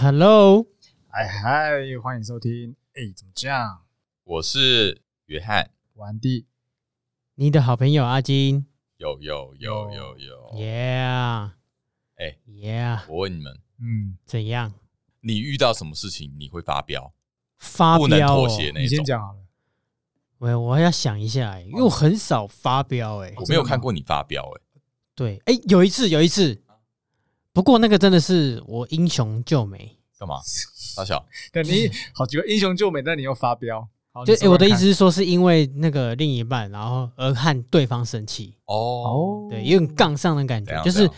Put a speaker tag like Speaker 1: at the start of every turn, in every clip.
Speaker 1: Hello，
Speaker 2: 哎嗨，欢迎收听。哎，怎么这样？
Speaker 3: 我是约翰，
Speaker 2: 完地
Speaker 1: 你的好朋友阿金
Speaker 3: 有有有有有，
Speaker 1: ，Yeah，
Speaker 3: 哎
Speaker 1: Yeah，
Speaker 3: 我问你们，
Speaker 2: 嗯，
Speaker 1: 怎样？
Speaker 3: 你遇到什么事情你会发飙，
Speaker 1: 发
Speaker 3: 不能
Speaker 1: 飙、哦
Speaker 3: 妥？协那
Speaker 2: 你
Speaker 3: 一
Speaker 2: 先
Speaker 3: 种？
Speaker 2: 讲好了。
Speaker 1: 喂，我要想一下、欸，因为我很少发飙、欸，哎
Speaker 3: 我，没有看过你发飙，哎，
Speaker 1: 对，哎、有一次，有一次，不过那个真的是我英雄救美，
Speaker 3: 干嘛？
Speaker 1: 哦
Speaker 3: 大 小，
Speaker 2: 但你好几个英雄救美，但你又发飙。好
Speaker 1: 就、
Speaker 2: 你说
Speaker 1: 欸我的意
Speaker 2: 看
Speaker 1: 思是说，是因为那个另一半，然后而和对方生气，
Speaker 3: 哦，
Speaker 1: 对，有点杠上的感
Speaker 3: 怎
Speaker 1: 觉，
Speaker 3: 样
Speaker 1: 就是
Speaker 3: 怎样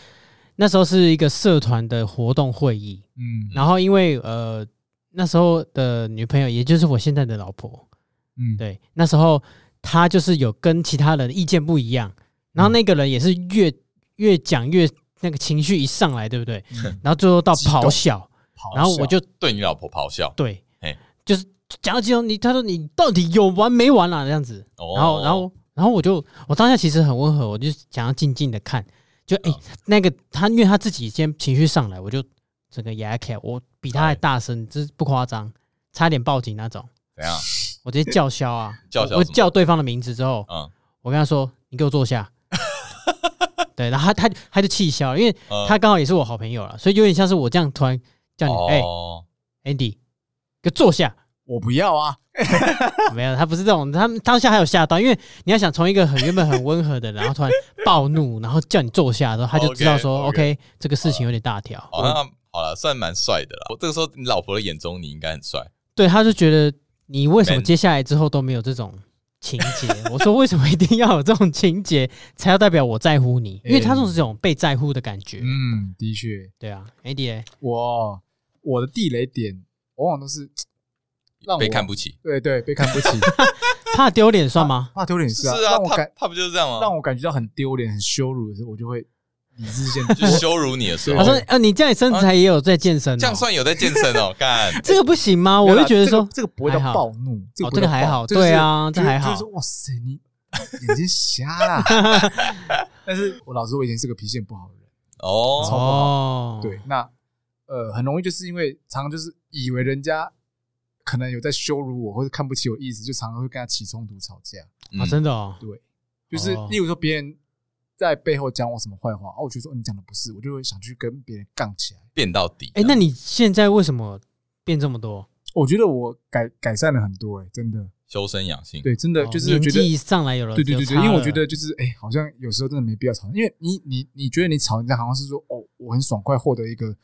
Speaker 1: 那时候是一个社团的活动会议，
Speaker 2: 嗯
Speaker 1: 然后因为呃那时候的女朋友，也就是我现在的老婆，
Speaker 2: 嗯，
Speaker 1: 对，那时候她就是有跟其他人意见不一样，然后那个人也是越越讲越那个情绪一上来，对不对？
Speaker 2: 嗯
Speaker 1: 然后最后到
Speaker 2: 激动
Speaker 1: 咆哮，
Speaker 2: 咆
Speaker 1: 然后我
Speaker 2: 哮
Speaker 1: 就
Speaker 3: 对你老婆咆哮，
Speaker 1: 对
Speaker 3: 嘿，
Speaker 1: 就是讲到激动，你他说你到底有完没完啊？这样子，
Speaker 3: 哦
Speaker 1: 然后然后然后我就我当下其实很温和，我就想要静静的看，就哎、
Speaker 3: 嗯
Speaker 1: 那个他因为他自己先情绪上来，我就整个牙起来，我比他还
Speaker 3: 哎
Speaker 1: 大声，这是不夸张，差点报警那种，
Speaker 3: 怎样？
Speaker 1: 我直接叫嚣啊，
Speaker 3: 叫嚣
Speaker 1: 我我
Speaker 3: 什么
Speaker 1: 叫对方的名字之后，
Speaker 3: 嗯，
Speaker 1: 我跟他说你给我 坐下，对，然后他他他就气消了，因为
Speaker 3: 嗯
Speaker 1: 他刚好也是我好朋友了，所以有点像是我这样突然叫你哎、
Speaker 3: 哦
Speaker 1: Andy 给我坐下。
Speaker 2: 我不要啊。
Speaker 1: 没有，他不是这种，他们当下还有吓到，因为你要想从一个很原本很温和的，然后突然暴怒，然后叫你坐下的时候，他就知道说
Speaker 3: OK，OK 哦
Speaker 1: ，OK，这个事情有点大条。
Speaker 3: 好那好了，算蛮帅的了。我这个时候，你老婆的眼中你应该很帅，
Speaker 1: 对，他就觉得你为什么
Speaker 3: Man
Speaker 1: 接下来之后都没有这种情节？ 我说为什么一定要有这种情节才要代表我在乎你？因为他就是这种被在乎的感觉。
Speaker 2: 嗯，的确，
Speaker 1: 对啊，AD 嘞
Speaker 2: 我我的地雷点往往都是让我
Speaker 3: 被看不起。
Speaker 2: 对对被看 不起，
Speaker 1: 怕丢脸算吗？
Speaker 2: 怕丢脸是
Speaker 3: 是
Speaker 2: 啊，
Speaker 3: 啊
Speaker 2: 让，我
Speaker 3: 他
Speaker 2: 感
Speaker 3: 他不就是这样吗？
Speaker 2: 让我感觉到很丢脸、很羞辱的时候，我就会理智线
Speaker 3: 就
Speaker 2: 我
Speaker 3: 羞辱你的时
Speaker 2: 对
Speaker 1: 他
Speaker 3: 候，
Speaker 1: 说：“呃，你这样你身材也有在健
Speaker 2: 啊
Speaker 1: 身、哦，
Speaker 3: 这样算有在健身哦， 干。
Speaker 1: 这个不行吗？”哦我
Speaker 2: 没有
Speaker 1: 就
Speaker 2: 啦
Speaker 1: 觉得说
Speaker 2: 这个、，这个不会叫
Speaker 1: 还好
Speaker 2: 暴怒，这
Speaker 1: 哦
Speaker 2: 个不
Speaker 1: 这
Speaker 2: 会
Speaker 1: 个
Speaker 2: 叫
Speaker 1: 还
Speaker 2: 暴
Speaker 1: 好
Speaker 2: 就是
Speaker 1: 对啊这还好
Speaker 2: 就是哇塞，你 眼睛瞎 啦。但是我老实说，我以前是个脾气很不好的人，
Speaker 3: 哦，
Speaker 1: 哦，
Speaker 2: 对，那呃，很容易就是因为常常就是以为人家可能有在羞辱我或者看不起我意思，就常常会跟他起冲突吵架。
Speaker 1: 啊，
Speaker 3: 嗯
Speaker 1: 真的哦，
Speaker 2: 对，就是
Speaker 1: 哦
Speaker 2: 例如说别人在背后讲我什么坏话，哦，我觉得说、哦你讲的不是，我就会想去跟别人杠起来。
Speaker 3: 变到底。
Speaker 1: 哎、那你现在为什么变这么多？
Speaker 2: 我觉得我改改善了很多、欸，真的，
Speaker 3: 修身养性，
Speaker 2: 对，真的
Speaker 1: 哦
Speaker 2: 就是觉
Speaker 1: 年
Speaker 2: 得
Speaker 1: 纪上来有了，
Speaker 2: 对对
Speaker 1: 有
Speaker 2: 对对，
Speaker 1: 差
Speaker 2: 因为我
Speaker 1: 了
Speaker 2: 觉得就是哎、好像有时候真的没必要吵，因为你你你觉得你吵人家好像是说哦，我很爽快获得一个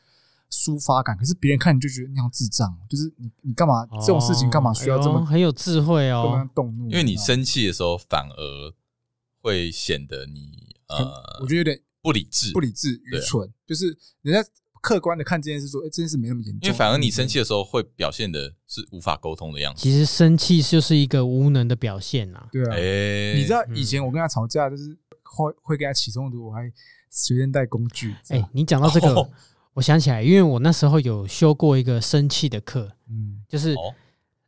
Speaker 2: 抒发感，可是别人看你就觉得你像智障，就是你你干嘛这种事情干嘛需要这
Speaker 1: 哦哦哎呦
Speaker 2: 么啊
Speaker 1: 很有智慧
Speaker 2: 这么
Speaker 1: 哦？
Speaker 2: 动怒？
Speaker 3: 因为你
Speaker 2: 知道吗
Speaker 3: 生气的时候，反而会显得你呃，
Speaker 2: 我觉得有点
Speaker 3: 不理智，
Speaker 2: 不理智、愚
Speaker 3: 对啊
Speaker 2: 蠢，就是人家客观的看这件事说，哎、这件事没那么严重，
Speaker 3: 因为反而你生气的时候会表现的是无法沟通的样子。
Speaker 1: 其实生气就是一个无能的表现呐、
Speaker 2: 对啊，
Speaker 3: 哎，
Speaker 2: 你知道
Speaker 1: 嗯
Speaker 2: 以前我跟他吵架就是会会跟他起冲突，我还随身带工具，
Speaker 1: 哎、
Speaker 2: 哎、
Speaker 1: 你讲到这个，
Speaker 3: 哦
Speaker 1: 我想起来，因为我那时候有修过一个生气的课，
Speaker 2: 嗯，
Speaker 1: 就是、
Speaker 3: 哦，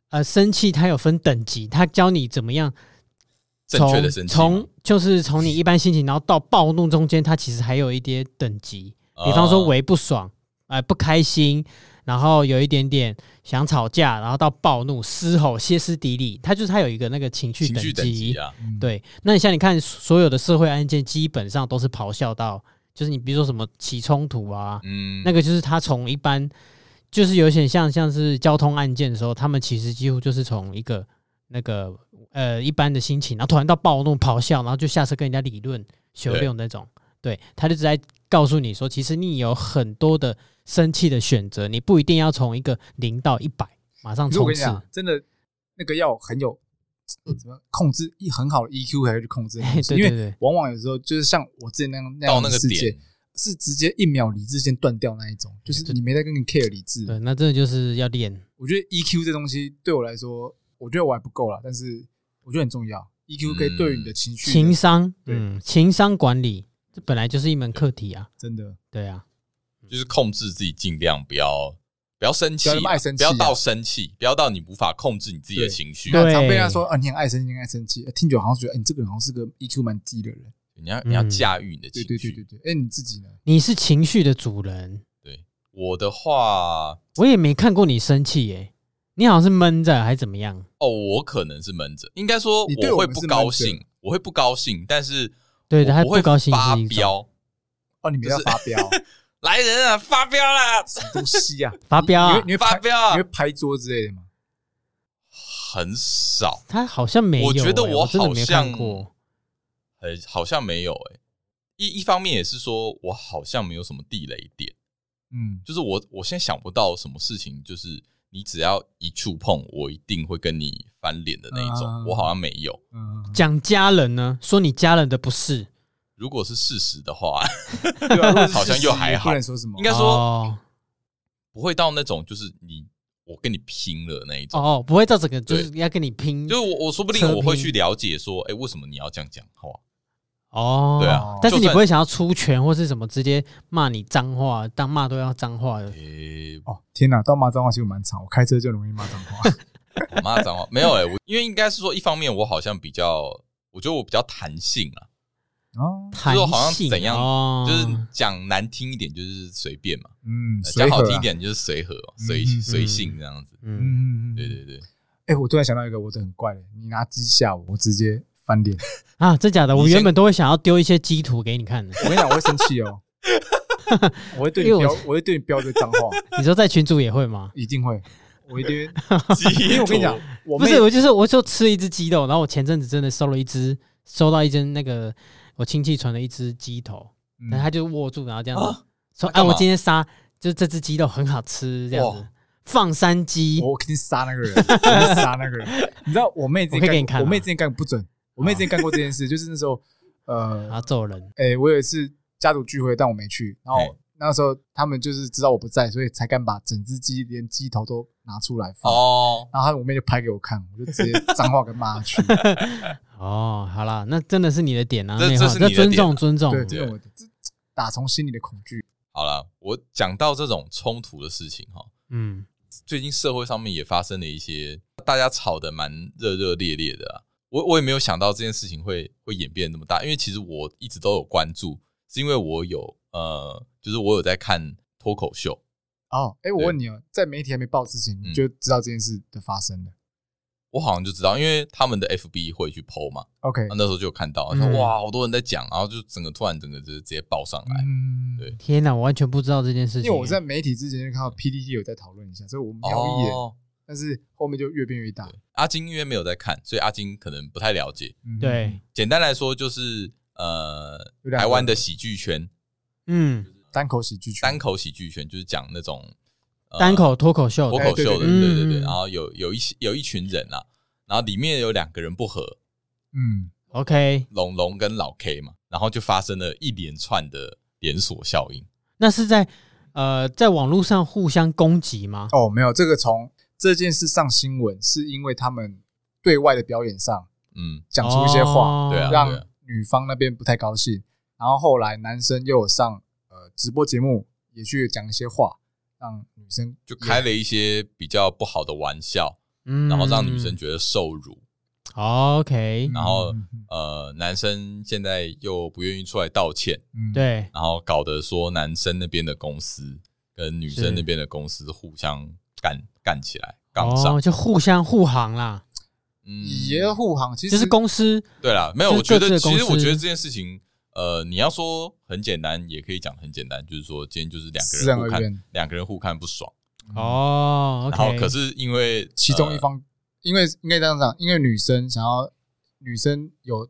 Speaker 1: 呃，生气它有分等级，它教你怎么样
Speaker 3: 正确
Speaker 1: 从
Speaker 3: 的生气吗，
Speaker 1: 从就是从你一般心情，然后到暴怒中间，它其实还有一些等级。比方说
Speaker 3: 啊
Speaker 1: 为不爽，呃，不开心，然后有一点点想吵架，然后到暴怒、嘶吼、歇斯底里，它就是它有一个那个情绪
Speaker 3: 情绪等级啊，
Speaker 2: 嗯，
Speaker 1: 对，那你像你看所有的社会案件，基本上都是咆哮到，就是你比如说什么起冲突啊，
Speaker 3: 嗯，
Speaker 1: 那个就是他从一般就是有点像像是交通案件的时候，他们其实几乎就是从一个那个呃一般的心情，然后突然到暴怒咆哮，然后就下车跟人家理论修
Speaker 3: 对
Speaker 1: 炼那种。对，他就只在告诉你说，其实你有很多的生气的选择，你不一定要从一个零到一百马上
Speaker 2: 可是我
Speaker 1: 冲
Speaker 2: 跟你
Speaker 1: 刺。嗯
Speaker 2: 讲，真的那个要很有怎么控制一很好的 E EQ 才会去控制这件事，
Speaker 1: 哎 对
Speaker 2: 因
Speaker 1: 对
Speaker 2: 为
Speaker 1: 对，
Speaker 2: 往往有时候就是像我之前那样那
Speaker 3: 到
Speaker 2: 样
Speaker 3: 那
Speaker 2: 的
Speaker 3: 个
Speaker 2: 事
Speaker 3: 点
Speaker 2: 件，是直接一秒理智线断掉那一种，就是你没在跟你 care 理智。
Speaker 1: 对，那真的就是要练。
Speaker 2: 我觉得 EQ 这东西对我来说，我觉得我还不够啦，但是我觉得很重要。
Speaker 3: 嗯
Speaker 2: EQ 可以对于你的情绪的，
Speaker 1: 情商，
Speaker 2: 对
Speaker 1: 嗯，情商管理，这本来就是一门课题啊。
Speaker 2: 真的
Speaker 1: 对啊，
Speaker 3: 就是控制自己，尽量不要不要生气啊，
Speaker 2: 不要那么爱生气
Speaker 3: 不
Speaker 2: 啊
Speaker 3: 要到生气，不要到你无法控制你自己的
Speaker 2: 对
Speaker 3: 情绪。
Speaker 1: 对
Speaker 2: 常被他说啊，你很爱生气，你很爱生气，听久了好像觉得，哎，你这个人好像是个 EQ 蛮低的人。
Speaker 3: 你要你要
Speaker 1: 嗯
Speaker 3: 驾驭你的情
Speaker 2: 对对对
Speaker 3: 绪
Speaker 2: 对。对，哎，你自己呢？
Speaker 1: 你是情绪的主人，
Speaker 3: 我的话，
Speaker 1: 我也没看过你生气耶、你好像是闷着还是怎么样？
Speaker 3: 哦，我可能是闷着，应该说
Speaker 2: 你对
Speaker 3: 会
Speaker 2: 我们
Speaker 3: 不
Speaker 2: 是闷
Speaker 3: 高
Speaker 2: 着
Speaker 3: 兴，我会不高兴，但是
Speaker 1: 对
Speaker 3: 我
Speaker 1: 的，他
Speaker 3: 不会
Speaker 1: 高兴
Speaker 3: 发
Speaker 1: 是一种
Speaker 3: 飙，
Speaker 2: 哦，你们要发飙，
Speaker 3: 来人啊，发飙啦，
Speaker 2: 什么东西啊？
Speaker 1: 发飙
Speaker 2: 你
Speaker 1: 啊
Speaker 2: 你会你会
Speaker 3: 发
Speaker 2: 拍，
Speaker 3: 飙啊
Speaker 2: 你会，拍桌之类的吗？
Speaker 3: 很少，
Speaker 1: 他好像没有、
Speaker 3: 我觉得
Speaker 1: 欸
Speaker 3: 我
Speaker 1: 我真的
Speaker 3: 好
Speaker 1: 没
Speaker 3: 像
Speaker 1: 看过。
Speaker 3: 很好像没有诶、一一方面也是说我好像没有什么地雷点，
Speaker 2: 嗯，
Speaker 3: 就是我我现在想不到什么事情，就是你只要一触碰，我一定会跟你翻脸的那一种，
Speaker 2: 啊
Speaker 3: 我好像没有。
Speaker 2: 嗯，
Speaker 1: 讲家人呢，说你家人的不是，
Speaker 3: 如果是事实的话，
Speaker 2: 对啊如果 是
Speaker 3: 好像又
Speaker 2: 事实
Speaker 3: 还
Speaker 2: 也
Speaker 3: 好
Speaker 2: 不能说什么。
Speaker 3: 应该说
Speaker 1: 哦
Speaker 3: 不会到那种就是你我跟你拼了那一种。
Speaker 1: 哦，不会到整个就
Speaker 3: 对
Speaker 1: 是要跟你拼，
Speaker 3: 就是我，我说不定
Speaker 1: 车拼
Speaker 3: 我会去了解说，哎、为什么你要这样讲话？
Speaker 1: 哦，
Speaker 3: 对啊
Speaker 1: 但是
Speaker 3: 就
Speaker 1: 你
Speaker 3: 算
Speaker 1: 不会想要出拳或是什么，直接骂你脏话，当骂都要脏话的
Speaker 3: 哎、
Speaker 2: 哦，天哪，到骂脏话其实我蛮长，我开车就容易骂脏话。
Speaker 3: 我骂脏话没有哎、我因为应该是说，一方面我好像比较，我觉得我比较弹性啊，
Speaker 2: 哦，
Speaker 1: 弹
Speaker 3: 就是好像
Speaker 1: 性
Speaker 3: 怎样
Speaker 1: 哦，
Speaker 3: 就是讲难听一点就是随便嘛，
Speaker 2: 嗯，
Speaker 3: 呃讲、
Speaker 2: 随和
Speaker 3: 好
Speaker 2: 啊
Speaker 3: 听一，点就是随和、随
Speaker 2: 嗯嗯
Speaker 3: 随性这样子。
Speaker 1: 嗯，
Speaker 2: 嗯嗯嗯，
Speaker 3: 对对对，
Speaker 2: 哎、我突然想到一个我的很怪的，你拿鸡吓我，我直接翻脸。
Speaker 1: 啊，真假的？
Speaker 3: 你
Speaker 1: 我
Speaker 3: 先
Speaker 1: 原本都会想要丢一些鸡图给你看的。
Speaker 2: 我跟你讲，我会生气 哦，我会对你
Speaker 1: 因为
Speaker 2: 飙
Speaker 1: 我，
Speaker 2: 我会对你飙这脏话，
Speaker 1: 你说在群主也会吗？
Speaker 2: 一定会，我一 定会。
Speaker 3: 因
Speaker 2: 因为我跟你讲，我
Speaker 1: 不
Speaker 2: 妹
Speaker 1: 是，我就是我就吃一只鸡肉，然后我前阵子真的收了一只，收到一只那个我亲戚传的一只鸡头，
Speaker 2: 嗯
Speaker 1: 然后他就握住，然后这样子、
Speaker 3: 啊
Speaker 1: 说：“
Speaker 3: 那
Speaker 1: 哎、
Speaker 3: 干嘛
Speaker 1: 我今天杀，就是这只鸡肉很好吃，这样子
Speaker 3: 哇
Speaker 1: 放山鸡。
Speaker 2: 我肯定杀那个人，我肯定杀那个人。你知啊道我妹之
Speaker 1: 我可以
Speaker 2: 前
Speaker 1: 给你
Speaker 2: 干过，
Speaker 1: 看
Speaker 2: 我
Speaker 1: 吗
Speaker 2: 妹之前干过不准，我妹之前干过这件事，就是那时候，呃
Speaker 1: 然，后揍人，
Speaker 2: 哎、我有一次家族聚会，但我没去，然后
Speaker 3: 嘿
Speaker 2: 那时候他们就是知道我不在，所以才敢把整只鸡连鸡头都拿出来放。
Speaker 3: 哦，
Speaker 2: 然后他我妹就拍给我看，我就直接脏话跟骂他去。
Speaker 1: 哦，好啦，那真的是你的点啊，
Speaker 3: 这
Speaker 1: 内
Speaker 3: 这
Speaker 1: 化
Speaker 3: 是
Speaker 1: 这
Speaker 3: 你的
Speaker 1: 尊
Speaker 3: 点
Speaker 1: 重尊重，
Speaker 2: 对，这是我的这这打从心里的恐惧。
Speaker 3: 好了，我讲到这种冲突的事情哈，
Speaker 1: 嗯，
Speaker 3: 最近社会上面也发生了一些大家吵得蛮热热烈烈的、啊。我我也没有想到这件事情会会演变得那么大，因为其实我一直都有关注，是因为我有呃，就是我有在看脱口秀，
Speaker 2: 哦，哎，我问你哦，在媒体还没报之前，
Speaker 3: 嗯
Speaker 2: 你就知道这件事的发生了。
Speaker 3: 我好像就知道，因为他们的 FB 会去 PO 嘛，
Speaker 2: OK，
Speaker 3: 那时候就有看到，
Speaker 1: 嗯
Speaker 3: 说哇，好多人在讲，然后就整个突然整个就直接报上来，
Speaker 2: 嗯，
Speaker 3: 对嗯
Speaker 1: 天哪，我完全不知道这件事情欸、
Speaker 2: 因为我在媒体之前就看到 PDD 有在讨论一下，所以我瞄一眼，
Speaker 3: 哦，
Speaker 2: 但是后面就越变越大。
Speaker 3: 阿金因为没有在看，所以阿金可能不太了解。
Speaker 2: 嗯
Speaker 1: 对，，
Speaker 3: 简单来说就是呃
Speaker 2: 有，两
Speaker 3: 台
Speaker 2: 个
Speaker 3: 湾的喜剧圈
Speaker 1: 嗯，
Speaker 2: 单口喜剧圈
Speaker 3: 单口喜剧圈就是讲那种、呃
Speaker 1: 单口脱口秀
Speaker 3: 脱
Speaker 1: 的，
Speaker 3: 口秀的，
Speaker 1: 哎对对对
Speaker 3: 对对
Speaker 1: 嗯
Speaker 3: 对。
Speaker 1: 嗯
Speaker 3: 然后有有一些有一群人啊，然后里面有两个人不和，
Speaker 2: 嗯
Speaker 1: OK，
Speaker 3: 龙龙跟老 K 嘛，然后就发生了一连串的连锁效应。
Speaker 1: 那是在呃在网络上互相攻击吗？
Speaker 2: 哦，没有这个从这件事上新闻，是因为他们对外的表演上
Speaker 3: 嗯，
Speaker 2: 讲出一些话，
Speaker 1: 哦
Speaker 3: 对啊
Speaker 2: 让女方那边不太高兴。然后后来男生又有上呃直播节目，也去讲一些话，让女生
Speaker 3: 就开了一些比较不好的玩笑，
Speaker 1: 嗯
Speaker 3: 然后让女生觉得受辱。
Speaker 1: OK，
Speaker 3: 然后
Speaker 2: 嗯嗯
Speaker 3: 呃，男生现在又不愿意出来道歉，
Speaker 2: 嗯，
Speaker 1: 对，
Speaker 3: 然后搞得说男生那边的公司跟女
Speaker 1: 是
Speaker 3: 生那边的公司互相干干起来，杠上。
Speaker 1: 哦，就互相护航啦，
Speaker 3: 嗯
Speaker 2: 也要护航，其实
Speaker 1: 就是公司
Speaker 3: 对啦，没有，
Speaker 1: 就是
Speaker 3: 我觉
Speaker 1: 各
Speaker 3: 得
Speaker 1: 自的
Speaker 3: 其实
Speaker 1: 公司
Speaker 3: 我觉得这件事情，呃，你要说很简单，也可以讲很简单，就是说今天就是两个
Speaker 2: 私人
Speaker 3: 人互
Speaker 2: 而言
Speaker 3: 看，两个人互看不爽，
Speaker 1: 哦
Speaker 3: 然后
Speaker 1: ，OK，
Speaker 3: 可是因为
Speaker 2: 其中一
Speaker 3: 呃
Speaker 2: 方，因为应该这样讲，因为女生想要女生有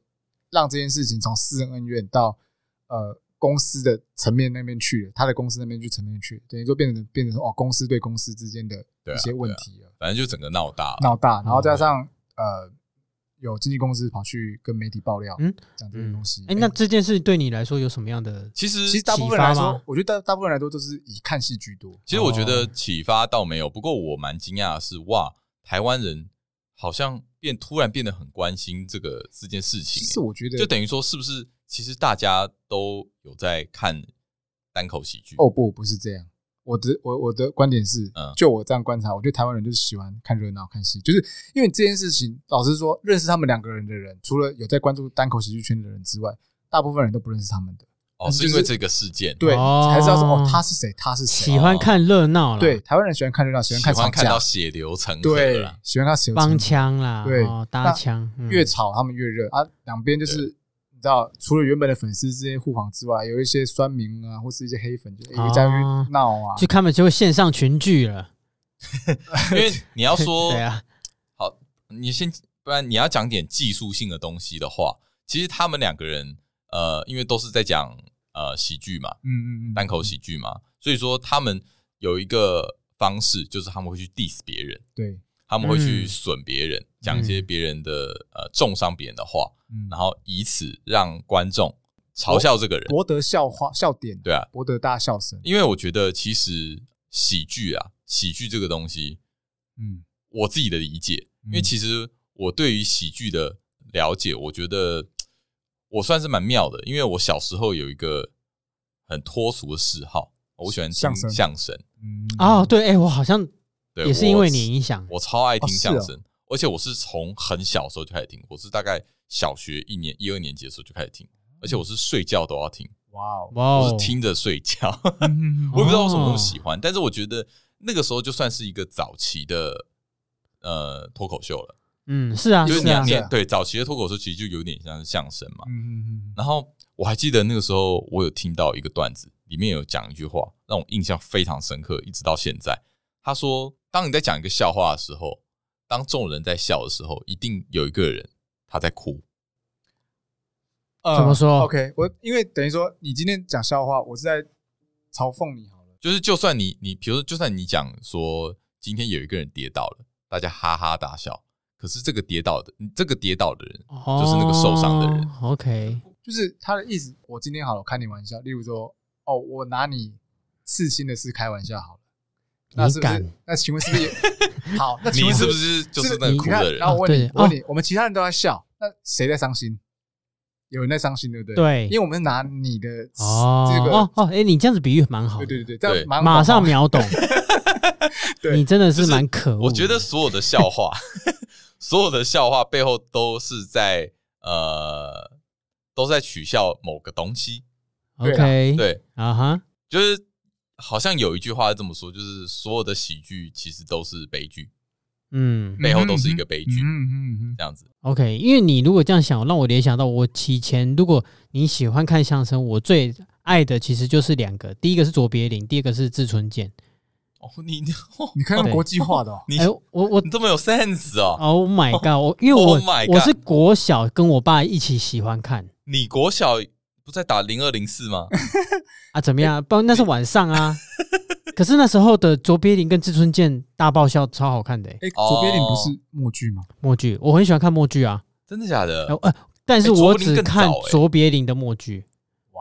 Speaker 2: 让这件事情从私人恩怨到呃公司的层面那边去了，她的公司那边去层面去，等于说变成变成说哦公司对公司之间的
Speaker 3: 对
Speaker 2: 一
Speaker 3: 啊嗯
Speaker 2: 些问题了，
Speaker 3: 反正就整个闹大了，
Speaker 2: 闹大，然后加上呃有经纪公司跑去跟媒体爆料，
Speaker 1: 嗯
Speaker 2: 讲这些东西，
Speaker 1: 哎，那这件事对你来说有什么样的？
Speaker 3: 其实
Speaker 2: 其实大部分来
Speaker 1: 启发
Speaker 2: 说
Speaker 1: 吗，
Speaker 2: 我觉得大大部分来说都是以看戏居多，哦
Speaker 3: 其实我觉得启发倒没有，不过我蛮惊讶的是，哇，台湾人好像变突然变得很关心这个这件事
Speaker 2: 其
Speaker 3: 情、
Speaker 2: 实我觉得
Speaker 3: 就等于说是不是其实大家都有在看单口喜剧
Speaker 2: 哦不，不是这样。我的我我的观点是
Speaker 3: 嗯，
Speaker 2: 就我这样观察，我觉得台湾人就是喜欢看热闹、看戏，就是因为这件事情，老实说，认识他们两个人的人，除了有在关注单口喜剧圈的人之外，大部分人都不认识他们的。
Speaker 3: 哦，
Speaker 2: 但是
Speaker 3: 是
Speaker 2: 就是
Speaker 3: 因为这个事件，
Speaker 2: 对，
Speaker 1: 哦
Speaker 2: 才知道说哦，他是谁，他是谁。哦
Speaker 1: 喜欢看热闹
Speaker 3: 哦
Speaker 1: 啦，
Speaker 2: 对，，台湾人喜欢看热闹，喜欢
Speaker 3: 喜
Speaker 2: 看
Speaker 3: 欢
Speaker 2: 吵
Speaker 3: 看
Speaker 2: 架
Speaker 3: 到，血流成河
Speaker 2: 对
Speaker 3: 啦，，
Speaker 2: 喜欢看谁有
Speaker 1: 帮
Speaker 2: 争
Speaker 1: 腔啦，
Speaker 2: 对
Speaker 1: 哦搭
Speaker 2: 那
Speaker 1: 腔，嗯
Speaker 2: 越吵他们越热啊，两边就是你知道，除了原本的粉丝之间互访之外，有一些酸民啊，或是一些黑粉，就
Speaker 1: 哦
Speaker 2: 一家去闹啊，
Speaker 1: 就他们就会线上群聚了，
Speaker 3: 因为你要说
Speaker 1: 对啊，
Speaker 3: 你先，不然你要讲点技术性的东西的话，其实他们两个人，呃，因为都是在讲呃喜剧嘛，
Speaker 2: 嗯嗯嗯，
Speaker 3: 单口喜剧嘛，所以说他们有一个方式，就是他们会去 diss 别人，
Speaker 2: 对，
Speaker 3: 他们会去
Speaker 1: 嗯
Speaker 3: 损别人，讲一些
Speaker 1: 嗯
Speaker 3: 别人的呃重伤别人的话，
Speaker 2: 嗯，
Speaker 3: 然后以此让观众嘲笑这个人，
Speaker 2: 博得笑话笑点，
Speaker 3: 对啊，
Speaker 2: 博得大笑声，
Speaker 3: 因为我觉得其实喜剧啊，喜剧这个东西，
Speaker 2: 嗯
Speaker 3: 我自己的理解，因为
Speaker 2: 嗯
Speaker 3: 其实我对于喜剧的了解，我觉得我算是蛮妙的，因为我小时候有一个很脱俗的嗜好，我喜欢听
Speaker 2: 相声
Speaker 3: 相声，
Speaker 2: 嗯，
Speaker 1: 哦，对，哎，我好像
Speaker 3: 对，
Speaker 1: 也是
Speaker 3: 我
Speaker 1: 因为你影响，
Speaker 3: 我超爱听
Speaker 2: 哦是
Speaker 3: 相
Speaker 2: 哦
Speaker 3: 声，而且我是从很小的时候就开始听，我是大概小学一年一二年级的时候就开始听，而且我是睡觉都要听，
Speaker 2: 哇哦，
Speaker 1: 哇
Speaker 3: 我
Speaker 1: 哦
Speaker 3: 是，听着睡觉。
Speaker 2: 嗯
Speaker 3: 我也不知道为什么那么喜欢，但是我觉得那个时候就算是一个早期的呃脱口秀了，
Speaker 1: 嗯，是啊，
Speaker 3: 就是
Speaker 1: 是
Speaker 3: 你
Speaker 1: 啊
Speaker 3: 你，
Speaker 2: 是啊
Speaker 3: 对早期的脱口秀其实就有点像是相声嘛。
Speaker 2: 嗯嗯
Speaker 3: 然后我还记得那个时候我有听到一个段子，里面有讲一句话让我印象非常深刻，一直到现在。他说，当你在讲一个笑话的时候，当众人在笑的时候，一定有一个人他在哭。
Speaker 2: 嗯，
Speaker 1: 怎么说
Speaker 2: ？OK，我因为等于说你今天讲笑话，我是在嘲讽你好了，
Speaker 3: 就是就算你你，比如说，就算你讲说今天有一个人跌倒了，大家哈哈大笑，可是这个跌倒的，这个跌倒的人就是那个受伤的人
Speaker 1: 哦，OK，
Speaker 2: 就是他的意思，我今天好了，我开你玩笑，例如说，哦，我拿你刺青的事开玩笑好了。那是不
Speaker 1: 你
Speaker 2: 是
Speaker 1: 敢？
Speaker 2: 那请问是不是 也好？那请
Speaker 3: 你
Speaker 2: 问
Speaker 3: 是
Speaker 2: 不
Speaker 3: 不
Speaker 2: 是
Speaker 3: 是就是那个
Speaker 1: 你
Speaker 3: 哭
Speaker 2: 看
Speaker 3: 的人
Speaker 2: 然？后我问
Speaker 1: 对哦
Speaker 2: 你，我问你，我们其他人都在笑，那谁在伤心？有人在伤心，对不对？，
Speaker 1: 对
Speaker 2: 因为，我们是拿你的
Speaker 1: 哦，
Speaker 2: 这
Speaker 1: 哦
Speaker 2: 个，
Speaker 1: 哦，哎，你这样子比喻蛮好
Speaker 2: 对
Speaker 1: 的，
Speaker 2: 对对对，这
Speaker 3: 对
Speaker 2: 样蛮。
Speaker 1: 马上 秒懂
Speaker 2: 对
Speaker 1: 你真的
Speaker 3: 就是是
Speaker 1: 蛮可恶的。
Speaker 3: 我觉得所有的笑话， 所有的笑话背后都是在呃，都在取笑某个东西。
Speaker 2: 对啊
Speaker 1: OK，
Speaker 3: 对，
Speaker 1: 啊哈，
Speaker 3: 就是好像有一句话是这么说，就是所有的喜剧其实都是悲剧，
Speaker 1: 嗯
Speaker 3: 背后都是一个悲剧，
Speaker 2: 嗯嗯嗯嗯
Speaker 3: 这样子。
Speaker 1: ，OK，因为你如果这样想，让我联想到我以前，如果你喜欢看相声，我最爱的其实就是两个，第一个是卓别林，第二个是志村健。
Speaker 3: 哦，你你哦
Speaker 2: 你看到
Speaker 1: 对
Speaker 2: 国际化 的哦，
Speaker 3: 你
Speaker 1: 哎，我我
Speaker 3: 你这么有 sense 哦！
Speaker 1: Oh my god！我因为我
Speaker 3: Oh my god
Speaker 1: 我是国小跟我爸一起喜欢看
Speaker 3: 你国小不在打零二零四吗？
Speaker 1: 啊，怎么样？不，那是晚上 啊。可是那时候的卓别林跟志村健大爆笑超好看的、欸、
Speaker 2: 哎，
Speaker 3: 哦
Speaker 2: 左边领不是默剧吗？
Speaker 1: 默剧，我很喜欢看默剧啊。
Speaker 3: 真的假的
Speaker 1: 呃？呃，但是
Speaker 3: 哎
Speaker 1: 我
Speaker 3: 卓别林
Speaker 1: 只
Speaker 3: 更早
Speaker 1: 看
Speaker 3: 欸
Speaker 1: 卓别林的默剧
Speaker 2: 哇，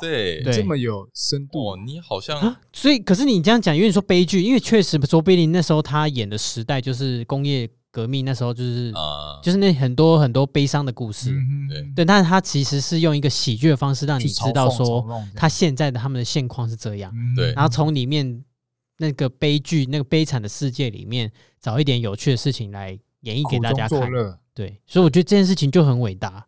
Speaker 3: 对
Speaker 1: 对
Speaker 2: 这么有深度
Speaker 3: 哇，，你好像
Speaker 1: 啊。所以，可是你这样讲，因为你说悲剧，因为确实卓别林那时候他演的时代就是工业革命，那时候就是、
Speaker 3: 呃，
Speaker 1: 就是那很多很多悲伤的故事。
Speaker 2: 嗯
Speaker 3: 对
Speaker 1: 对，但是他其实是用一个喜剧的方式让你
Speaker 2: 去
Speaker 1: 知道说
Speaker 2: 嘲讽嘲弄这样
Speaker 1: 他现在的他们的现况是这样。
Speaker 2: 嗯
Speaker 3: 对
Speaker 1: 然后从里面那个悲剧、那个悲惨的世界里面找一点有趣的事情来演绎给大家
Speaker 2: 苦中
Speaker 1: 看
Speaker 2: 作。乐，
Speaker 1: 对，所以我觉得这件事情就很伟大，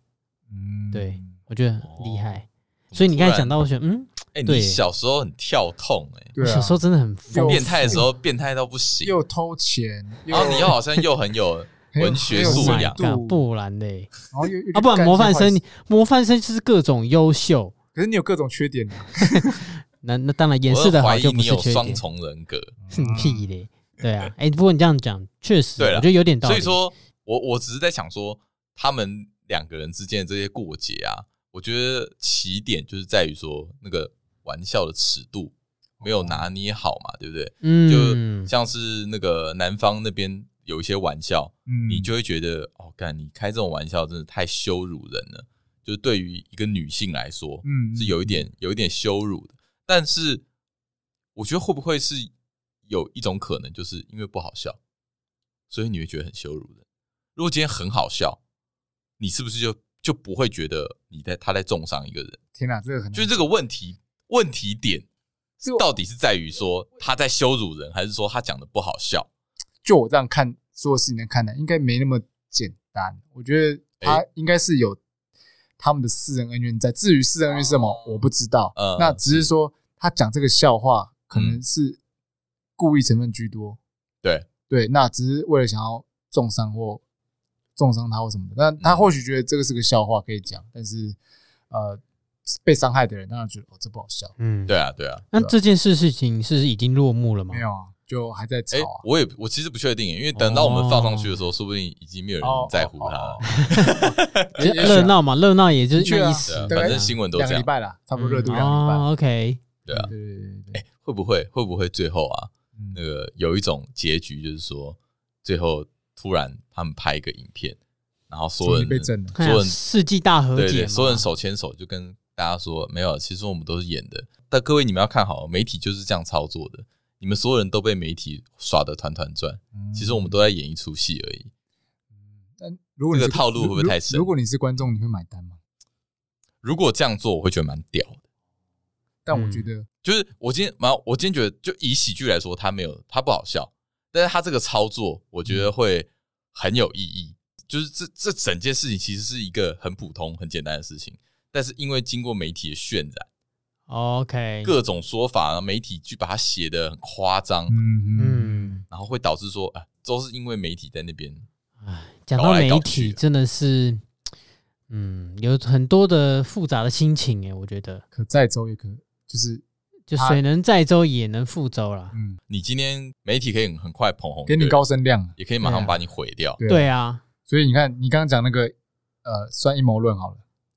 Speaker 2: 嗯
Speaker 1: 对我觉得很厉害。
Speaker 3: 哦
Speaker 1: 所以你刚才
Speaker 3: 突然
Speaker 1: 讲到，我觉得嗯，
Speaker 3: 哎，
Speaker 1: 对
Speaker 3: 你小时候很跳痛哎，
Speaker 1: 我
Speaker 2: 对
Speaker 1: 小
Speaker 2: 啊
Speaker 1: 时，候真的很疯，
Speaker 2: 又
Speaker 3: 变态的时候变态到不行，
Speaker 2: 又偷钱，
Speaker 3: 然后你又
Speaker 2: 又
Speaker 3: 好像又很有
Speaker 2: 很有
Speaker 3: 文学
Speaker 2: 很有
Speaker 3: 素
Speaker 2: 深
Speaker 3: 养
Speaker 2: 度，
Speaker 1: Oh God，不然嘞
Speaker 2: 然后又又去
Speaker 1: 啊，不
Speaker 2: 干
Speaker 1: 然
Speaker 2: 一些
Speaker 1: 模范
Speaker 2: 坏事
Speaker 1: 生，模范生就是各种优秀。
Speaker 2: 可是你有各种缺点啊，
Speaker 1: 那那当然，掩
Speaker 3: 我
Speaker 1: 饰
Speaker 3: 都
Speaker 1: 的
Speaker 3: 怀
Speaker 1: 好
Speaker 3: 疑
Speaker 1: 就不
Speaker 3: 你
Speaker 1: 是
Speaker 3: 有
Speaker 1: 缺
Speaker 3: 双
Speaker 1: 点，
Speaker 3: 重人格。
Speaker 1: 哼 屁嘞。对啊，哎，不过你这样讲，确实，啊
Speaker 3: 对
Speaker 1: 我
Speaker 3: 啦
Speaker 1: 觉得有点道理。
Speaker 3: 所以，说我我只是在想说，他们两个人之间的这些过节啊，我觉得起点就是在于说那个玩笑的尺度没
Speaker 2: 哦
Speaker 3: 有拿捏好嘛，对不对？
Speaker 1: 嗯
Speaker 3: 就，像是那个南方那边有一些玩笑，
Speaker 2: 嗯
Speaker 3: 你就会觉得哦，干你开这种玩笑真的太羞辱人了，就是对于一个女性来说，
Speaker 2: 嗯
Speaker 3: 是有一点有一点羞辱的。但是我觉得会不会是有一种可能，就是因为不好笑，所以你会觉得很羞辱的。如果今天很好笑，你是不是就就不会觉得你在他在重伤一个人？
Speaker 2: 天哪，这个很
Speaker 3: 就是这个问题问题点
Speaker 2: 这个
Speaker 3: 到底是在于说他在羞辱人，还是说他讲的不好笑？
Speaker 2: 就我这样看所有事情来看呢，应该没那么简单。我觉得他应该是有，他们的私人恩怨在。至于私人恩怨是什么，我不知道。
Speaker 3: 哦嗯
Speaker 2: 那只是说他讲这个笑话，可能是故意成分居多。
Speaker 3: 对
Speaker 2: 对，那只是为了想要重伤或重伤他或什么的。那
Speaker 3: 嗯
Speaker 2: 他或许觉得这个是个笑话可以讲，但是呃，被伤害的人当然觉得哦，这不好笑。
Speaker 1: 嗯，
Speaker 3: 对。啊对啊，
Speaker 1: 那这件事事情是已经落幕了吗
Speaker 2: 没？有啊，就还在吵
Speaker 3: 哎、
Speaker 2: 啊。
Speaker 3: 我也我其实不确定，因为等到我们放上去的时候，说不定已经没有人在乎他了
Speaker 2: 哦。
Speaker 1: 就
Speaker 2: 也也许啊
Speaker 1: 热闹嘛，热闹也就是那意
Speaker 3: 对
Speaker 1: 思
Speaker 3: 啊，
Speaker 2: 对
Speaker 3: 反正新闻都
Speaker 2: 两
Speaker 3: 这
Speaker 2: 个
Speaker 3: 样
Speaker 2: 礼。拜啦，差不多热度
Speaker 1: 嗯
Speaker 2: 两个礼拜。
Speaker 1: 哦，OK，
Speaker 3: 对啊，
Speaker 2: 对哎对对对对，
Speaker 3: 会不会会不会最后啊，
Speaker 2: 嗯
Speaker 3: 那个有一种结局就是说，最后突然他们拍一个影片，然后所有
Speaker 2: 终于
Speaker 3: 人
Speaker 2: 被震了。
Speaker 1: 看
Speaker 3: 所有
Speaker 1: 啊
Speaker 3: 人
Speaker 1: 世纪大和
Speaker 3: 对
Speaker 1: 解
Speaker 3: 对，
Speaker 1: 嘛，
Speaker 3: 所有人手牵手就跟大家说，没有，其实我们都是演的。但各位你们要看好，媒体就是这样操作的，你们所有人都被媒体耍得团团转，
Speaker 2: 嗯
Speaker 3: 其实我们都在演一出戏而已。
Speaker 2: 但如果你
Speaker 3: 这个
Speaker 2: 是
Speaker 3: 套路会不会
Speaker 2: 如
Speaker 3: 太深
Speaker 2: 如果你是观众，你会买单吗？
Speaker 3: 如果这样做，我会觉得蛮屌的。
Speaker 2: 但
Speaker 1: 嗯
Speaker 2: 我觉得，
Speaker 3: 就是我今天，蛮我今天觉得，就以喜剧来说，它没有它不好笑，但是它这个操作，我觉得会很有意义。就是这这整件事情其实是一个很普通、很简单的事情，但是因为经过媒体的渲染，
Speaker 1: 哦 OK，
Speaker 3: 各种说法，媒体去把它写的很夸张，
Speaker 2: 嗯嗯，
Speaker 1: 嗯，
Speaker 3: 然后会导致说，啊、都是因为媒体在那边，
Speaker 1: 讲
Speaker 3: 搞
Speaker 1: 到
Speaker 3: 来
Speaker 1: 媒
Speaker 3: 搞去
Speaker 1: 体
Speaker 3: 的
Speaker 1: 真的是，嗯，有很多的复杂的心情诶，我觉得
Speaker 2: 可载舟也可，就是
Speaker 1: 就
Speaker 2: 啊
Speaker 1: 水能载舟也能覆舟啦。
Speaker 2: 嗯，
Speaker 3: 你今天媒体可以很很快捧红一个
Speaker 2: 给
Speaker 3: 人，
Speaker 2: 你高声量啊。
Speaker 3: 也可以马上把你毁掉。
Speaker 2: 对啊
Speaker 1: 对啊，
Speaker 2: 所以你看，你刚刚讲那个呃，算阴谋论好了，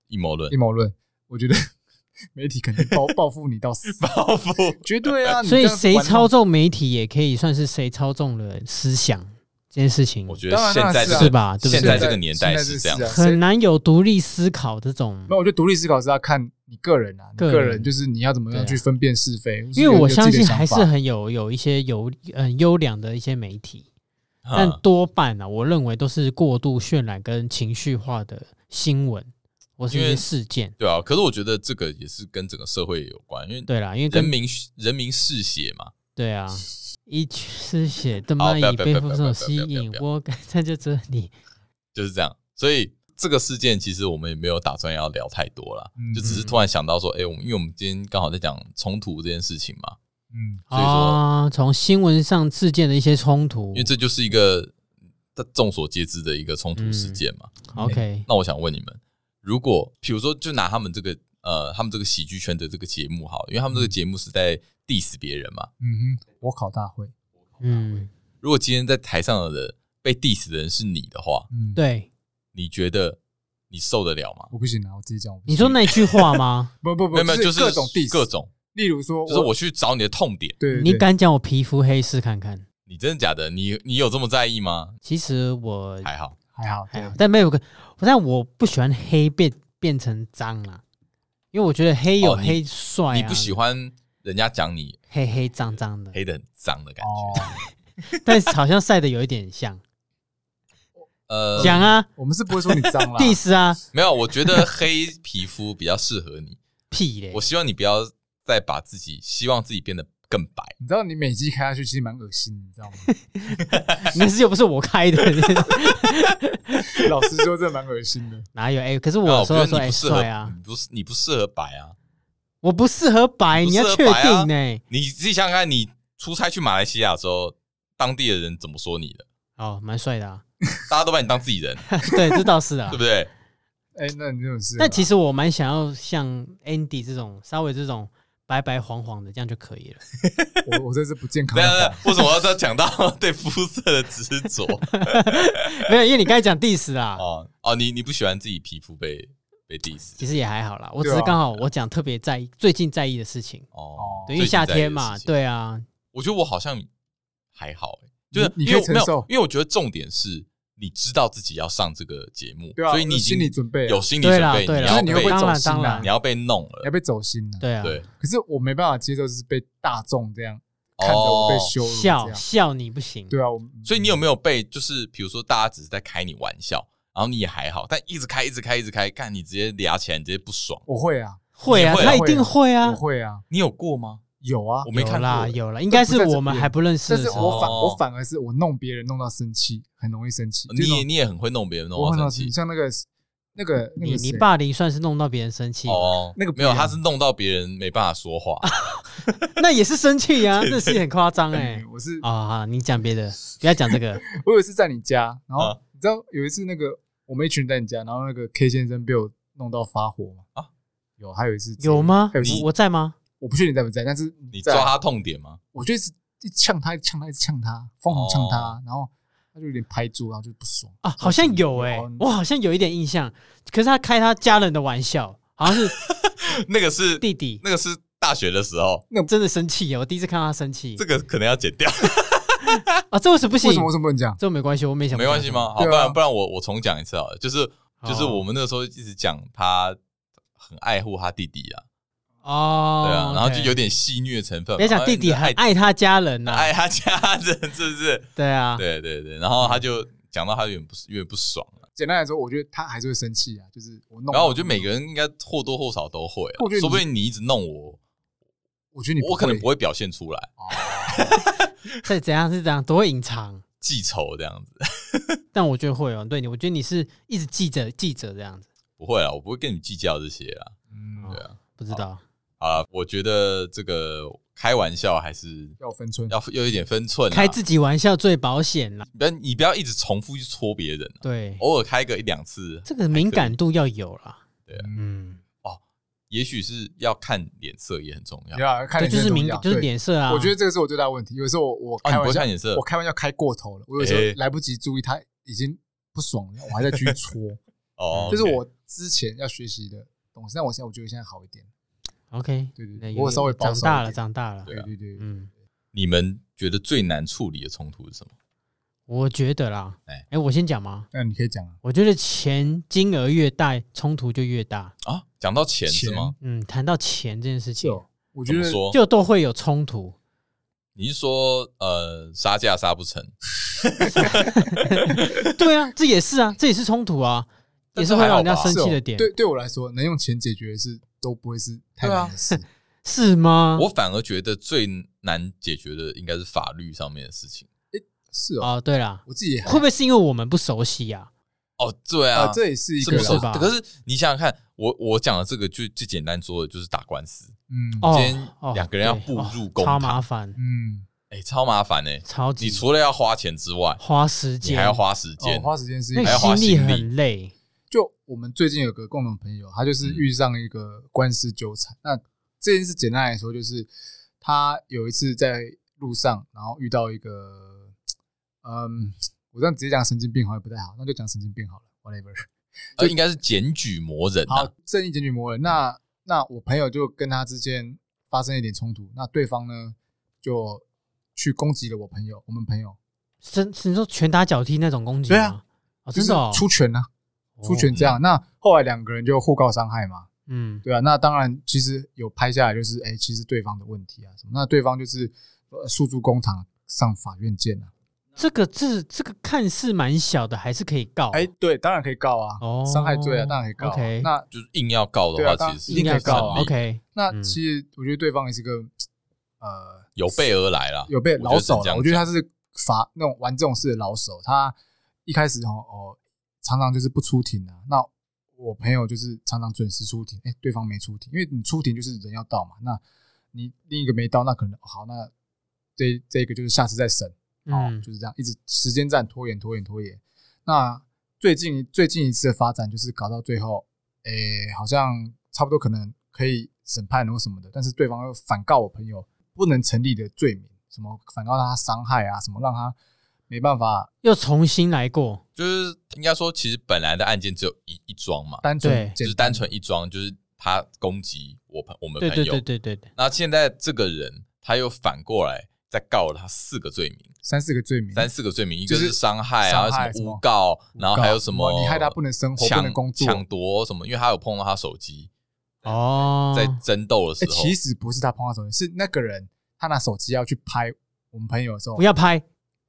Speaker 3: 阴谋论
Speaker 2: 阴谋论，我觉得 媒体肯定报报复你到死，
Speaker 3: 报复，
Speaker 2: 绝对啊！
Speaker 1: 所以
Speaker 2: 你这样子
Speaker 1: 谁
Speaker 2: 玩弄
Speaker 1: 操？纵媒体，也可以算是谁操纵了思想这件事情，
Speaker 3: 我觉得
Speaker 2: 当然
Speaker 3: 现
Speaker 2: 当然
Speaker 3: 在
Speaker 2: 是
Speaker 3: 这
Speaker 2: 啊
Speaker 3: 个
Speaker 1: 是吧？对不
Speaker 3: 现
Speaker 1: 对
Speaker 3: 在这？个年代是这样
Speaker 2: 现在是啊谁
Speaker 1: 很难有独立思考这种
Speaker 2: 没，有，我觉得独立思考是要看你个人啊，你
Speaker 1: 个人
Speaker 2: 个人就是你要怎么
Speaker 1: 对
Speaker 2: 样
Speaker 1: 啊
Speaker 2: 去分辨是非。
Speaker 1: 因为我相信还是
Speaker 2: 很
Speaker 1: 很有有一些有嗯、优良的一些媒体，但
Speaker 3: 嗯
Speaker 1: 多半啊，我认为都是过度渲染跟情绪化的新闻或是一
Speaker 3: 因为
Speaker 1: 些事件。
Speaker 3: 对啊，可是我觉得这个也是跟整个社会有关，因为
Speaker 1: 对啦，因为跟
Speaker 3: 人民人民嗜血嘛，
Speaker 1: 对啊，一曲失血，动
Speaker 3: 好
Speaker 1: 漫
Speaker 3: 不要
Speaker 1: 已
Speaker 3: 不要
Speaker 1: 被
Speaker 3: 不要
Speaker 1: 风
Speaker 3: 不要
Speaker 1: 所
Speaker 3: 不要
Speaker 1: 吸
Speaker 3: 不要不要
Speaker 1: 引
Speaker 3: 不，要
Speaker 1: 我该在就这里。
Speaker 3: 就是这样。所以这个事件其实我们也没有打算要聊太多啦，
Speaker 2: 嗯
Speaker 3: 就只是突然想到说，哎、我们因为我们今天刚好在讲冲突这件事情嘛，
Speaker 2: 嗯，
Speaker 3: 所以说
Speaker 1: 啊，从新闻上事件的一些冲突
Speaker 3: 因为这就是一个众所皆知的一个冲突事件嘛。
Speaker 1: 嗯，OK，
Speaker 3: 那我想问你们，如果比如说就拿他们这个呃，他们这个喜剧圈的这个节目好了，因为他
Speaker 1: 嗯
Speaker 3: 们这个节目是在 diss 别人嘛，
Speaker 2: 嗯哼，我考大会，
Speaker 1: 嗯，
Speaker 3: 如果今天在台上的人被 diss 的人是你的话，
Speaker 2: 嗯，，
Speaker 1: 对，
Speaker 3: 你觉得你受得了吗？
Speaker 2: 我不行啊，我直接讲，我不
Speaker 1: 你
Speaker 2: 行？
Speaker 1: 说那句话吗
Speaker 2: 不不
Speaker 3: 没有
Speaker 2: 不，
Speaker 3: 没有，就是
Speaker 2: 各种 diss，
Speaker 3: 各，种，
Speaker 2: 例如说，
Speaker 3: 就是我去找你的痛点。
Speaker 2: 对，对
Speaker 1: 你
Speaker 2: 对
Speaker 1: 敢讲我皮肤黑试看看？
Speaker 3: 你真的假的？你你有这么在意吗？
Speaker 1: 其实我
Speaker 3: 还好，
Speaker 2: 还好，
Speaker 1: 还
Speaker 2: 对
Speaker 1: 好，但没有个，但我不喜欢黑变变成脏啦，因为我觉得黑有
Speaker 3: 哦你
Speaker 1: 黑帅、啊
Speaker 3: 你不喜欢人家讲你
Speaker 1: 黑黑脏脏的，
Speaker 3: 黑的很脏的感
Speaker 2: 哦
Speaker 3: 觉。，
Speaker 1: 但是好像晒的有一点像。
Speaker 3: 呃，
Speaker 1: 讲 啊
Speaker 2: 我们是不会说你 脏啦，
Speaker 1: ，diss 啊，
Speaker 3: 没有，我觉得黑皮肤比较适合 你。
Speaker 1: 屁嘞
Speaker 3: 我！希望你不要再把自己，希望自己变得更白。
Speaker 2: 你知道你每集开下去其实蛮恶心的，你知道吗？
Speaker 1: 那是又不是我 开的，
Speaker 2: 老实说，真的蛮恶心的。
Speaker 1: 哪有？哎、可是
Speaker 3: 没有
Speaker 1: 我
Speaker 3: 哦我觉
Speaker 1: 说
Speaker 3: 得你不
Speaker 1: 的说，哎，
Speaker 3: 适合
Speaker 1: 帅啊，
Speaker 3: 你不是你不适合白啊。
Speaker 1: 我不适合白，
Speaker 3: 你不
Speaker 1: 你要
Speaker 3: 适合
Speaker 1: 确
Speaker 3: 白啊
Speaker 1: 定呢、
Speaker 3: 你自己想想看，你出差去马来西亚的时候，当地的人怎么说你的？
Speaker 1: 哦，蛮帅的啊，
Speaker 3: 大家都把你当自己人，
Speaker 1: 对，这倒是啊
Speaker 3: 对不。对？
Speaker 2: 哎、那你这种事，
Speaker 1: 但其实我蛮想要像 Andy 这种稍微这种白白黄黄的，这样就可以了。
Speaker 2: 我我这是不健康
Speaker 3: 对
Speaker 2: 的
Speaker 3: 啊
Speaker 2: 话，，
Speaker 3: 为什么要再讲到 对肤色的执着？
Speaker 1: 没有，因为你刚才讲啊 diss 啦，
Speaker 3: 哦哦，你你不喜欢自己皮肤被被 diss
Speaker 1: 其实也还好啦。我只
Speaker 2: 对啊
Speaker 1: 是刚好我讲特别在意最近在意的事情，
Speaker 3: 哦
Speaker 2: 哦，
Speaker 1: 对，因为
Speaker 3: 最近
Speaker 1: 夏
Speaker 3: 在意的
Speaker 1: 天嘛，
Speaker 3: 事情，
Speaker 1: 对啊，
Speaker 3: 我觉得我好像还好、欸，就是
Speaker 2: 你你
Speaker 3: 因为
Speaker 2: 可
Speaker 3: 我
Speaker 2: 以承
Speaker 3: 没有
Speaker 2: 受
Speaker 3: 因为我觉得重点是你知道自己要上这个节目，
Speaker 2: 对啊，
Speaker 3: 所以你已
Speaker 2: 心
Speaker 3: 经
Speaker 2: 理准备啊、
Speaker 3: 有心理
Speaker 1: 对
Speaker 3: 准
Speaker 1: 啦，
Speaker 3: 备，
Speaker 1: 对
Speaker 3: 你
Speaker 1: 啦，
Speaker 3: 要
Speaker 2: 就是你会
Speaker 3: 被
Speaker 2: 被
Speaker 1: 当
Speaker 2: 走
Speaker 1: 然
Speaker 2: 心啊
Speaker 1: 当然
Speaker 3: 你，要被弄了
Speaker 2: 要，嗯被走心了、
Speaker 1: 对啊，
Speaker 3: 对，
Speaker 2: 可是我没办法接受，就是被大众这样
Speaker 3: 哦
Speaker 2: 看着我被羞辱这
Speaker 1: 笑
Speaker 2: 样。
Speaker 1: 笑你不行，
Speaker 2: 对啊，我
Speaker 3: 所以你有没有被就是比如说大家只是在开你玩笑，然后你也还好，但一直开一直开一直开，看你直接俩起来，你直接不爽，
Speaker 2: 我会啊，
Speaker 1: 会啊，
Speaker 3: 你会啊
Speaker 1: 他一定会啊
Speaker 2: 我，会啊，
Speaker 3: 你有过吗？
Speaker 2: 有啊
Speaker 3: 我。没
Speaker 1: 有
Speaker 3: 看过
Speaker 1: 啦
Speaker 3: 欸
Speaker 1: 有啦，应该是我们还不认识
Speaker 2: 但
Speaker 1: 的
Speaker 2: 是
Speaker 1: 时
Speaker 2: 我
Speaker 1: 候，
Speaker 2: 反、
Speaker 3: 哦
Speaker 2: 我反而是我弄别人弄到生气，很容易生气。
Speaker 3: 你也
Speaker 2: 也
Speaker 3: 你也很会弄别人弄
Speaker 2: 我
Speaker 3: 到
Speaker 2: 很
Speaker 3: 生
Speaker 2: 生气，
Speaker 3: 气，
Speaker 2: 像那个那个那
Speaker 1: 你
Speaker 2: 个
Speaker 1: 你
Speaker 2: 谁
Speaker 1: 霸凌算是弄到别人生气，
Speaker 3: 哦，
Speaker 2: 那个不
Speaker 3: 没有，
Speaker 2: 一样
Speaker 3: 他是弄到别人没办法说话。
Speaker 1: 那也是生 气呀，那是很夸张哎
Speaker 2: 嗯。我是
Speaker 1: 啊，好你讲别的，不要讲这 个。
Speaker 2: 我有一次在你家，然
Speaker 3: 啊
Speaker 2: 后你知道有一次那个我们一群人在你家，然后那个 K 先生被我弄到发火嘛？
Speaker 3: 啊，
Speaker 2: 有，还有一次
Speaker 1: 有？吗？
Speaker 2: 还有你
Speaker 1: 我我在吗？
Speaker 2: 我不确定你在不在，但是
Speaker 3: 你
Speaker 2: 在
Speaker 3: 抓，他痛点吗？
Speaker 2: 我就一直一直呛他，一直呛他，一直呛他，疯狂呛他，
Speaker 3: 哦
Speaker 2: 然后他就有点拍桌，然后就不爽
Speaker 1: 啊，好像有哎、
Speaker 3: 哦
Speaker 2: 然后
Speaker 1: 我好像有一点印象。可是他开他家人的玩笑，好像是
Speaker 3: 那个 是
Speaker 1: 弟弟
Speaker 3: 那个是大学的时候，
Speaker 1: 真的生气耶！哦我第一次看到他生气
Speaker 3: 这个可能要剪掉，
Speaker 1: 啊，这为什么不行
Speaker 2: 为什？么为什么不能讲？
Speaker 1: 这没关系，我没想
Speaker 3: 没关系吗？好，
Speaker 2: 对啊
Speaker 3: 不然不然我我重讲一次好了，就是
Speaker 1: 哦
Speaker 3: 就是我们那时候一直讲他很爱护他弟弟啊，
Speaker 1: 哦
Speaker 3: 对，啊，然后就
Speaker 1: OK
Speaker 3: 有点戏虐成分嘛。
Speaker 1: 人家讲
Speaker 3: 哎
Speaker 1: 弟
Speaker 3: 你
Speaker 1: 弟
Speaker 3: 爱
Speaker 1: 很爱他家人呐、
Speaker 3: 爱他家人，是不是？
Speaker 1: 对啊，
Speaker 3: 对对对，然后他就讲到他有点不有点不爽了，
Speaker 2: 简单来说，我觉得他还是会生气啊，就是我弄。
Speaker 3: 然后我觉得每个人应该或多或少都会啊
Speaker 2: 我觉得，你
Speaker 3: 说不定你一直弄我，
Speaker 2: 我 觉得你
Speaker 3: 我可能不
Speaker 2: 会
Speaker 3: 会表现出来，
Speaker 2: 哦
Speaker 1: 是怎样是怎样，都会隐藏。
Speaker 3: 记仇这样子，
Speaker 1: 但我觉得会哦，对你，我觉得你是一直记着记着这样子，
Speaker 3: 不会啊，我不会跟你计较这些啊。
Speaker 2: 嗯
Speaker 1: 哦
Speaker 3: 对啊，
Speaker 1: 不知道
Speaker 3: 啊，我觉得这个开玩笑还是
Speaker 2: 要分寸。
Speaker 3: 要有一点分寸、啊，
Speaker 1: 开自己玩笑最保险啦。
Speaker 3: 不要你不要一直重复去戳别人、啊，
Speaker 1: 对，
Speaker 3: 偶尔开个一两次，
Speaker 1: 这个敏感度要有啦。
Speaker 3: 对啊
Speaker 1: 嗯，
Speaker 3: 也许是要看脸色也很重要
Speaker 2: 你。要看
Speaker 1: 对，
Speaker 2: 你
Speaker 1: 就是敏
Speaker 2: 感，
Speaker 1: 就是
Speaker 2: 对
Speaker 1: 脸色啊。
Speaker 2: 我觉得这个是我最大的问题。有时候我我
Speaker 3: 啊，
Speaker 2: 开
Speaker 3: 你不
Speaker 2: 玩
Speaker 3: 会
Speaker 2: 笑
Speaker 3: 看，脸色
Speaker 2: 我，开玩笑开过头了，我有时
Speaker 3: 哎
Speaker 2: 候来不及注意，他已经不爽了，我还在继续戳，
Speaker 3: 哦，
Speaker 2: 嗯这是
Speaker 3: OK
Speaker 2: 我之前要学习的东西。但我现在我觉得现在好一点，
Speaker 1: OK，
Speaker 2: 对对
Speaker 1: 那
Speaker 2: 对
Speaker 1: 有
Speaker 2: 我稍微保
Speaker 1: 长
Speaker 2: 守
Speaker 1: 大
Speaker 2: 一
Speaker 1: 了，
Speaker 2: 点
Speaker 1: 长大了。
Speaker 2: 对
Speaker 3: 啊
Speaker 2: 对对，对
Speaker 1: 嗯，
Speaker 3: 你们觉得最难处理的冲突是什么？
Speaker 1: 我觉得啦，
Speaker 3: 哎
Speaker 1: 哎、我先讲吗？
Speaker 2: 那你可以讲啊，
Speaker 1: 我觉得钱金额越大，冲突就越大。
Speaker 3: 啊，讲到钱是吗？
Speaker 1: 嗯，谈到钱这件事情，
Speaker 2: 就我
Speaker 3: 怎
Speaker 2: 觉
Speaker 3: 么
Speaker 2: 得哦
Speaker 3: 说？
Speaker 1: 就都会有冲突。
Speaker 3: 你是说呃杀价杀不成？
Speaker 1: 对啊，这也是啊，这也是冲突啊，也
Speaker 3: 但
Speaker 1: 是
Speaker 3: 这
Speaker 1: 会
Speaker 3: 还
Speaker 1: 让
Speaker 3: 好
Speaker 1: 人家
Speaker 3: 吧
Speaker 1: 生
Speaker 2: 是哦
Speaker 1: 气的点，
Speaker 2: 对对我来说，能用钱解决的事都不会是太
Speaker 3: 啊
Speaker 2: 难 的事。
Speaker 1: 是
Speaker 2: 嗯
Speaker 1: 吗？
Speaker 3: 我反而觉得最难解决的应该是法律上面的事情。
Speaker 2: 是哦，
Speaker 1: 啊，对啦，
Speaker 2: 我自己也
Speaker 1: 会不会是因为我们不熟悉呀？
Speaker 3: 哦，对啊，
Speaker 2: 啊，这也是一
Speaker 3: 是
Speaker 2: 个
Speaker 3: 不
Speaker 2: 啦
Speaker 3: 是
Speaker 1: 吧
Speaker 3: 可是你想想看，我我讲的这个就最简单说的就是打官司，
Speaker 2: 嗯
Speaker 1: 哦
Speaker 3: 今天，
Speaker 1: 哦
Speaker 3: 两个人要
Speaker 1: 对
Speaker 3: 步
Speaker 1: 哦
Speaker 3: 入公
Speaker 1: 超
Speaker 3: 堂
Speaker 1: 麻烦，
Speaker 2: 嗯，
Speaker 3: 哎、超麻烦呢、
Speaker 1: 超
Speaker 3: 你
Speaker 1: 级
Speaker 3: 除了要花钱之外，
Speaker 1: 花时
Speaker 3: 你
Speaker 1: 间，
Speaker 3: 还要花时间
Speaker 2: 哦，，花时间是一
Speaker 1: 那
Speaker 2: 个
Speaker 3: 还要花
Speaker 1: 个心力
Speaker 3: 心力
Speaker 1: 很累。
Speaker 2: 就我们最近有个共同朋友，他
Speaker 1: 嗯
Speaker 2: 就是遇上一个官司纠缠。那这件事简单来说，就是他有一次在路上，然后遇到一个，嗯，我这样直接讲神经病好像不太好，那就讲神经病好了，whatever。
Speaker 3: 呃，应该是检举魔人啊
Speaker 2: 好，，正义检举魔人。那那我朋友就跟他之间发生一点冲突，那对方呢就去攻击了我朋友，我们朋友，
Speaker 1: 是是你说拳打脚踢那种攻击吗？
Speaker 2: 对啊，
Speaker 1: 哦，
Speaker 2: 就
Speaker 1: 真
Speaker 2: 是
Speaker 1: 的哦，
Speaker 2: 出拳啊，出拳
Speaker 1: 哦，
Speaker 2: 这样。那后来两个人就互告伤害嘛。
Speaker 1: 嗯，
Speaker 2: 对啊，那当然，其实有拍下来，就是哎、其实对方的问题啊什么，那对方就是呃诉诸公堂上法院见啊。
Speaker 1: 这个这这个看似蛮小的，还是可以告。
Speaker 2: 哎、对，当然可以告啊，
Speaker 1: 哦
Speaker 2: 伤害罪啊，当然可以告啊、
Speaker 1: OK
Speaker 2: 那
Speaker 3: 就是硬要告的
Speaker 2: 对啊
Speaker 3: 话，
Speaker 2: 当
Speaker 3: 其实
Speaker 2: 一
Speaker 3: 是
Speaker 1: 应
Speaker 2: 定
Speaker 1: 该
Speaker 2: 可以
Speaker 3: 不成
Speaker 1: 告
Speaker 2: 告
Speaker 1: 啊
Speaker 2: 啊
Speaker 3: 立
Speaker 1: OK，嗯
Speaker 2: 那其实我觉得对方也是个呃
Speaker 3: 有备而来啦。
Speaker 2: 有被老手
Speaker 3: 啊我觉得是这样讲
Speaker 2: 了，我觉得他是法那种玩这种事的老手，他一开始哦哦常常就是不出庭啊。那我朋友就是常常准时出庭，哎、对方没出庭，因为你出庭就是人要到嘛，那你另一个没到，那可能哦好那。这这个就是下次再审，哦，
Speaker 1: 嗯
Speaker 2: 就是这样，一直时间战拖延拖延拖延。那最近最近一次的发展就是搞到最后，诶、好像差不多可能可以审判或什么的，但是对方又反告我朋友不能成立的罪名，什么反告他伤害啊，什么让他没办法
Speaker 1: 又重新来过，
Speaker 3: 就是应该说，其实本来的案件只有一一桩嘛，
Speaker 2: 单
Speaker 1: 对
Speaker 2: 纯
Speaker 3: 就
Speaker 2: 简
Speaker 3: 是单纯一桩，就是他攻击我朋我们
Speaker 1: 对
Speaker 3: 朋
Speaker 1: 对对
Speaker 3: 友，
Speaker 1: 对对对，
Speaker 3: 那现在这个人他又反过来再告了他四个罪名，
Speaker 2: 三四个罪名，
Speaker 3: 三四个罪名，一
Speaker 2: 就
Speaker 3: 个
Speaker 2: 是
Speaker 3: 是伤害啊，
Speaker 2: 伤
Speaker 3: 还
Speaker 2: 害
Speaker 3: 有什
Speaker 2: 什
Speaker 3: 么
Speaker 2: 么
Speaker 3: 诬告，然后还有什么
Speaker 2: 你害他不能生活不能
Speaker 3: 抢
Speaker 2: 工作
Speaker 3: 抢夺什么，因为他有碰到他手机，
Speaker 1: 哦，
Speaker 3: 在争斗的时
Speaker 2: 嗯诶
Speaker 3: 候，
Speaker 2: 其实不是他碰到手机，是那个人他拿手机要去拍我们朋友的时候
Speaker 1: 不，要拍，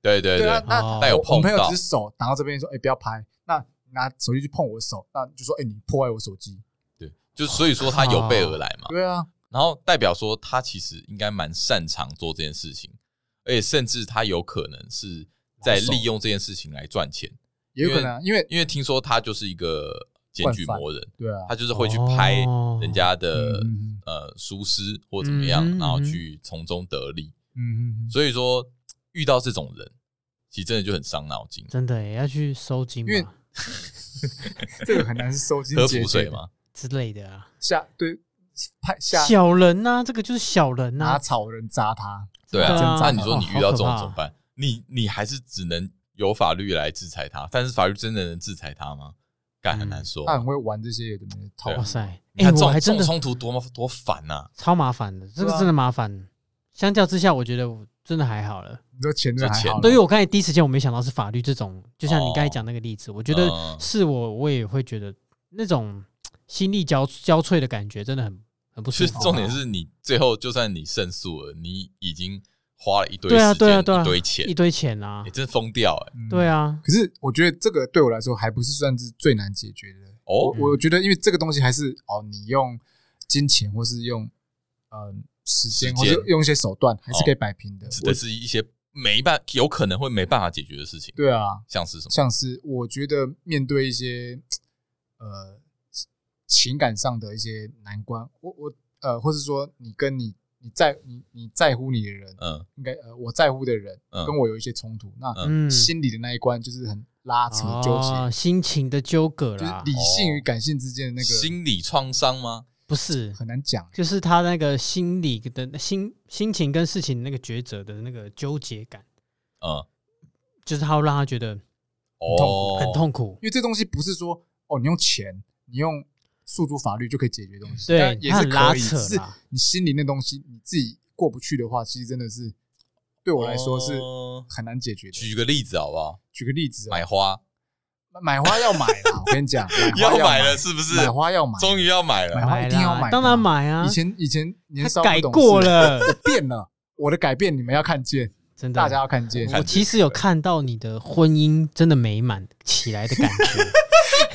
Speaker 3: 对对对
Speaker 2: 啊，那
Speaker 1: 哦
Speaker 3: 但有
Speaker 2: 我
Speaker 3: 碰
Speaker 2: 我朋友
Speaker 3: 到
Speaker 2: 只是手挡到这边说，哎、不要拍，那拿手机去碰我的手，那就说，哎、你破坏我手机。
Speaker 3: 对，就所以说他有备而来嘛，
Speaker 2: 对啊，
Speaker 3: 然后代表说他其实应该蛮擅长做这件事情，而且甚至他有可能是在
Speaker 2: 老手
Speaker 3: 利用这件事情来赚钱，
Speaker 2: 也有可能啊、因为
Speaker 3: 因为听说他就是一个检举魔人，
Speaker 2: 对啊，
Speaker 3: 他就是会去拍
Speaker 1: 哦
Speaker 3: 人家的、
Speaker 2: 嗯
Speaker 3: 呃疏失或怎么样，
Speaker 1: 嗯哼
Speaker 3: 然后
Speaker 1: 嗯哼
Speaker 3: 去从中得利。
Speaker 2: 嗯嗯，
Speaker 3: 所以说遇到这种人，其实真的就很伤脑筋。
Speaker 1: 真的也要去收金
Speaker 2: 因为
Speaker 1: 嘛
Speaker 2: 这个很难收集
Speaker 3: 喝
Speaker 2: 解
Speaker 3: 苦
Speaker 2: 决
Speaker 3: 水
Speaker 2: 的？
Speaker 3: 嘛，
Speaker 1: 之类的啊。
Speaker 2: 下对拍下
Speaker 1: 小人呐、这个就是小人呐、
Speaker 2: 拿草人砸他，
Speaker 3: 对啊
Speaker 1: 对啊。
Speaker 3: 那你说你遇到这种
Speaker 1: 哦好可怕
Speaker 3: 怎么办？你你还是只能由法律来制裁他，但是法律真的能制裁他吗？干很难说。
Speaker 2: 他很会玩这些有的没的套
Speaker 3: 对啊
Speaker 2: 路。
Speaker 1: 哇塞，哎、
Speaker 3: 你看这
Speaker 1: 我
Speaker 3: 种
Speaker 1: 还
Speaker 3: 这
Speaker 1: 真
Speaker 3: 种
Speaker 1: 的
Speaker 3: 冲突多么多烦啊呐！
Speaker 1: 超麻烦的，这个
Speaker 2: 对啊
Speaker 1: 真的麻烦。相较之下，我觉得我真的还好了。
Speaker 2: 你说钱就还
Speaker 3: 这
Speaker 2: 好
Speaker 3: 钱
Speaker 2: 啦，
Speaker 1: 对于我刚才第一时间我没想到是法律这种，就像你刚才讲那个例子，我觉得
Speaker 3: 嗯
Speaker 1: 是我我也会觉得那种心力交交瘁的感觉真的很很不舒
Speaker 3: 其实
Speaker 1: 服。啊
Speaker 3: 重点是你最后就算你胜诉了，你已经花了一堆
Speaker 1: 对啊
Speaker 3: 时
Speaker 1: 对啊
Speaker 3: 间、
Speaker 1: 对啊，
Speaker 3: 一堆钱
Speaker 1: 一，堆钱啊
Speaker 3: 你，真疯掉哎！
Speaker 2: 嗯
Speaker 1: 对。啊，
Speaker 2: 可是我觉得这个对我来说还不是算是最难解决的。我
Speaker 3: 哦，
Speaker 2: 我觉得，因为这个东西还是哦，你用金钱或是用嗯时间，
Speaker 3: 时
Speaker 2: 或
Speaker 3: 间
Speaker 2: 是用一些手段，还是可以摆平的。
Speaker 3: 指
Speaker 2: 我
Speaker 3: 的是一些没办有可能会没办法解决的事情，
Speaker 2: 对啊，
Speaker 3: 像是什么？
Speaker 2: 像是我觉得面对一些呃情感上的一些难关，我我呃，或是说你跟你你在你你在乎你的人，
Speaker 3: 嗯
Speaker 2: 应该呃我在乎的人
Speaker 3: 嗯
Speaker 2: 跟我有一些冲突，那
Speaker 1: 嗯，
Speaker 2: 心里的那一关就是很拉扯纠
Speaker 1: 哦
Speaker 2: 结，
Speaker 1: 心情的纠葛
Speaker 2: 就是
Speaker 1: 啦，
Speaker 2: 理性与感性之间的那个
Speaker 3: 啊哦心理创伤吗？
Speaker 1: 不是，
Speaker 2: 很难讲。啊
Speaker 1: 就是他那个心理的心心情跟事情那个抉择的那个纠结感，
Speaker 3: 嗯，
Speaker 1: 就是他会让他觉得
Speaker 3: 哦，
Speaker 1: 很痛苦，
Speaker 2: 因为这东西不是说哦，你用钱，你用诉诸法律就可以解决东西，
Speaker 1: 对
Speaker 2: 但也
Speaker 1: 它
Speaker 2: 是
Speaker 1: 很拉
Speaker 2: 可以，
Speaker 1: 扯
Speaker 2: 只是
Speaker 1: 啦
Speaker 2: 你心里那东西你自己过不去的话，其实真的是对我来说是
Speaker 3: 哦
Speaker 2: 很难解决的。
Speaker 3: 举个例子好不好？
Speaker 2: 举个例子啊，
Speaker 3: 买花
Speaker 2: 买花要买啦，我跟你讲，买花
Speaker 3: 要
Speaker 2: 买
Speaker 3: 买了，是不是？
Speaker 2: 买花要买，
Speaker 3: 终于要买
Speaker 2: 买
Speaker 3: 了，
Speaker 2: 花一定要
Speaker 1: 啦
Speaker 2: 买的啊
Speaker 1: 当然买啊
Speaker 2: 以，前以前年
Speaker 1: 他
Speaker 2: 少
Speaker 1: 改
Speaker 2: 不懂事
Speaker 1: 过， 了，
Speaker 2: 变了，我的改变你们要看见，
Speaker 1: 真的，
Speaker 2: 大家要看见，
Speaker 1: 我其实有看到你的婚姻真的美满起来的感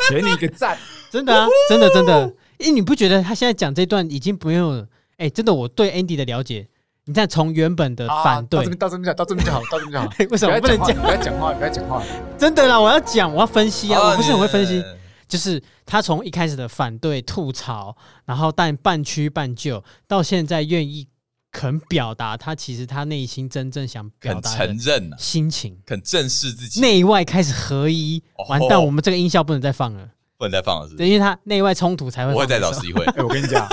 Speaker 1: 觉，
Speaker 2: 给你一个赞。
Speaker 1: 真的啊，真的真的。因为你不觉得他现在讲这段已经没有？哎、真的，我对 Andy 的了解，你看从原本的
Speaker 2: 啊
Speaker 1: 反对，
Speaker 2: 到这边到这边就好，到这边就好，到这边就好。
Speaker 1: 为什么
Speaker 2: 不要
Speaker 1: 我不能
Speaker 2: 讲话，
Speaker 1: 讲？
Speaker 2: 不要讲话，不要讲话。
Speaker 1: 真的啦，我要讲，我要分析
Speaker 2: 呃
Speaker 1: 啊，我不是很会分析。
Speaker 3: 哦
Speaker 1: 就是他从一开始的反对、吐槽，然后但半屈半就，到现在愿意肯表达他其实他内心真正想
Speaker 3: 你
Speaker 1: 表
Speaker 3: 很
Speaker 1: 达的
Speaker 3: 承认呐，
Speaker 1: 心情，
Speaker 3: 很正视自己。
Speaker 1: 内外开始合一。
Speaker 3: 哦
Speaker 1: 完蛋，我们这个音效不能再放了，
Speaker 3: 不能再放了，是不
Speaker 1: 对，
Speaker 3: 是？
Speaker 1: 因为它内外冲突才会
Speaker 3: 我
Speaker 1: 放
Speaker 3: 会
Speaker 1: 这
Speaker 3: 再
Speaker 1: 首。
Speaker 3: 找 机会。
Speaker 2: 哎，我跟你讲，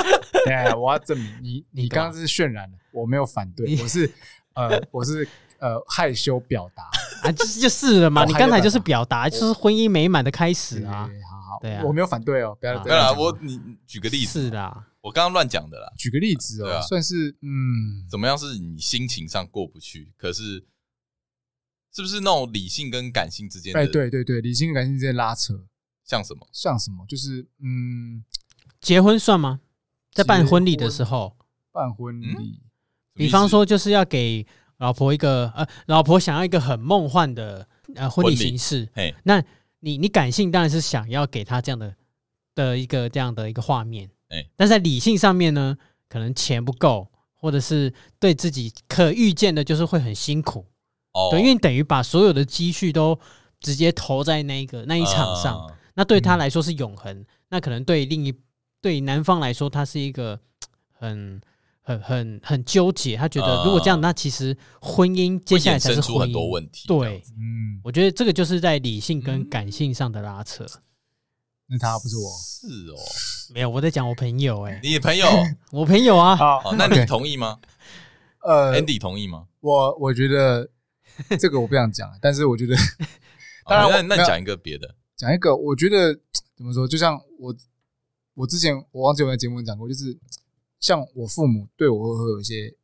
Speaker 2: 哎，我要证明你，
Speaker 1: 你
Speaker 2: 你
Speaker 1: 干嘛
Speaker 2: 刚刚是渲染了，我没有反对
Speaker 1: 你，
Speaker 2: 我是呃，我是呃害羞表 达。
Speaker 1: 啊，就是就是了嘛。
Speaker 2: 我
Speaker 1: 你
Speaker 2: 还
Speaker 1: 刚才
Speaker 2: 有
Speaker 1: 就是
Speaker 2: 办法
Speaker 1: 表达，就是婚姻美满的开始啊。
Speaker 2: 对哎好好，
Speaker 1: 对啊
Speaker 2: 我没有反对哦，不要
Speaker 1: 啊
Speaker 2: 不
Speaker 3: 对
Speaker 2: 要
Speaker 3: 啦，
Speaker 2: 讲话
Speaker 3: 我你你举个例子，
Speaker 1: 是啦，
Speaker 3: 我刚刚乱讲的啦。
Speaker 2: 举个例子
Speaker 3: 对啊
Speaker 2: 哦，算是嗯，
Speaker 3: 怎么样是你心情上过不去，可是是不是那种理性跟感性之间的？
Speaker 2: 哎，，对对对，理性跟感性之间拉扯，
Speaker 3: 像什么？
Speaker 2: 像什么？就是嗯，
Speaker 1: 结婚算吗？在办
Speaker 2: 结
Speaker 1: 婚礼的
Speaker 2: 婚
Speaker 1: 时候，
Speaker 2: 办婚礼，
Speaker 1: 比方说就是要给老婆一个呃，老婆想要一个很梦幻的呃婚
Speaker 3: 婚
Speaker 1: 礼
Speaker 3: 礼
Speaker 1: 形式。
Speaker 3: 嘿，
Speaker 1: 那你你感性当然是想要给她这样的的一个这样的一个画面，
Speaker 3: 哎
Speaker 1: 但是在理性上面呢，可能钱不够，或者是对自己可预见的就是会很辛苦。
Speaker 3: 哦，
Speaker 1: 对，因为等于把所有的积蓄都直接投在那一个那一场上，
Speaker 3: 啊
Speaker 1: 那对他
Speaker 2: 嗯
Speaker 1: 来说是永恒，那可能对另一对男方来说，他是一个很很很很纠结，他觉得如果这样，
Speaker 2: 呃
Speaker 3: 啊
Speaker 1: 那其实婚姻接
Speaker 3: 会
Speaker 1: 下来
Speaker 3: 衍
Speaker 1: 才
Speaker 3: 生
Speaker 1: 是
Speaker 3: 出
Speaker 1: 婚
Speaker 3: 很多
Speaker 1: 姻。
Speaker 3: 问题。啊这样
Speaker 1: 对，
Speaker 2: 嗯，
Speaker 1: 我觉得这个就是在理性跟感性上的拉扯。
Speaker 2: 那他不是我
Speaker 3: 是哦，
Speaker 1: 没有，我在讲我朋友、欸，
Speaker 3: 你的朋 友，
Speaker 1: 我朋友啊，
Speaker 2: 好
Speaker 3: 好，哎那你
Speaker 2: OK，
Speaker 3: 同意吗
Speaker 2: 呃，
Speaker 3: ？Andy 同意吗？
Speaker 2: 我我觉得这个我不想讲，但是我觉得当然
Speaker 3: 哦那
Speaker 2: 我
Speaker 3: 那
Speaker 2: 没有
Speaker 3: 讲一个别的，
Speaker 2: 讲一个，我觉得怎么说，就像我我之前我忘记我在节目讲过，就是像我父母对我会有一些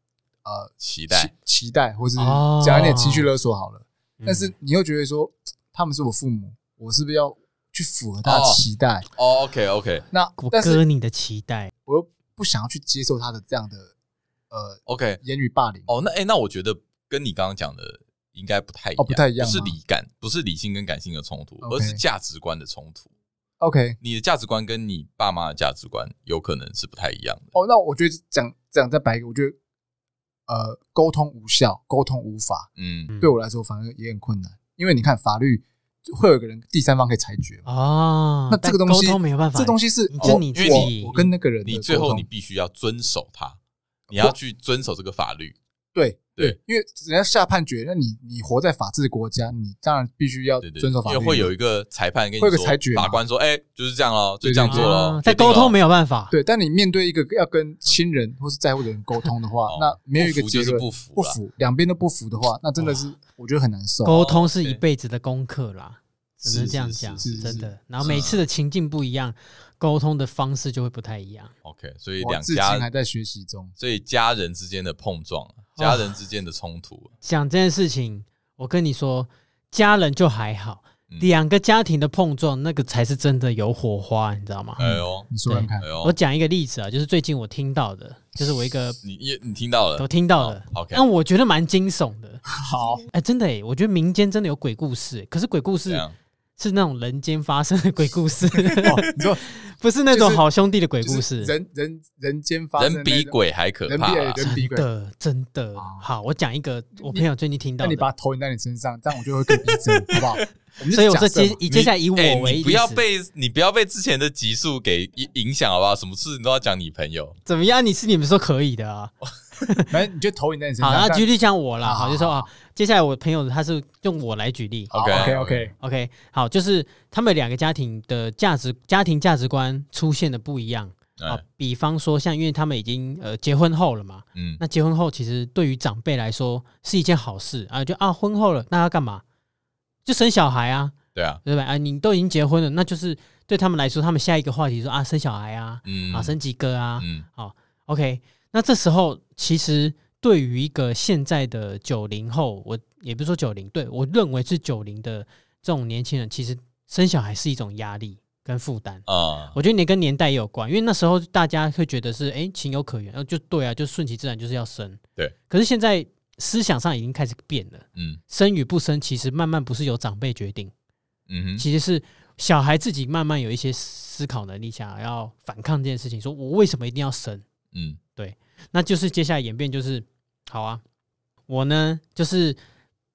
Speaker 2: 呃
Speaker 3: 期待
Speaker 2: 期。期待，或是
Speaker 1: 哦
Speaker 2: 讲一点情绪勒索好了，
Speaker 1: 嗯
Speaker 2: 但是你又觉得说他们是我父母，我是不是要去符合他的期待？
Speaker 3: 哦，OK OK
Speaker 2: 那
Speaker 1: 我
Speaker 2: 但
Speaker 1: 割
Speaker 2: 是
Speaker 1: 你的脐带，
Speaker 2: 我又不想要去接受他的这样的呃
Speaker 3: OK，
Speaker 2: 言语霸凌。
Speaker 3: 哦，那哎、诶那我觉得跟你刚刚讲的应该不太一样，
Speaker 2: 哦不太一样
Speaker 3: 不是
Speaker 2: 吗
Speaker 3: 理感，不是理性跟感性的冲突
Speaker 2: OK
Speaker 3: 而是价值观的冲突。
Speaker 2: OK，
Speaker 3: 你的价值观跟你爸妈的价值观有可能是不太一样的。
Speaker 2: 哦，那我觉得讲讲再白一个，我觉得呃沟通无效，沟通无法，
Speaker 3: 嗯，
Speaker 1: 嗯
Speaker 2: 对我来说反而也很困难，因为你看法律会有一个人第三方可以裁决嘛。
Speaker 1: 啊，
Speaker 2: 那这个
Speaker 1: 但
Speaker 2: 东西
Speaker 1: 沟通没有办法，
Speaker 2: 这东西是
Speaker 1: 你就
Speaker 2: 我
Speaker 1: 你自
Speaker 2: 我
Speaker 1: 己
Speaker 2: 我跟那个人的
Speaker 3: 你最后
Speaker 2: 沟通
Speaker 3: 你必须要遵守它，你要去遵守这个法律。
Speaker 2: 对
Speaker 3: 对，
Speaker 2: 因为人家下判决，那你你活在法治国家，你当然必须要
Speaker 3: 对对，
Speaker 2: 遵守法律
Speaker 3: 因
Speaker 2: 嘛。
Speaker 3: 为会有一个裁判跟你
Speaker 2: 会
Speaker 3: 说，
Speaker 2: 有个裁决嘛
Speaker 3: 法官说，哎，就是这样咯，就
Speaker 2: 对
Speaker 3: 这样
Speaker 2: 对
Speaker 3: 做咯。
Speaker 1: 欸啊但
Speaker 3: 决定
Speaker 1: 沟通
Speaker 3: 咯
Speaker 1: 没有办法，
Speaker 2: 对，但你面对一个要跟亲人或是在乎的人沟通的话
Speaker 3: 哦，
Speaker 2: 那没有一个
Speaker 3: 不服
Speaker 2: 结
Speaker 3: 就是
Speaker 2: 论
Speaker 3: 不服啦
Speaker 2: 不服，两边都不服的话，那真的是我觉得很难受。
Speaker 1: 沟通是一
Speaker 3: 对
Speaker 1: 辈子的功课啦，只能
Speaker 3: 是
Speaker 1: 这样
Speaker 3: 是
Speaker 1: 讲，
Speaker 2: 是是
Speaker 1: 真
Speaker 2: 是啊
Speaker 1: 的。然后每次的情境不一样，沟通的方式就会不太一样。
Speaker 3: OK，所以
Speaker 2: 我
Speaker 3: 两
Speaker 2: 至今
Speaker 3: 家
Speaker 2: 还，在学习中。
Speaker 3: 所以家人之间的碰
Speaker 2: 啊
Speaker 3: 撞，家人之间的冲突，
Speaker 1: 讲这件事情，我跟你说，家人就还好，
Speaker 3: 嗯
Speaker 1: 两个家庭的碰撞，那个才是真的有火花，你知道吗？
Speaker 2: 嗯
Speaker 3: 哎呦，
Speaker 2: 你说看看
Speaker 3: 哎，
Speaker 1: 我
Speaker 3: 呦，
Speaker 1: 讲一个例子啊，就是最近我听到的，就是我一个
Speaker 2: 哦
Speaker 3: 你你你听到了
Speaker 1: 我听到的，
Speaker 3: 好，OK
Speaker 1: 但我觉得蛮惊悚的。
Speaker 2: 好，
Speaker 1: 哎，真的哎，我觉得民间真的有鬼故事欸，可是鬼故
Speaker 3: 这
Speaker 1: 事
Speaker 3: 样
Speaker 1: 是那种人间发生的鬼故 事，
Speaker 2: 哦你说
Speaker 1: 不是那种
Speaker 2: 就是
Speaker 1: 好兄弟的鬼
Speaker 2: 就
Speaker 1: 故
Speaker 2: 是
Speaker 1: 事。
Speaker 2: 人人人间发生
Speaker 3: 人
Speaker 2: 的那
Speaker 3: 比
Speaker 2: 种，
Speaker 3: 鬼还可
Speaker 2: 人比
Speaker 3: 怕啊
Speaker 2: 哎
Speaker 3: 啦。
Speaker 2: 人比鬼
Speaker 1: 真，的真的
Speaker 3: 哦
Speaker 2: 啊
Speaker 1: 好，我讲一个我朋友最近听到
Speaker 3: 哎
Speaker 2: 那你
Speaker 1: 的，
Speaker 2: 把它投影在你身上，这样我就会更逼真，好 不好？我们就
Speaker 1: 所以我
Speaker 2: 假
Speaker 1: 这
Speaker 2: 设
Speaker 1: 接
Speaker 2: 嘛
Speaker 1: 以接下来以我
Speaker 3: 哎
Speaker 1: 为
Speaker 3: 你
Speaker 1: 例
Speaker 3: 不要
Speaker 1: 子
Speaker 3: 被你不要被之前的集数给影影响，好不好？什么事你都要讲你朋友。
Speaker 1: 怎么样？你是你们说可以的啊？
Speaker 3: 哦
Speaker 2: 反正你就投影在你身
Speaker 1: 好，
Speaker 2: 上。
Speaker 1: 那
Speaker 2: 这样
Speaker 1: 举例讲我啦，
Speaker 2: 好
Speaker 1: 好，就说啊，接下来我朋友他是用我来举例
Speaker 2: 好
Speaker 3: OK
Speaker 2: OK OK，
Speaker 1: ，OK，好，就是他们两个家庭的价值家庭价值观出现的不一样啊
Speaker 3: 哎，，
Speaker 1: 比方说像因为他们已经呃结婚后了嘛，
Speaker 3: 嗯，
Speaker 1: 那结婚后其实对于长辈来说是一件好事啊，就啊婚后了，那要干嘛？就生小孩啊，
Speaker 3: 对啊，
Speaker 1: 对吧？啊，你都已经结婚了，那就是对他们来说，他们下一个话题说啊，生小孩啊，
Speaker 3: 嗯，
Speaker 1: 啊，生几个啊、
Speaker 3: 嗯
Speaker 1: o k 那这时候其实对于一个现在的九零后，我也不是说九零，对我认为是九零的这种年轻人，其实生小孩是一种压力跟负担。
Speaker 3: 啊，
Speaker 1: 我觉得你跟年代也有关，因为那时候大家会觉得是哎情有可原，然后就对啊，就顺其自然就是要生。
Speaker 3: 对，
Speaker 1: 可是现在思想上已经开始变了，
Speaker 3: 嗯
Speaker 1: 生与不生其实慢慢不是由长辈决定。
Speaker 3: 嗯哼，
Speaker 1: 其实是小孩自己慢慢有一些思考能力，想要反抗这件事情，说我为什么一定要生？
Speaker 3: 嗯
Speaker 1: 那就是接下来演变就是，好啊，我呢就是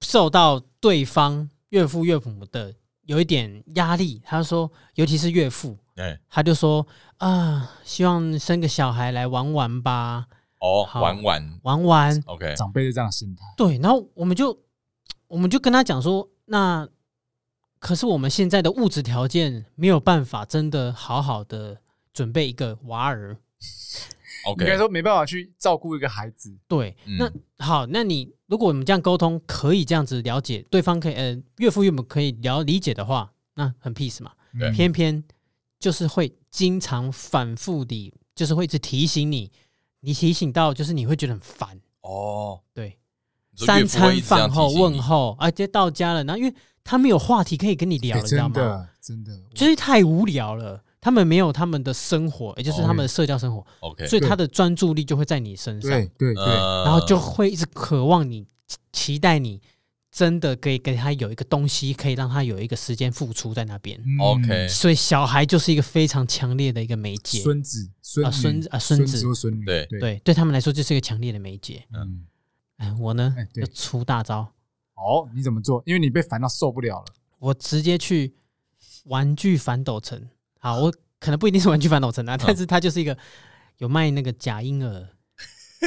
Speaker 1: 受到对方岳父岳母的有一点压力，他说，尤其是岳父，
Speaker 3: 哎，
Speaker 1: 他就说啊，希望生个小孩来玩玩吧，
Speaker 3: 哦，
Speaker 1: 好
Speaker 3: 玩玩
Speaker 1: 玩玩，
Speaker 3: ，OK，
Speaker 2: 长辈就这样的心态。
Speaker 1: 对，然后我们就我们就跟他讲说，那可是我们现在的物质条件没有办法真的好好的准备一个娃儿。
Speaker 3: OK，
Speaker 2: 应该说没办法去照顾一个孩子，
Speaker 1: 对，
Speaker 3: 嗯
Speaker 1: 那好，那你如果我们这样沟通，可以这样子了解对方，可以呃岳父岳母可以了理解的话，那很 peace 嘛。
Speaker 2: 嗯
Speaker 3: 对
Speaker 1: 偏偏就是会经常反复地，就是会一直提醒你，你提醒到就是你会觉得很烦，
Speaker 3: 哦，
Speaker 1: 对。
Speaker 3: 你说岳
Speaker 1: 三
Speaker 3: 父会
Speaker 1: 餐
Speaker 3: 一直这样
Speaker 1: 饭
Speaker 3: 提
Speaker 1: 后
Speaker 3: 醒你
Speaker 1: 问候，而且到家了，然后因为他们有话题可以跟你聊了，
Speaker 2: 哎
Speaker 1: 啊你知道
Speaker 2: 真
Speaker 1: 吗？
Speaker 2: 的真的，
Speaker 1: 就是太无聊了，他们没有他们的生活，也就是他们的社交生活，
Speaker 3: ，OK，
Speaker 1: 所以他的专注力就会在你身上，
Speaker 2: 对对对，
Speaker 3: 呃
Speaker 1: 然后就会一直渴望你，期期待你真的可以给他有一个东西，可以让他有一个时间付出在那边。
Speaker 2: 嗯
Speaker 3: OK，
Speaker 1: 所以小孩就是一个非常强烈的一个媒介，
Speaker 2: 孙子、孙
Speaker 1: 啊
Speaker 2: 女
Speaker 1: 孙子啊孙
Speaker 2: 孙
Speaker 1: 子
Speaker 2: 或孙女，
Speaker 3: 对
Speaker 2: 对，
Speaker 1: 对，对他们来说就是一个强烈的媒介。
Speaker 2: 嗯，
Speaker 1: 嗯，我呢
Speaker 2: 哎对
Speaker 1: 就出大招，
Speaker 2: 哦，你怎么做？因为你被烦到受不 了了，
Speaker 1: 我直接去玩具反斗城。好，我可能不一定是玩具反斗城啊，但是它就是一个有卖那个假婴儿，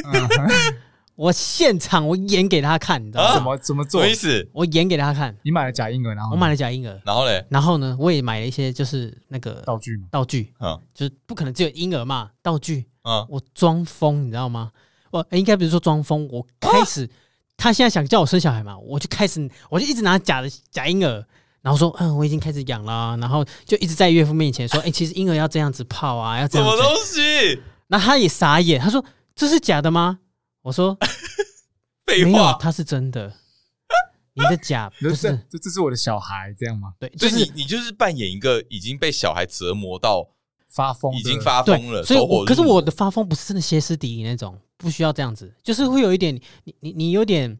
Speaker 2: 嗯
Speaker 1: 我现场我演给他看，你知
Speaker 3: 啊
Speaker 1: 道
Speaker 2: 怎
Speaker 1: 吗？
Speaker 2: 么怎么
Speaker 3: 什
Speaker 2: 做
Speaker 3: 么？意思？
Speaker 1: 我演给他看，
Speaker 2: 你买了假婴儿，然后
Speaker 1: 我买了假婴儿，
Speaker 3: 然后嘞，
Speaker 1: 然后呢，我也买了一些就是那个
Speaker 2: 道具嘛，
Speaker 1: 道具，
Speaker 3: 嗯
Speaker 1: 就是不可能只有婴儿嘛，道具
Speaker 3: 嗯，
Speaker 1: 我装疯，你知道吗？我、诶应该不是说装疯，我开
Speaker 3: 啊
Speaker 1: 始、他现在想叫我生小孩嘛，我就开始我就一直拿假的假婴儿，然后说嗯我已经开始养啦，然后就一直在岳父面前说，哎、其实婴儿要这样子泡啊，要这
Speaker 3: 什
Speaker 1: 样
Speaker 3: 么
Speaker 1: 子。
Speaker 3: 东西？
Speaker 1: 那他也傻眼，他说这是假的吗？我说
Speaker 3: 废
Speaker 1: 没有，啊
Speaker 3: 话，
Speaker 1: 它是真的。你的假不
Speaker 2: 你说这
Speaker 1: 是
Speaker 2: 这这是我的小孩，这样吗？
Speaker 1: 对，就
Speaker 3: 所以
Speaker 1: 是
Speaker 3: 你你就是扮演一个已经被小孩折磨到
Speaker 2: 发疯的，
Speaker 3: 已经发
Speaker 1: 对
Speaker 3: 疯了，，
Speaker 1: 所以
Speaker 3: 走火
Speaker 1: 我
Speaker 3: 入
Speaker 1: 可是
Speaker 3: 魔
Speaker 1: 我的发疯不是真的歇斯底里那种，不需要这样子，就是会有一点，你你你有点，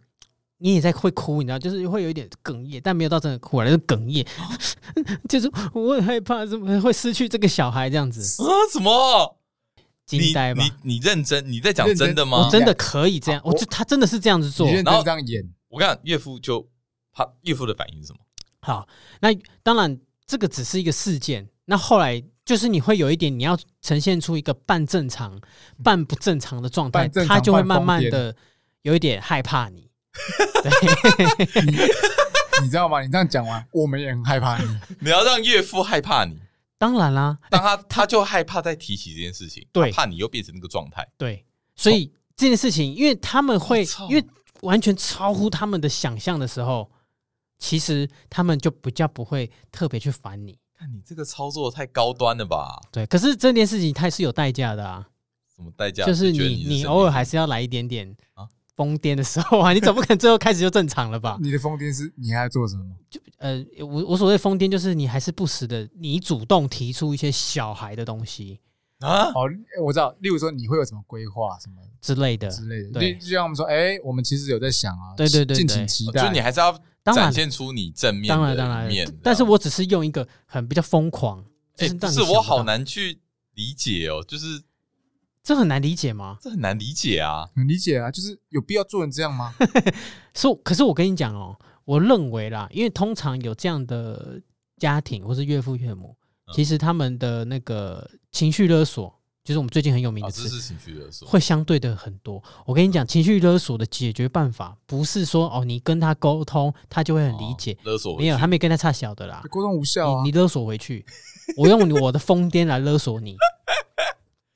Speaker 1: 你也在会哭，你知道，就是会有一点哽咽，但没有到真的哭啊，就是哽咽， 就是我很害怕，怎么会失去这个小孩这样子，
Speaker 3: 啊什么？
Speaker 1: 惊
Speaker 3: 你
Speaker 1: 呆吧
Speaker 3: 你？啊你认真？你在讲
Speaker 2: 认真
Speaker 3: 真的
Speaker 1: 我
Speaker 3: 吗？
Speaker 1: 真的可以这样，
Speaker 2: 好
Speaker 1: 我就他真的是这样子做
Speaker 2: 你，认
Speaker 3: 然后
Speaker 2: 真这样演，
Speaker 3: 我跟你讲，岳父就他岳父的反应是什么？
Speaker 1: 好，那当然这个只是一个事件，那后来就是你会有一点，你要呈现出一个半正常、半不正常的状态，
Speaker 2: 嗯半正常
Speaker 1: 他就会慢慢
Speaker 2: 半疯
Speaker 1: 的有一点害怕 你。
Speaker 2: 你知道吗？你这样讲完，我们也很害怕你。
Speaker 3: 你要让岳父害怕你，
Speaker 1: 当然啦，
Speaker 3: 当他他就害怕再提起这件事情，
Speaker 1: 哎对
Speaker 3: 他怕你又变成那个状态。
Speaker 1: 对，所以这件事情，因为他们会
Speaker 3: 我操，
Speaker 1: 因为完全超乎他们的想象的时候，其实他们就比较不会特别去烦你。
Speaker 3: 看你这个操作太高端了吧？
Speaker 1: 对，可是这件事情它是有代价的啊，
Speaker 3: 什么代价？
Speaker 1: 就是
Speaker 3: 觉得
Speaker 1: 你
Speaker 3: 你
Speaker 1: 你
Speaker 3: 是
Speaker 1: 偶尔还
Speaker 3: 神
Speaker 1: 是要来一点点
Speaker 3: 啊
Speaker 1: 疯癫的时候啊，你 总不可能最后开始就正常了吧？
Speaker 2: 你的疯癫是你还在做什么？
Speaker 1: 呃，我我所谓疯癫就是你还是不时的，你主动提出一些小孩的东西
Speaker 3: 明啊？
Speaker 2: 哦，我知道，例如说你会有什么规划什么
Speaker 1: 之类的。
Speaker 2: 之类的，
Speaker 1: 对
Speaker 2: 例就像我们说，哎，我们其实有在想啊，
Speaker 1: 对对对
Speaker 2: 敬
Speaker 1: 对
Speaker 2: 请期
Speaker 3: 哦就
Speaker 2: 待。
Speaker 3: 你还是要
Speaker 1: 当然
Speaker 3: 展，现出你正面
Speaker 1: 当然，
Speaker 3: 的
Speaker 1: 当然
Speaker 3: 一面。，
Speaker 1: 但是
Speaker 3: 这样
Speaker 1: 我只是用一个很比较疯狂，就
Speaker 3: 哎
Speaker 1: 是
Speaker 3: 不
Speaker 1: 让你
Speaker 3: 是
Speaker 1: 想不
Speaker 3: 我好
Speaker 1: 到，
Speaker 3: 难去理解哦，就是
Speaker 1: 这很难理解吗？
Speaker 3: 这很难理解啊。
Speaker 2: 很理解啊，就是有必要做成这样吗？
Speaker 1: 是我，可是我跟你讲哦，我认为啦，因为通常有这样的家庭或是岳父岳母，
Speaker 3: 嗯
Speaker 1: 其实他们的那个情绪勒索，就是我们最近很有名
Speaker 3: 啊，
Speaker 1: 的
Speaker 3: 这
Speaker 1: 词，
Speaker 3: 是情绪勒索。
Speaker 1: 会相对的很多。我跟你讲，情绪勒索的解决办法不是说哦，你跟他沟通，他就会很理解
Speaker 3: 哦，勒索回
Speaker 1: 没有，
Speaker 3: 去
Speaker 1: 他没跟他差小的啦。
Speaker 2: 沟通无效啊
Speaker 1: 你你，勒索回去，我用我的疯癫来勒索你。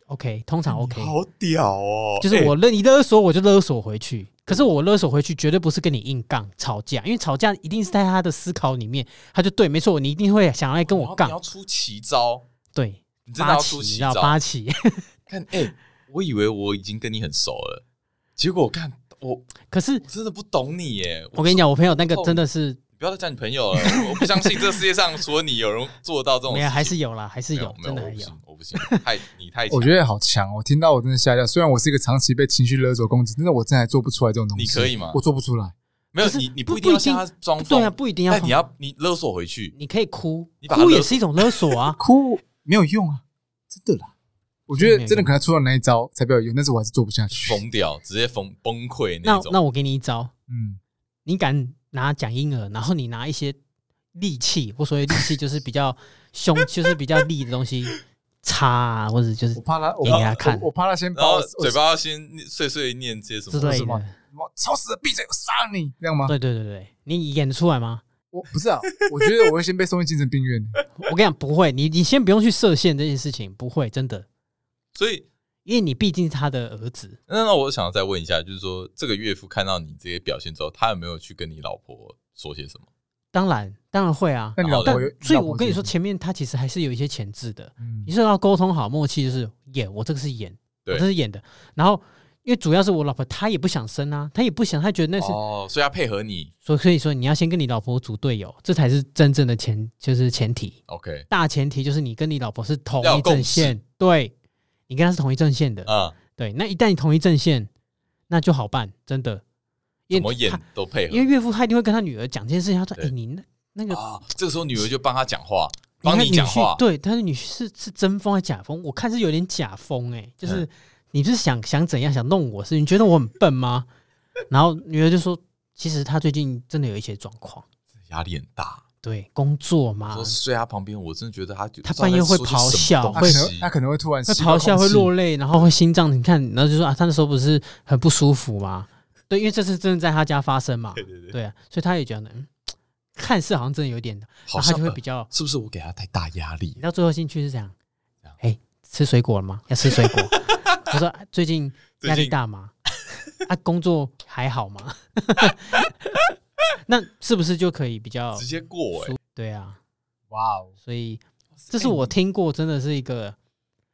Speaker 1: OK，通常 OK，
Speaker 3: 嗯好屌哦！
Speaker 1: 就是
Speaker 3: 哎
Speaker 1: 我勒你勒索，我就勒索回去。可是我勒索回去，绝对不是跟你硬杠吵架，因为吵架一定是在他的思考里面，他就对，没错，你一定会想要来跟
Speaker 3: 哦你
Speaker 1: 我
Speaker 3: 要你
Speaker 1: 杠
Speaker 3: 要，出奇招，
Speaker 1: 对，
Speaker 3: 你真的
Speaker 1: 八
Speaker 3: 要出
Speaker 1: 旗
Speaker 3: 奇
Speaker 1: 知道
Speaker 3: 招。
Speaker 1: 八旗。
Speaker 3: 看，哎、我以为我已经跟你很熟了，结果我看我
Speaker 1: 可是
Speaker 3: 我真的不懂你耶。
Speaker 1: 我跟你讲，我朋友那个
Speaker 3: 哦
Speaker 1: 真的是
Speaker 3: 你不要再叫你朋友了，我不相信这世界上除了你有人做到这种事情。
Speaker 1: 没有，还是有啦，还是
Speaker 3: 没
Speaker 1: 有，
Speaker 3: 没
Speaker 1: 真的
Speaker 3: 我
Speaker 1: 还
Speaker 3: 不
Speaker 1: 有。
Speaker 3: 行，我不行，太你太强
Speaker 2: 我觉得好强，我听到我真的吓一跳。虽然我是一个长期被情绪勒索攻击，但是我真的还做不出来这种东西。
Speaker 3: 你可以吗
Speaker 2: 我做不出来。。
Speaker 3: 没有
Speaker 1: 就是
Speaker 3: 你，你
Speaker 1: 不
Speaker 3: 不一定要
Speaker 1: 不一定
Speaker 3: 向他装疯，
Speaker 1: 对啊，不一定要
Speaker 3: 但
Speaker 1: 放
Speaker 3: 你要你勒索回去，
Speaker 1: 你可以哭
Speaker 3: 你，把他
Speaker 1: 哭
Speaker 3: 勒
Speaker 1: 也
Speaker 3: 索
Speaker 1: 是一种勒索啊
Speaker 2: 哭没有用啊，真的啦。我觉得真的可能出了那一招才比较有用，但是我还是做不下去。
Speaker 3: 疯掉，直接疯崩溃
Speaker 1: 那
Speaker 3: 种。
Speaker 1: 那我给你一招，
Speaker 2: 嗯，
Speaker 1: 你敢拿蒋英儿，然后你拿一些利器，我所谓利器就是比较凶，就是比较利的东西，叉啊，或者就是
Speaker 2: 我怕他，我
Speaker 1: 给
Speaker 2: 怕
Speaker 1: 他看
Speaker 2: 我我怕他先把
Speaker 3: 然后
Speaker 2: 我
Speaker 3: 嘴巴要先念碎碎念些什
Speaker 1: 之
Speaker 3: 么？
Speaker 1: 类
Speaker 2: 什么
Speaker 1: 的。
Speaker 2: 我吵死了，闭嘴，我杀了你，这样吗？
Speaker 1: 哎对对对对，你演得出来吗？
Speaker 2: 我不是啊， 我觉得我会先被送进精神病院。
Speaker 1: 我跟你讲，不会，你你先不用去设限这件事情，不会，真的，
Speaker 3: 所以
Speaker 1: 因为你毕竟是他的儿子，
Speaker 3: 那那我想要再问一下，就是说这个岳父看到你这些表现之后，他有没有去跟你老婆说些什么？
Speaker 1: 当然当然会啊
Speaker 2: 那。你
Speaker 3: 然后
Speaker 2: 老婆
Speaker 1: 但
Speaker 2: 有？
Speaker 1: 所以，
Speaker 2: 老婆
Speaker 1: 我跟你
Speaker 2: 怎
Speaker 1: 说，
Speaker 2: 么样，
Speaker 1: 前面他其实还是有一些前置的，
Speaker 2: 嗯
Speaker 1: 你，是要沟通好默契，就是演我这个是演，我
Speaker 3: 对
Speaker 1: 这是演的。然后，因为主要是我老婆她也不想生啊，她也不想，她觉得那是
Speaker 3: 哦，所以他配合你
Speaker 1: 所以所以说你要先跟你老婆组队友，这才是真正的前就是前提，
Speaker 3: ，OK
Speaker 1: 大前提就是你跟你老婆是同
Speaker 3: 要
Speaker 1: 一
Speaker 3: 有共
Speaker 1: 阵线，对，你跟她是同一阵线的，
Speaker 3: 啊、
Speaker 1: 对，那一旦你同一阵线，那就好办，真的。因
Speaker 3: 怎么
Speaker 1: 为
Speaker 3: 演
Speaker 1: 他
Speaker 3: 都配合。
Speaker 1: 因为岳父他一定会跟他女儿讲这件事情，他说：“哎、
Speaker 3: 对
Speaker 1: 你那那个，
Speaker 3: 啊，这个时候女儿就帮他讲话，
Speaker 1: 你
Speaker 3: 帮
Speaker 1: 看
Speaker 3: 你
Speaker 1: 女
Speaker 3: 讲
Speaker 1: 婿
Speaker 3: 话，
Speaker 1: 对，他的女婿是是真疯还是假疯？我看是有点假疯，哎，就是、
Speaker 3: 嗯
Speaker 1: 你是想想怎样，想弄我是？你觉得我很笨吗？”然后女儿就说：“其实他最近真的有一些状况，
Speaker 3: 压力很大。
Speaker 1: 对，工作
Speaker 3: 我
Speaker 1: 嘛
Speaker 3: 说，睡在他旁边，我真的觉得他
Speaker 1: 啊他半夜会咆哮
Speaker 2: 他
Speaker 1: 会
Speaker 2: 可能他可能会突然
Speaker 1: 会
Speaker 2: 吸到
Speaker 1: 咆哮，
Speaker 2: 空
Speaker 1: 会
Speaker 2: 气
Speaker 1: 落泪，然后会心脏，你看，然后就说啊，他那时候不是很不舒服吗？对，因为这次真的在他家发生嘛，
Speaker 3: 对对对，
Speaker 1: 对啊，所以他也觉得，嗯，看似好像真的有点，
Speaker 3: 好
Speaker 1: 然后他
Speaker 3: 像嗯
Speaker 1: 就会比较，
Speaker 3: 是不是我给他太大压力
Speaker 1: 你？到最后兴趣是这样
Speaker 3: 这样，
Speaker 1: 哎、吃水果了吗？要 吃水果。他说啊最近
Speaker 3: 最
Speaker 1: 压力
Speaker 3: 近
Speaker 1: 大吗？啊，工作还好吗？ 那是不是就可以比较
Speaker 3: 直？接过哎、
Speaker 1: 对啊，
Speaker 2: 哇哦，
Speaker 1: 所以这是我听过，真的是一个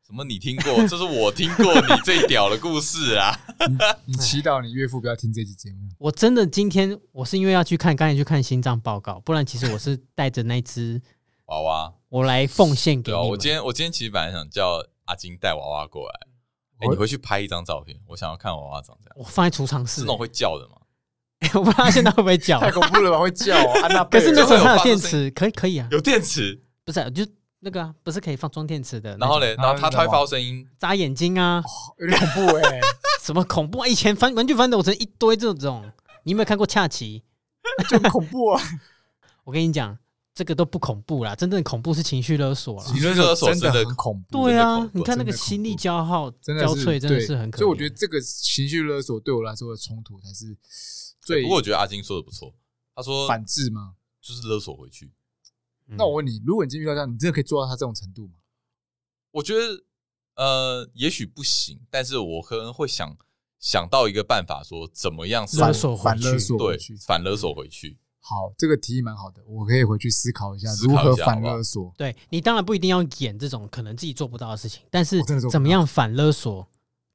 Speaker 3: 什么？你听过？这是我听过你最屌的故事啊！
Speaker 2: 你祈祷你岳父不要听这期节目。
Speaker 1: 我真的今天我是因为要去看，刚才去看心脏报告，不然其实我是带着那只
Speaker 3: 娃娃，
Speaker 1: 我来奉献给
Speaker 3: 对
Speaker 1: 你
Speaker 3: 啊，
Speaker 1: 们。
Speaker 3: 我今天我今天其实本来想叫阿金带娃娃过来，哎、
Speaker 2: 我
Speaker 3: 你回去拍一张照片，我想要看娃娃长这样，
Speaker 1: 我放在储藏
Speaker 3: 是哦
Speaker 1: 室
Speaker 3: 那，种会叫的吗？
Speaker 1: 我不知道它现在会不 会叫。
Speaker 2: 太恐怖了吧，会叫哦安娜
Speaker 1: 哦可
Speaker 2: 贝尔。
Speaker 1: 是那时候
Speaker 3: 有
Speaker 1: 它有
Speaker 3: 发出
Speaker 1: 电
Speaker 3: 声
Speaker 1: 池，可以可以啊，
Speaker 3: 有电池，
Speaker 1: 不是啊、就那个啊，不是可以放装电池的那种，
Speaker 3: 然后嘞，
Speaker 2: 然
Speaker 3: 然
Speaker 2: 后
Speaker 3: 后它
Speaker 2: 是
Speaker 3: 它会
Speaker 2: 什么
Speaker 3: 发出声音，
Speaker 1: 眨眼睛啊，
Speaker 2: 有点恐怖哎、
Speaker 1: 什么恐怖 啊！以前翻玩具翻斗城一堆这种，你有没有看过恰奇？
Speaker 2: 就很恐怖啊！
Speaker 1: 我跟你讲，这个都不恐怖啦，真正的恐怖是情绪勒索啦
Speaker 3: 情。绪勒索
Speaker 2: 真的
Speaker 3: 真的
Speaker 2: 很恐怖，
Speaker 1: 对
Speaker 3: 真的
Speaker 1: 啊
Speaker 3: 恐，怖
Speaker 1: 你看那个
Speaker 2: 真的恐怖
Speaker 1: 心力消耗、
Speaker 2: 真的
Speaker 1: 交
Speaker 2: 是
Speaker 1: 瘁，真的
Speaker 2: 对
Speaker 1: 是很可怜。
Speaker 2: 所以我觉得这个情绪勒索对我来说的冲突才是最
Speaker 3: 不过我觉得阿金说的不错，他说
Speaker 2: 反制吗？
Speaker 3: 就是勒索回去。
Speaker 1: 嗯，
Speaker 2: 那我问你，如果你今天遇到这样，你真的可以做到他这种程度吗？
Speaker 3: 我觉得呃，也许不行，但是我可能会想想到一个办法，说怎么样是
Speaker 1: 勒
Speaker 3: 我
Speaker 1: 索回
Speaker 2: 反
Speaker 1: 去
Speaker 2: 勒索回
Speaker 3: 对
Speaker 2: 去。
Speaker 3: 反勒索回去。
Speaker 2: 好，这个提议蛮好的，我可以回去思考一下
Speaker 3: 思
Speaker 2: 如
Speaker 3: 考一
Speaker 2: 何
Speaker 3: 下好
Speaker 2: 反
Speaker 3: 不好
Speaker 2: 勒索。
Speaker 1: 对你当然不一定要演这种可能自己做不到的事情，但是
Speaker 2: 我真的做不
Speaker 1: 怎么样反勒索，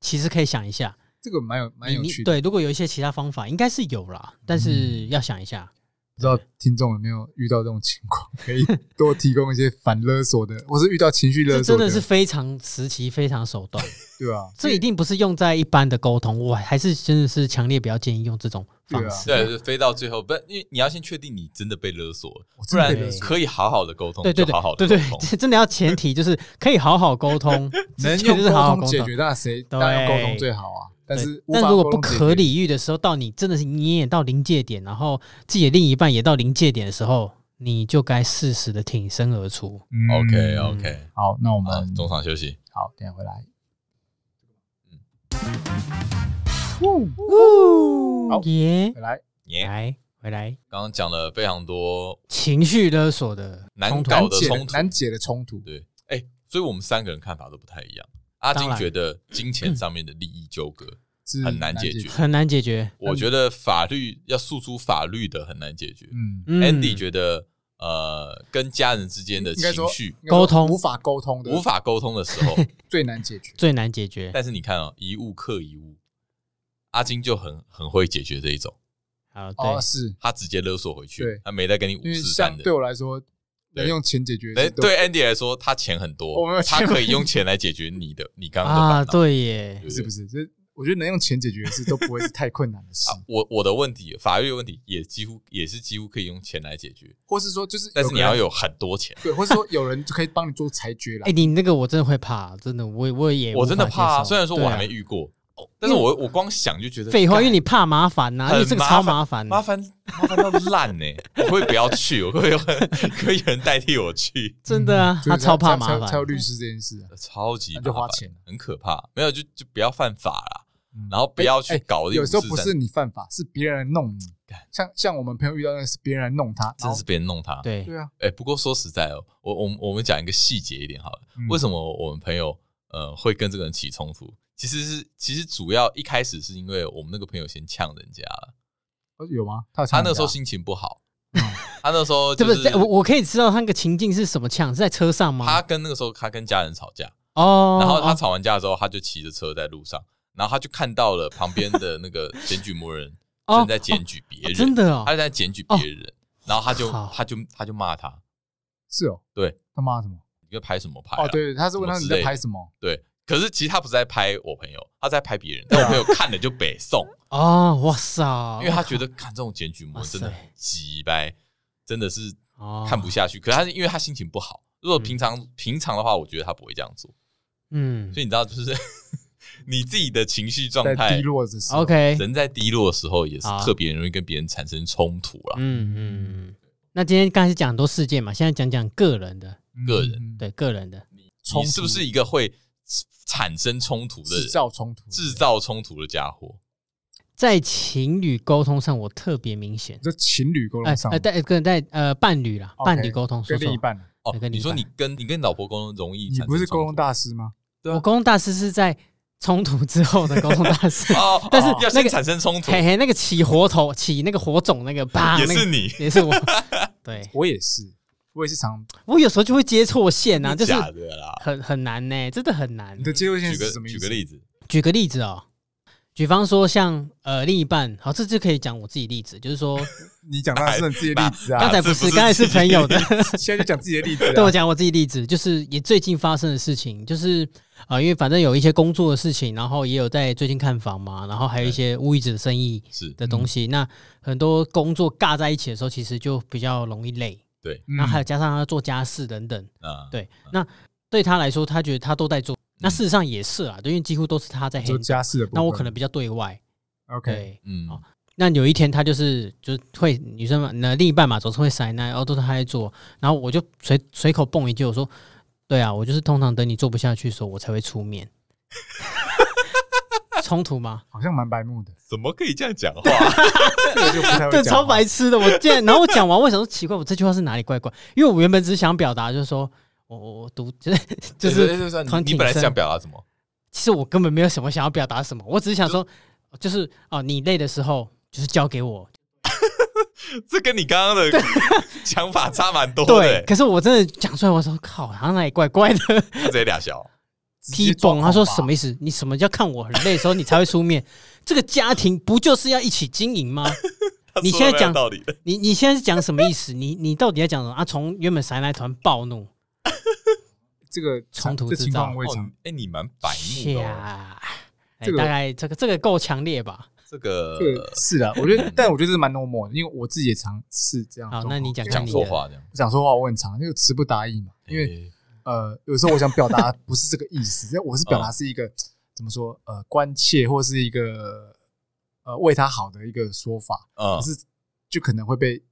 Speaker 1: 其实可以想一下。
Speaker 2: 这个蛮有蛮
Speaker 1: 你
Speaker 2: 有
Speaker 1: 你
Speaker 2: 趣的，嗯
Speaker 1: 对，如果有一些其他方法，应该是有啦，但是要想一下。
Speaker 2: 不知道听众有没有遇到这种情况，可以多提供一些反勒索的，或是遇到情绪勒
Speaker 1: 这
Speaker 2: 索
Speaker 1: 真的是非常时期，非常手段。
Speaker 2: 对啊，
Speaker 1: 这一定不是用在一般的沟通，我还是真的是强烈不要建议用这种
Speaker 2: 啊
Speaker 1: 方式。
Speaker 3: 对，啊就飞到最后，不，因为你要先确定你真的被勒索了，
Speaker 2: 我
Speaker 3: 不
Speaker 2: 真的
Speaker 3: 然
Speaker 2: 被勒索
Speaker 3: 可以好好的沟通，
Speaker 1: 对对
Speaker 3: 就好好
Speaker 1: 对
Speaker 3: 的沟
Speaker 1: 对对
Speaker 3: 通。，
Speaker 1: 这真的要前提就是可以好好沟 通，
Speaker 2: 能
Speaker 1: 就
Speaker 2: 用
Speaker 1: 是好好
Speaker 2: 沟
Speaker 1: 沟通
Speaker 2: 通解决，那谁
Speaker 1: 对
Speaker 2: 当然沟通最好啊。但是
Speaker 1: 对
Speaker 2: 无
Speaker 1: 但
Speaker 2: 法
Speaker 1: 如果
Speaker 2: 沟
Speaker 1: 不
Speaker 2: 通解决
Speaker 1: 可，理喻的时候，到你真的是你也到临界点，然后自己的另一半也到临界点的时候，你就该适时的挺身而出。
Speaker 2: 嗯
Speaker 3: OK OK，
Speaker 2: 好，那我
Speaker 3: 好，
Speaker 2: 们
Speaker 3: 中场休息。
Speaker 2: 好，等一下回来。好
Speaker 1: 哦耶，
Speaker 2: 回来，
Speaker 3: 耶，
Speaker 1: 来回来，
Speaker 3: 刚刚讲了非常多
Speaker 1: 情绪勒索的
Speaker 3: 难
Speaker 1: 突
Speaker 3: 搞
Speaker 2: 难
Speaker 3: 的
Speaker 2: 解
Speaker 3: 冲突，
Speaker 2: 难解的冲突，
Speaker 3: 对，哎、所以我们三个人看法都不太一样。阿
Speaker 1: 当
Speaker 3: 金
Speaker 1: 然
Speaker 3: 觉得金钱上面的利益纠葛，
Speaker 2: 是
Speaker 3: 很难解
Speaker 2: 解
Speaker 3: 决
Speaker 1: 很难解决。
Speaker 3: 我觉得法律要诉诸法律的很难解决。
Speaker 2: 嗯，
Speaker 1: 嗯
Speaker 3: Andy 觉得，呃，跟家人之间的
Speaker 2: 应该
Speaker 3: 情
Speaker 2: 说
Speaker 3: 绪
Speaker 2: 应该说
Speaker 1: 沟通
Speaker 2: 无法沟通的，
Speaker 3: 无法沟通的时候，
Speaker 2: 最难解决。
Speaker 1: 最难解决。
Speaker 3: 但是你看哦，一物克一物，阿金就很很会解决这一种，
Speaker 1: 好，对，
Speaker 2: 哦，是
Speaker 3: 他直接勒索回去
Speaker 2: 对，
Speaker 3: 他没再跟你五
Speaker 2: 因为
Speaker 3: 四
Speaker 2: 像
Speaker 3: 三的
Speaker 2: 对。我来说，能
Speaker 3: 对
Speaker 2: 用钱解决的
Speaker 3: 哎
Speaker 2: 事都
Speaker 3: 对 Andy 来说，他钱很
Speaker 2: 我没
Speaker 3: 多，
Speaker 2: 有
Speaker 3: 他
Speaker 2: 钱
Speaker 3: 可以用钱来解决你的你刚刚的
Speaker 1: 啊，
Speaker 3: 烦恼。
Speaker 1: 对耶，
Speaker 3: 对
Speaker 2: 不是不是，这我觉得能用钱解决的事都不会是太困难的事
Speaker 3: 啊，，我我的问题，法律的问题也几乎也是几乎可以用钱来解决，
Speaker 2: 或是说就是，
Speaker 3: 但是你要有很多钱。
Speaker 2: 对，或是说有人就可以帮你做裁决啦
Speaker 1: 哎，。你那个我真的会怕，真的，我我也
Speaker 3: 我真的
Speaker 1: 哎无法接
Speaker 3: 怕啊，
Speaker 1: 受
Speaker 3: 虽然说我还没
Speaker 1: 对啊
Speaker 3: 遇过，但是我我光想就觉得
Speaker 1: 废话，
Speaker 3: 干
Speaker 1: 因为你怕麻烦呐，因为
Speaker 3: 很
Speaker 1: 这个超麻
Speaker 3: 麻
Speaker 1: 烦，
Speaker 3: 麻烦麻烦到烂呢，我会不要去，我会有 可以有人代替我去，
Speaker 1: 真的啊，
Speaker 2: 所以
Speaker 1: 他超怕
Speaker 2: 才
Speaker 1: 麻
Speaker 2: 才有
Speaker 1: 烦。
Speaker 2: 律师这件事啊。
Speaker 3: 超级
Speaker 2: 那就
Speaker 3: 麻
Speaker 2: 花
Speaker 3: 烦
Speaker 2: 钱，
Speaker 3: 很可怕。没有就就不要犯法啦，
Speaker 2: 嗯
Speaker 3: 然后不要去
Speaker 2: 哎
Speaker 3: 搞
Speaker 2: 有时候
Speaker 3: 543
Speaker 2: 不是你犯法，是别人来弄你
Speaker 3: 干。
Speaker 2: 像像我们朋友遇到那个是别人来弄他，
Speaker 3: 真是别人弄他。
Speaker 1: 对，
Speaker 2: 对啊，
Speaker 3: 哎，不过说实在哦，我我们我们讲一个细节一点好了。为
Speaker 2: 么？
Speaker 3: 什么我们朋友呃会跟这个人起冲突？其实是其实主要一开始是因为我们那个朋友先呛人家了，
Speaker 2: 哦有吗？他有
Speaker 3: 他
Speaker 2: 呛
Speaker 3: 那
Speaker 2: 人
Speaker 3: 时候
Speaker 2: 家嗯
Speaker 3: 心情不好，他那时 候
Speaker 1: 这
Speaker 3: 就
Speaker 1: 不
Speaker 3: 是
Speaker 1: 在我我可以知道他那个情境是什么呛，是在车上
Speaker 3: 他
Speaker 1: 吗？
Speaker 3: 跟那个时候他跟家人吵架，
Speaker 1: 哦，
Speaker 3: 然后他
Speaker 1: 哦
Speaker 3: 吵完架之后，他就骑着车在路上，然后他就看到了旁边的那个检举魔人
Speaker 1: 哦
Speaker 3: 正在检举别人，
Speaker 1: 哦真的哦
Speaker 3: 他在检举别人，然后他就
Speaker 1: 靠
Speaker 3: 他就他就骂他，
Speaker 2: 是哦，
Speaker 3: 对，
Speaker 2: 他骂什么？
Speaker 3: 你在拍什么拍啊？
Speaker 2: 哦，对，他是问他
Speaker 3: 什么
Speaker 2: 你
Speaker 3: 之类
Speaker 2: 在
Speaker 3: 的
Speaker 2: 拍什么？
Speaker 3: 对可是其实他不是在拍我朋友，他在拍别人，但
Speaker 2: 啊
Speaker 3: 我朋友看了就北宋。
Speaker 1: 哦，哇塞，
Speaker 3: 因为他觉得看这种检举魔人真的
Speaker 1: 哇塞
Speaker 3: 很鸡掰，真的是
Speaker 1: 哦
Speaker 3: 看不下去。可是他是因为他心情不好，如果平常、平常的话，我觉得他不会这样做。
Speaker 1: 嗯
Speaker 3: 所以你知道，就是 你自己的情绪状
Speaker 2: 在
Speaker 3: 态
Speaker 2: 低，落的时候
Speaker 1: ，OK，
Speaker 3: 人在低落的时候也是
Speaker 1: 好
Speaker 3: 特别容易跟别人产生冲突啊啦。
Speaker 1: 啊嗯嗯嗯。那今天刚才是讲很多事件嘛，现在讲讲个人的，
Speaker 3: 个人
Speaker 2: 嗯
Speaker 1: 对个人的，
Speaker 2: 冲
Speaker 3: 你
Speaker 2: 突
Speaker 3: 是不是一个会产生冲突的
Speaker 2: 制
Speaker 3: 人？
Speaker 2: 造冲突，
Speaker 3: 制造冲突的家伙？
Speaker 1: 在情侣沟通上我特别明显。
Speaker 2: 这情侣沟
Speaker 1: 哎
Speaker 2: 通上
Speaker 1: 哎，在跟在呃伴侣啦，
Speaker 2: OK，
Speaker 1: 伴侣沟通，说
Speaker 2: 跟
Speaker 1: 错
Speaker 2: 另一
Speaker 1: 了。
Speaker 2: 半啊，
Speaker 3: 哦
Speaker 1: 对，跟
Speaker 3: 你
Speaker 1: 另一
Speaker 3: 说
Speaker 1: 半
Speaker 3: 你跟你跟老婆沟通容易
Speaker 2: 你
Speaker 3: 产生冲突，，
Speaker 2: 不是沟通大师吗？
Speaker 1: 我沟通大师是在冲突之后的沟通大 师
Speaker 3: 哦，
Speaker 1: 但是
Speaker 3: 哦要
Speaker 1: 那
Speaker 3: 先
Speaker 1: 个
Speaker 3: 产生冲突，
Speaker 1: 嘿嘿，那个起火头、起那个火种那个，吧，
Speaker 3: 也
Speaker 1: 那
Speaker 3: 是
Speaker 1: 个
Speaker 3: 你。
Speaker 1: 也是我。对，
Speaker 2: 我也是，我也是 常
Speaker 1: 我有时候就会接错线啊，就是
Speaker 3: 假的啦。
Speaker 1: 很很难呢，真的很难
Speaker 2: 你。的接受线
Speaker 3: 举
Speaker 2: 是什么
Speaker 3: 个
Speaker 2: 意
Speaker 3: 举
Speaker 2: 思？
Speaker 3: 个例子，
Speaker 1: 举个例子哦，举方说像呃另一半，好，这就可以讲我自己例子，就是说
Speaker 2: 你讲当然是你自己的
Speaker 3: 哎
Speaker 2: 例子
Speaker 1: 刚
Speaker 2: 啊，
Speaker 1: 才不
Speaker 3: 这不
Speaker 1: 是，
Speaker 3: 是
Speaker 1: 刚才
Speaker 3: 自
Speaker 1: 是
Speaker 3: 己的
Speaker 1: 朋友的，
Speaker 3: 哎
Speaker 2: 现在就讲自己的例子啊。
Speaker 1: 对我讲我自己例子，就是也最近发生的事情，就是呃，因为反正有一些工作的事情，然后也有在最近看房嘛，然后还有一些屋一子的生意
Speaker 3: 是
Speaker 1: 的东西。那很多工作尬在一起的时候，其实就比较容易累。
Speaker 3: 对，
Speaker 2: 嗯
Speaker 1: 那还有加上他做家事等等，
Speaker 3: 啊，
Speaker 1: 对，那对他来说，他觉得他都在做。
Speaker 3: 嗯
Speaker 1: 那事实上也是啊，对因为几乎都是他在黑
Speaker 2: 做。家事的部分，
Speaker 1: 那我可能比较对外，
Speaker 2: OK，
Speaker 1: 对，
Speaker 3: 嗯，
Speaker 1: 好那有一天他就是就是会女生嘛，那另一半嘛总是会塞奶，然后都是他在做，然后我就随随口蹦一句，我说：“对啊，我就是通常等你做不下去的时候，我才会出面。”冲突吗？
Speaker 2: 好像蛮白 目的，
Speaker 3: 怎么可以这样讲话？
Speaker 2: 这个就不太会
Speaker 1: 对，
Speaker 2: 讲
Speaker 1: 超
Speaker 2: 话
Speaker 1: 白痴的。我竟然，然后我讲完，我想说奇怪，我这句话是哪里怪怪？因为我原本只是想表达，就是说我我我读，就是 就
Speaker 3: 对
Speaker 1: 是，
Speaker 3: 对对对
Speaker 1: 团
Speaker 3: 你
Speaker 1: 体
Speaker 3: 你本来是
Speaker 1: 生
Speaker 3: 想表达什么？
Speaker 1: 其实我根本没有什么想要表达什么，我只是想说，就是哦，你累的时候就是交给我。
Speaker 3: 这跟你刚刚的 想法差蛮多的
Speaker 1: 对
Speaker 3: 欸。，
Speaker 1: 可是我真的讲出来，我说靠，好像哪里怪怪的。
Speaker 3: 他直接俩小，
Speaker 2: 直接
Speaker 1: 批
Speaker 2: 抓
Speaker 1: 崩，他说
Speaker 2: 狂吧
Speaker 1: 什么意思？你什么叫看我很累的时候你才会出面？ 这个家庭不就是要一起经营吗？
Speaker 3: 他
Speaker 1: 你
Speaker 3: 说
Speaker 1: 现
Speaker 3: 得蛮
Speaker 1: 在
Speaker 3: 有
Speaker 1: 讲
Speaker 3: 道理的，
Speaker 1: 你你现在是讲什么意思？你你到底在讲什么啊？从原本闪来团暴怒，
Speaker 2: 这个
Speaker 1: 冲突
Speaker 2: 这
Speaker 1: 制
Speaker 2: 情
Speaker 1: 造
Speaker 2: 况我也
Speaker 3: 哦
Speaker 2: 常，
Speaker 3: 哎，你蛮白目的哦。
Speaker 1: 呀，哎
Speaker 2: 这个
Speaker 1: 大概这个这个够强烈吧？
Speaker 3: 这个
Speaker 2: 这个是的，我觉得， 但我觉得这蛮 normal 的，因为我自己也常是这样的
Speaker 1: 好
Speaker 2: 状况。
Speaker 1: 那你讲
Speaker 2: 因为
Speaker 1: 讲
Speaker 3: 讲
Speaker 1: 你
Speaker 3: 错
Speaker 1: 的
Speaker 3: 话这样，
Speaker 2: 我讲说话我很常，因为词不达意嘛。因为
Speaker 3: 为
Speaker 2: 呃，有时候我想表达不是这个意思， 但我是表达是一
Speaker 3: 哦
Speaker 2: 个怎么说呃关切或是一个呃为他好的一个说法，
Speaker 3: 嗯
Speaker 2: 可是就可能会被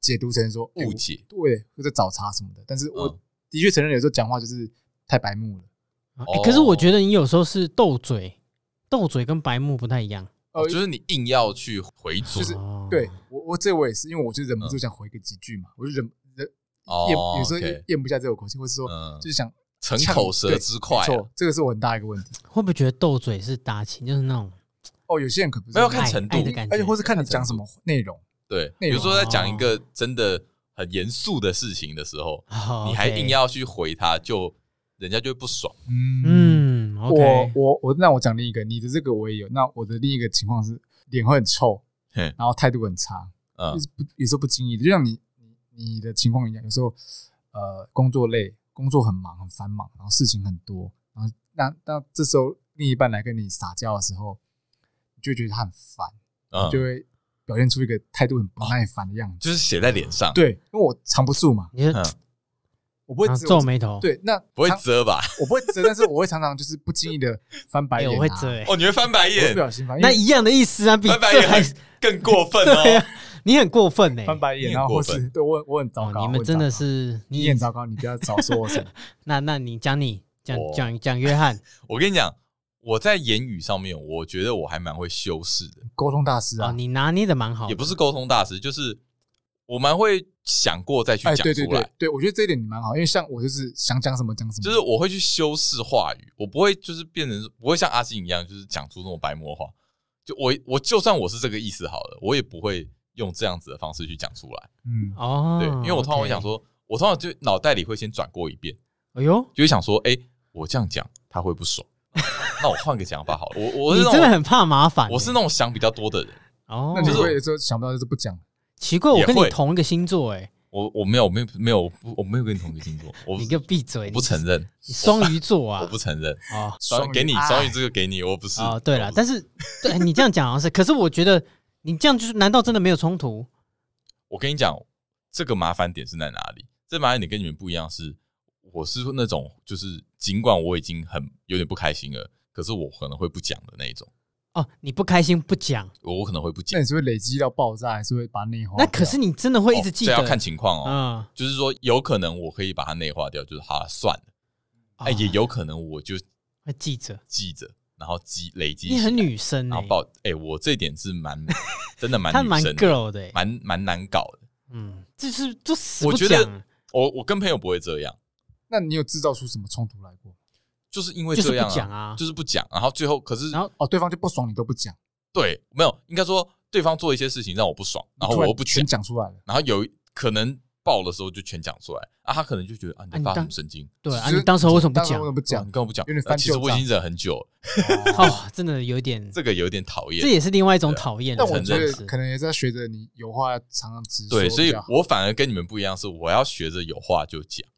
Speaker 2: 解读成说
Speaker 3: 误，解
Speaker 2: 哎我对，或者找茬什么的。但是我
Speaker 3: 嗯
Speaker 2: 的确承认，有时候讲话就是太白目了。
Speaker 1: 哎
Speaker 3: 哦
Speaker 1: 可是我觉得你有时候是斗嘴，斗嘴跟白目不太一样。
Speaker 2: 呃
Speaker 3: 哦就是你硬要去回嘴
Speaker 2: 就是
Speaker 1: 哦
Speaker 2: 对我，我这我也是，因为我就忍不住想回个几句嘛，我就忍忍
Speaker 3: 嗯哦
Speaker 2: 咽，有时候
Speaker 3: OK
Speaker 2: 咽咽不下这口气，或是说
Speaker 3: 嗯
Speaker 2: 就是想
Speaker 3: 逞
Speaker 2: 呛
Speaker 3: 口舌
Speaker 2: 对
Speaker 3: 之快啊
Speaker 2: 没错，这个是我很大一个问题。
Speaker 1: 会不会觉得斗嘴是打情，就是那种
Speaker 2: 哦，有些人可不是
Speaker 3: 没有看
Speaker 1: 爱
Speaker 3: 程
Speaker 1: 爱
Speaker 3: 度
Speaker 1: 的感觉？
Speaker 2: 而且或是看你讲什么内容，
Speaker 3: 对，比
Speaker 2: 内
Speaker 3: 如
Speaker 2: 容哦
Speaker 3: 说在讲一个真的很严肃的事情的时候，
Speaker 1: 哦
Speaker 3: 你还
Speaker 1: OK
Speaker 3: 硬要去回他，就人家就会不爽。
Speaker 2: 嗯
Speaker 1: 嗯
Speaker 2: 我
Speaker 1: ，OK，
Speaker 2: 我我，那我讲另一个，你的这个我也有，那我的另一个情况是脸会很臭，
Speaker 3: 嘿
Speaker 2: 然后态度很差，
Speaker 3: 嗯
Speaker 2: 就是不有时候不经意的，就像你你你的情况一样，有时候呃工作累，工作很忙很繁忙，然后事情很多，然后那那这时候另一半来跟你撒娇的时候，你就会觉得他很烦，
Speaker 3: 嗯，
Speaker 2: 就会表现出一个态度很不耐烦的样子。
Speaker 3: 就是写在脸上，
Speaker 2: 对，因为我藏不住嘛，
Speaker 1: 你就
Speaker 3: 嗯
Speaker 2: 我不会
Speaker 1: 啊
Speaker 2: 遮
Speaker 1: 皱眉头，
Speaker 2: 对，那
Speaker 3: 不会
Speaker 2: 常
Speaker 3: 遮吧？
Speaker 2: 我不会遮，但是我会常常就是不经意的翻白
Speaker 1: 哎，
Speaker 2: 眼、啊
Speaker 1: 我会遮，哎
Speaker 3: 哦，你会翻白
Speaker 2: 我会
Speaker 3: 眼
Speaker 2: 不，小心翻，因
Speaker 1: 那
Speaker 2: 为
Speaker 1: 一样的意思啊，比
Speaker 3: 翻白
Speaker 1: 这
Speaker 3: 眼
Speaker 1: 还
Speaker 3: 还更过 分
Speaker 1: 对
Speaker 3: 哦
Speaker 1: 啊。，你很过分呢、欸
Speaker 2: 翻白眼，
Speaker 3: 你很
Speaker 2: 然后或
Speaker 3: 过分
Speaker 2: 是对我我很糟
Speaker 1: 哦
Speaker 2: 糕，，
Speaker 1: 你
Speaker 2: 我
Speaker 1: 们
Speaker 2: 很
Speaker 1: 真的
Speaker 2: 糟糕
Speaker 1: 是
Speaker 2: 你
Speaker 1: 你
Speaker 2: 很糟糕，你不要早说我什么，
Speaker 1: 那那你讲你讲
Speaker 3: 我
Speaker 1: 讲讲约 翰，
Speaker 3: 我跟你讲，我在言语上面，我觉得我还蛮会修饰的，
Speaker 2: 沟通大师
Speaker 1: 哦，
Speaker 2: 啊，
Speaker 1: 你拿捏的蛮好的，
Speaker 3: 也不是沟通大师，就是我蛮会想过再去
Speaker 2: 哎，
Speaker 3: 讲
Speaker 2: 对对
Speaker 3: 出来
Speaker 2: 对。对，我觉得这一点你蛮好，因为像我就是想讲什么讲什么，
Speaker 3: 就是我会去修饰话语，我不会就是变成不会像阿信一样，就是讲出那种白魔话。就我我就算我是这个意思好了，我也不会用这样子的方式去讲出来。
Speaker 2: 嗯，
Speaker 1: 哦，
Speaker 3: 对，因为我通常会想，说，我通常就脑袋里会先转过一遍，
Speaker 1: 哎呦，
Speaker 3: 就会想说，哎、我这样讲他会不爽，那我换个讲法好了。我我
Speaker 1: 你
Speaker 3: 是那
Speaker 1: 真的
Speaker 3: 种
Speaker 1: 很怕麻烦欸、
Speaker 3: 我是那种想比较多的人，
Speaker 1: 哦
Speaker 2: 那，你
Speaker 3: 就是
Speaker 2: 会有时候想不到就是不讲，
Speaker 1: 奇怪，我跟
Speaker 3: 也
Speaker 1: 你
Speaker 3: 会
Speaker 1: 同一个星座哎、
Speaker 3: 我我没有没有没有我不我没有跟你同一个星座，我
Speaker 1: 你就闭
Speaker 3: 我
Speaker 1: 嘴，
Speaker 3: 不承认，
Speaker 1: 你双鱼座啊，
Speaker 3: 我不承认，
Speaker 1: 哦
Speaker 3: 双给你
Speaker 2: 哎
Speaker 3: 双鱼这个给你，我不是
Speaker 1: 哦，对了
Speaker 3: 我，不是
Speaker 1: 但是对你这样讲好像是，可 是我觉得你这样就是难道真的没有冲突？
Speaker 3: 我跟你讲，这个麻烦点是在哪里？这麻烦点跟你们不一样是，我是那种就是尽管我已经很有点不开心了，可是我可能会不讲的那一种，
Speaker 1: 哦，你不开心不讲，
Speaker 2: 哦
Speaker 3: 我可能会不
Speaker 2: 那
Speaker 3: 讲
Speaker 2: 你。是会累积到爆炸，还是会把内化掉？
Speaker 1: 那可是你真的会一直记得，
Speaker 3: 哦这要看情况哦。
Speaker 1: 嗯，
Speaker 3: 就是说，有可能我可以把它内化掉，就是好了算了。哎、
Speaker 1: 哦
Speaker 3: 也有可能我就
Speaker 1: 会记着，
Speaker 3: 记着，然后积累积起来，
Speaker 1: 你很女生
Speaker 3: 然
Speaker 1: 哎、
Speaker 3: 后抱哎、我这一点是 蛮真的蛮
Speaker 1: 他
Speaker 3: 女
Speaker 1: 蛮
Speaker 3: 生的，
Speaker 1: girl 的、欸，
Speaker 3: 蛮蛮难搞的。
Speaker 1: 嗯，就是就死不
Speaker 3: 我觉得
Speaker 1: 讲，
Speaker 3: 我我跟朋友不会这样，
Speaker 2: 那你有制造出什么冲突来过？
Speaker 3: 就是因为
Speaker 1: 就是
Speaker 3: 这
Speaker 1: 不
Speaker 3: 样、
Speaker 1: 讲啊，
Speaker 3: 就是不讲，然后最后可是
Speaker 1: 然后
Speaker 2: 哦，对方就不爽你都不讲，
Speaker 3: 对，没有，应该说对方做一些事情让我不爽，然后
Speaker 2: 突
Speaker 3: 啊我又不
Speaker 2: 全
Speaker 3: 讲，
Speaker 2: 讲出来了，
Speaker 3: 然后有可能爆的时候就全讲出来啊，他可能就觉得啊，你
Speaker 1: 啊
Speaker 3: 在
Speaker 1: 你
Speaker 3: 发什么
Speaker 1: 当
Speaker 3: 神经？
Speaker 1: 对啊，
Speaker 2: 就是
Speaker 1: 你当时为什么不
Speaker 2: 当然
Speaker 1: 讲
Speaker 2: 为什？么不
Speaker 3: 讲
Speaker 2: 讲
Speaker 3: 你？干嘛不讲
Speaker 2: 有点？
Speaker 3: 啊
Speaker 2: 翻
Speaker 3: 其实
Speaker 2: 旧
Speaker 3: 我已
Speaker 2: 账
Speaker 3: 经忍很久了，
Speaker 2: 哦
Speaker 1: 哦，真的有点，
Speaker 3: 这个啊有点讨
Speaker 1: 这
Speaker 3: 厌。
Speaker 1: 也是另外一种讨厌。
Speaker 2: 但我
Speaker 3: 承
Speaker 2: 觉
Speaker 3: 认
Speaker 2: 得可能也在学着你有话要常常直说
Speaker 3: 对，
Speaker 2: 比较好。
Speaker 3: 所以我反而跟你们不一样，是我要学着有话就讲，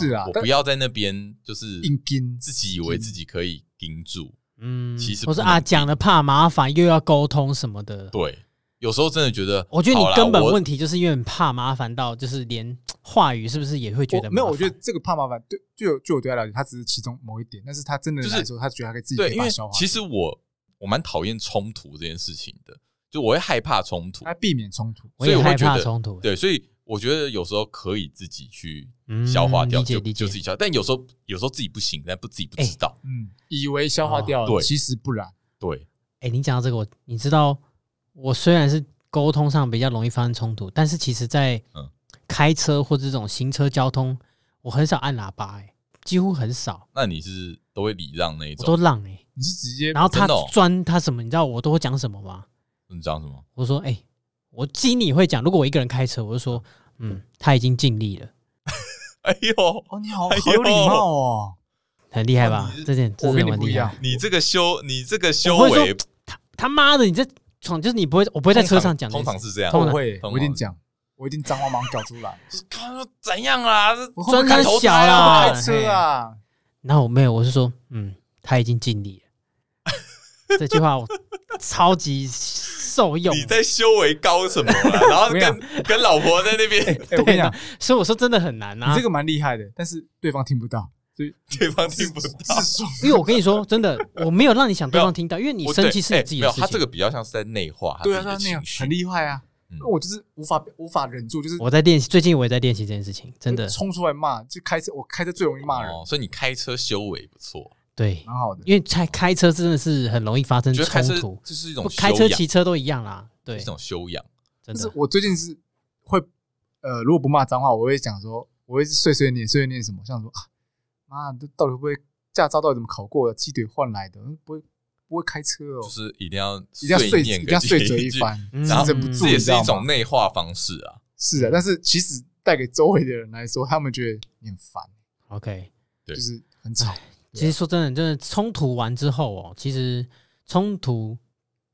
Speaker 2: 是
Speaker 1: 啊，
Speaker 2: 啊，
Speaker 3: 我
Speaker 2: 但
Speaker 3: 不要在那边就是
Speaker 2: 硬盯
Speaker 3: 自己以为自己可以盯住。
Speaker 1: 嗯，
Speaker 3: 其实
Speaker 1: 我说
Speaker 3: 不能
Speaker 1: 啊，讲了怕麻烦，又要沟通什么的。
Speaker 3: 对，有时候真的觉得，
Speaker 1: 我觉得你
Speaker 3: 好啦
Speaker 1: 根本
Speaker 3: 我
Speaker 1: 问题就是因为你怕麻烦到，就是连话语是不是也会觉
Speaker 2: 我
Speaker 1: 得
Speaker 2: 没有，
Speaker 1: 麻
Speaker 2: 我觉
Speaker 1: 烦
Speaker 2: 得这个怕麻烦，对，就有就我对他了解，他只是其中某一点，但是他真的
Speaker 3: 就是
Speaker 2: 来说，他觉得他可以自己可
Speaker 3: 对，
Speaker 2: 以
Speaker 3: 因
Speaker 2: 把
Speaker 3: 为
Speaker 2: 它消化。
Speaker 3: 其实我我蛮讨厌冲突这件事情的，就我会害怕冲突
Speaker 2: 来，避免冲突。
Speaker 1: 我
Speaker 3: 所以
Speaker 1: 也
Speaker 3: 我
Speaker 1: 害
Speaker 3: 觉
Speaker 1: 怕
Speaker 3: 得
Speaker 1: 冲突，
Speaker 3: 对，所以我觉得有时候可以自己去消化
Speaker 1: 嗯
Speaker 3: 掉，
Speaker 1: 理解
Speaker 3: 就
Speaker 1: 理解
Speaker 3: 就
Speaker 1: 哎
Speaker 3: 自己消化，但有时候有时候自己不行，但不自己不知道，
Speaker 2: 嗯，以为消化掉
Speaker 3: 哦
Speaker 2: 了，
Speaker 3: 对
Speaker 2: 其实不然。
Speaker 3: 对，
Speaker 1: 哎、你讲到这个，我你知道，我虽然是沟通上比较容易发生冲突，但是其实在
Speaker 3: 嗯
Speaker 1: 开车或这种行车交通，我很少按喇叭、欸，几乎很少，
Speaker 3: 那你是都会礼让那一
Speaker 1: 我都
Speaker 3: 种，
Speaker 1: 让哎、
Speaker 2: 你是直接
Speaker 1: 然后他
Speaker 3: 真的哦
Speaker 1: 钻他什么，你知道我都会讲什么吗？
Speaker 3: 你知道什么？
Speaker 1: 我说，哎、我心里会讲，如果我一个人开车，我就说，嗯，他已经尽力了，
Speaker 3: 哎呦，
Speaker 2: 哦，你好
Speaker 3: 哎呦
Speaker 2: 好有礼貌哦。
Speaker 1: 很厉害吧？这点这
Speaker 2: 我
Speaker 1: 点
Speaker 2: 跟啊你
Speaker 1: 很
Speaker 2: 不一
Speaker 1: 厉
Speaker 2: 样
Speaker 1: 害。，
Speaker 3: 你这个修，你这个修
Speaker 1: 我不会
Speaker 3: 为
Speaker 1: 说，他妈的，你这闯就是你不会，我不会在车上讲
Speaker 3: 通
Speaker 1: 这件事，
Speaker 3: 常是这样，
Speaker 1: 通
Speaker 2: 我
Speaker 1: 常
Speaker 2: 会，
Speaker 3: 通常
Speaker 2: 我一定讲，我一定脏话忙搞出 来。
Speaker 3: 看怎样啦？这
Speaker 2: 我
Speaker 1: 专
Speaker 2: 看
Speaker 1: 门
Speaker 2: 头
Speaker 1: 小
Speaker 2: 胎啊，
Speaker 1: 啦
Speaker 2: 我不开车啊，
Speaker 1: 然后我没有，我是说，嗯，他已经尽力了。这句话我超级受用，
Speaker 3: 你在修为高什么 啦？然后
Speaker 2: 没有
Speaker 3: 跟跟老婆在那边，
Speaker 2: 哎，我跟你讲，
Speaker 1: 所以我说真的很难啊
Speaker 2: 你这。个蛮厉害的，但是对方听不到，所以
Speaker 3: 对方 听不到。
Speaker 2: 自爽。
Speaker 1: 因为我跟你说，真的，我没有让你想对
Speaker 3: 没有
Speaker 1: 方听到，因为你
Speaker 3: 我
Speaker 1: 生
Speaker 3: 对
Speaker 1: 气是你
Speaker 3: 哎
Speaker 1: 自己
Speaker 3: 没
Speaker 1: 的
Speaker 3: 有，
Speaker 1: 事情。
Speaker 3: 他这个比较像是在内化
Speaker 2: 对啊，
Speaker 3: 他自
Speaker 2: 他那
Speaker 3: 己的
Speaker 2: 样
Speaker 3: 情绪，
Speaker 2: 很厉害啊，
Speaker 3: 嗯
Speaker 2: 那我就是无法无法忍住，就是
Speaker 1: 我在练习，最近我也在练习这件事情，真的
Speaker 2: 冲出来骂，就开车，我开车最容易骂人，
Speaker 3: 哦，所以你开车修为不错，
Speaker 1: 对，
Speaker 2: 蛮好的。
Speaker 1: 因为开开车真的是很容易发生
Speaker 3: 我觉得开车
Speaker 1: 冲突，
Speaker 3: 这是一种
Speaker 1: 不
Speaker 3: 修
Speaker 1: 开车
Speaker 3: 养
Speaker 1: 骑车都一样啦，对
Speaker 3: 是一，种修养。
Speaker 1: 真
Speaker 2: 但是
Speaker 1: 的。
Speaker 2: 我最近是会，呃，如果不骂脏话，我会讲说，我会碎碎念，碎碎念什么，像说啊，妈，这到底会不会驾照到底怎么考过的，鸡腿换来的，不会不会开车哦
Speaker 3: 就，是一定要
Speaker 2: 一定要碎，
Speaker 3: 念
Speaker 2: 一定
Speaker 3: 跟
Speaker 2: 要碎
Speaker 3: 一
Speaker 2: 嘴 一
Speaker 3: 句，
Speaker 2: 番，
Speaker 1: 嗯
Speaker 2: 是
Speaker 3: 然后
Speaker 2: 忍不住，
Speaker 3: 这也
Speaker 2: 你
Speaker 3: 是
Speaker 2: 知道
Speaker 3: 一
Speaker 2: 吗
Speaker 3: 种内化方式啊。
Speaker 2: 是的，但是其实带给周围的人来说，他们觉得你很烦，
Speaker 1: OK，
Speaker 3: 对哎
Speaker 2: 就是很吵，
Speaker 1: 其实说真的，真的冲突完之后哦，其实冲突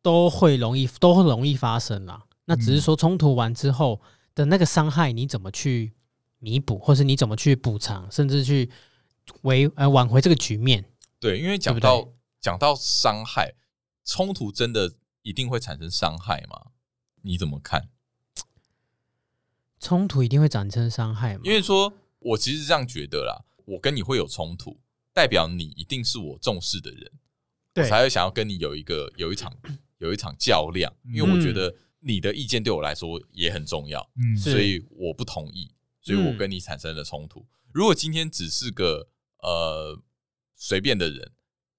Speaker 1: 都会容易，都会容易发生啦。那
Speaker 2: 嗯
Speaker 1: 只是说冲突完之后的那个伤害，你怎么去弥补，或是你怎么去补偿，甚至去维呃挽回这个局面。
Speaker 3: 对，因为讲
Speaker 1: 对不
Speaker 3: 到
Speaker 1: 对
Speaker 3: 讲到伤害，冲突真的一定会产生伤害吗？你怎么看？
Speaker 1: 冲突一定会产生伤害嘛？嗯
Speaker 3: 因为说我其实这样觉得啦，我跟你会有冲突，代表你一定是我重视的人，我
Speaker 1: 对
Speaker 3: 才会想要跟你有一个有一场有一场较量，因为我
Speaker 1: 嗯
Speaker 3: 觉得你的意见对我来说也很重要，
Speaker 2: 嗯
Speaker 1: 是
Speaker 3: 所以我不同意，所以我跟你产生了冲突。如果今天只是个呃随便的人，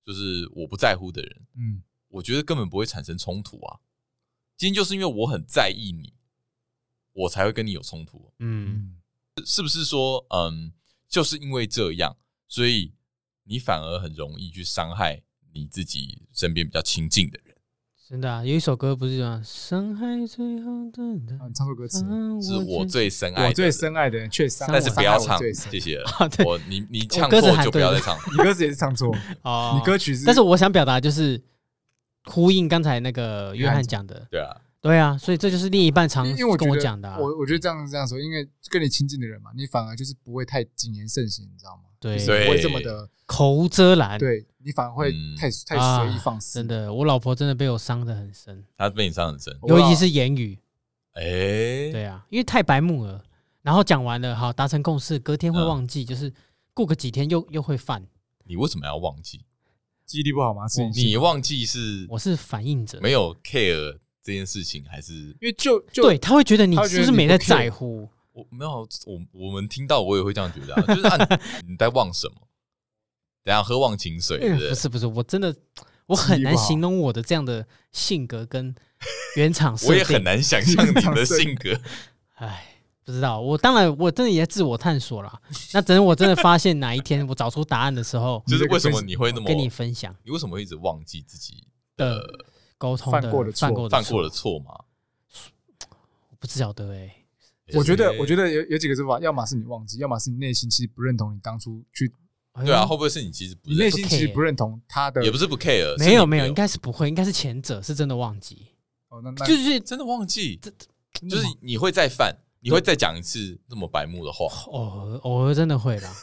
Speaker 3: 就是我不在乎的人，
Speaker 2: 嗯，
Speaker 3: 我觉得根本不会产生冲突啊。今天就是因为我很在意你，我才会跟你有冲突。
Speaker 1: 嗯，
Speaker 3: 是不是说，嗯，就是因为这样，所以你反而很容易去伤害你自己身边比较亲近的人？
Speaker 1: 真的啊，有一首歌不是讲伤害最后的人
Speaker 2: 啊，你唱错歌词了，
Speaker 1: 伤
Speaker 3: 是我最深爱的
Speaker 2: 我
Speaker 3: 人，
Speaker 2: 最深爱的人却伤，
Speaker 3: 嗯
Speaker 1: 但
Speaker 3: 但是不要
Speaker 2: 伤害
Speaker 3: 唱
Speaker 2: 我最，深
Speaker 3: 谢谢了。
Speaker 1: 啊，对
Speaker 3: 我你你唱
Speaker 1: 歌词
Speaker 3: 错
Speaker 1: 喊
Speaker 3: 就不
Speaker 1: 对
Speaker 3: 要
Speaker 1: 了
Speaker 3: 再唱。
Speaker 2: 你歌词也是 唱错，
Speaker 1: 哦
Speaker 2: 你歌曲是，
Speaker 1: 但是我想表达就是呼应刚才那个约翰讲的，
Speaker 3: 对啊，
Speaker 1: 对啊，所以这就是另一半常
Speaker 2: 因为
Speaker 1: 跟
Speaker 2: 我觉得
Speaker 1: 我讲的、啊，
Speaker 2: 我我觉得这样这样说，因为跟你亲近的人嘛，你反而就是不会太谨言慎行，你知道吗？
Speaker 1: 对
Speaker 2: 就是不会这么的，
Speaker 1: 口无遮拦，
Speaker 2: 对你反而会
Speaker 3: 嗯
Speaker 2: 太太
Speaker 1: 啊
Speaker 2: 随意放肆，
Speaker 1: 真的，我老婆真的被我伤得很深，
Speaker 3: 他被你伤很深。
Speaker 2: 我不
Speaker 1: 尤
Speaker 2: 知道
Speaker 1: 其是言语，
Speaker 3: 哎、
Speaker 1: 哦对啊，因为太白目了，然后讲完了，好达成共识，隔天会
Speaker 3: 嗯
Speaker 1: 忘记，就是过个几天又又会犯，
Speaker 3: 你为什么要忘记？
Speaker 2: 记忆力不好吗？是
Speaker 1: 我
Speaker 3: 你忘记是
Speaker 1: 我是反应者，
Speaker 3: 没有 care 这件事情，还是
Speaker 2: 因为就就
Speaker 1: 对，他会觉得你
Speaker 2: 他会觉
Speaker 1: 是
Speaker 2: 得
Speaker 1: 不
Speaker 2: 你
Speaker 1: 是没在
Speaker 2: 不 care
Speaker 1: 在乎，
Speaker 3: 我没有我我们听到我也会这样觉得、啊，就是、啊、 你你在忘什么？等一下喝忘情水，对
Speaker 1: 嗯
Speaker 3: 不对？
Speaker 1: 不是不是，我真的我很难
Speaker 2: 哦
Speaker 1: 形容我的这样的性格 跟原厂设
Speaker 3: 我
Speaker 1: 定，
Speaker 3: 也很难想象你的性格。，
Speaker 1: 唉，不知道。我当然，我真的也在自我探索啦。那等我真的发现哪一天我找出答案的时 候
Speaker 3: 就是为什么你会那么
Speaker 1: 跟你分享
Speaker 3: 你为什么会一直忘记自己
Speaker 1: 的
Speaker 3: 的
Speaker 1: 沟通
Speaker 2: 犯过的错
Speaker 1: 犯过的
Speaker 3: 犯过的
Speaker 1: 了，
Speaker 3: 错吗？
Speaker 1: 我不晓得哎。
Speaker 2: 我觉得
Speaker 3: 对
Speaker 2: 我觉得有有几个做法，要么是你忘记，要么是你内心其实不认同你当初去，
Speaker 1: 哎呦
Speaker 3: 对啊，会不会是你其实不
Speaker 2: 你内
Speaker 3: 认，
Speaker 2: 心
Speaker 1: 不
Speaker 2: 其实
Speaker 1: care
Speaker 2: 不认同他的，
Speaker 3: 也不是不 care，
Speaker 1: 没有
Speaker 3: 是你没
Speaker 1: 没有，应该是不会，应该是前者是真的忘记，
Speaker 2: 哦，那那
Speaker 1: 就是
Speaker 3: 真的忘记，
Speaker 2: 真的
Speaker 3: 就是
Speaker 2: 吗
Speaker 3: 你会再犯，你会再讲一次那么白目的话。
Speaker 1: 偶尔偶尔真的会啦。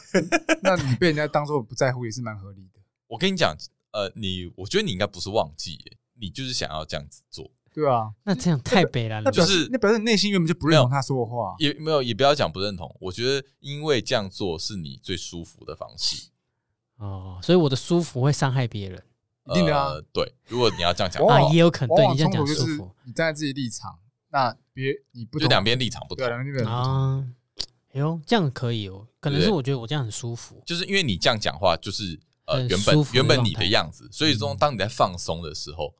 Speaker 2: 那你被人家当做不在乎也是蛮合理的，
Speaker 3: 我跟你讲，呃，你我觉得你应该不是忘记耶，你就是想要这样子做，
Speaker 2: 对啊，
Speaker 1: 那这样太悲了
Speaker 2: 那
Speaker 1: 啦，
Speaker 2: 表
Speaker 3: 就是
Speaker 2: 示那表示你内心原本就不认同他说的话，
Speaker 3: 也没有也不要讲不认同。我觉得因为这样做是你最舒服的方式，
Speaker 1: 哦，所以我的舒服会伤害别人。
Speaker 2: 一定的啊
Speaker 3: 呃对，如果你要这样讲 的
Speaker 2: 往
Speaker 3: 话，
Speaker 1: 啊，
Speaker 2: 往
Speaker 1: 也有可能
Speaker 2: 往
Speaker 1: 对你
Speaker 2: 往
Speaker 1: 这样讲
Speaker 2: 哦冲突就
Speaker 1: 舒
Speaker 2: 是
Speaker 1: 服
Speaker 2: 你站在自己立场，那别你不
Speaker 3: 就
Speaker 2: 同
Speaker 3: 两边立场不
Speaker 2: 对
Speaker 3: 同
Speaker 2: 啊，，两边立场不同。
Speaker 1: 啊。哎呦，这样可以哦，可能
Speaker 3: 对
Speaker 1: 是
Speaker 3: 不对
Speaker 1: 我觉得我这样很舒服，
Speaker 3: 就是因为你这样讲话，就是呃
Speaker 1: 很
Speaker 3: 原
Speaker 1: 舒
Speaker 3: 本
Speaker 1: 服的
Speaker 3: 原本
Speaker 1: 状
Speaker 3: 你的
Speaker 1: 态嗯
Speaker 3: 样子，所以说当你在放松的时候，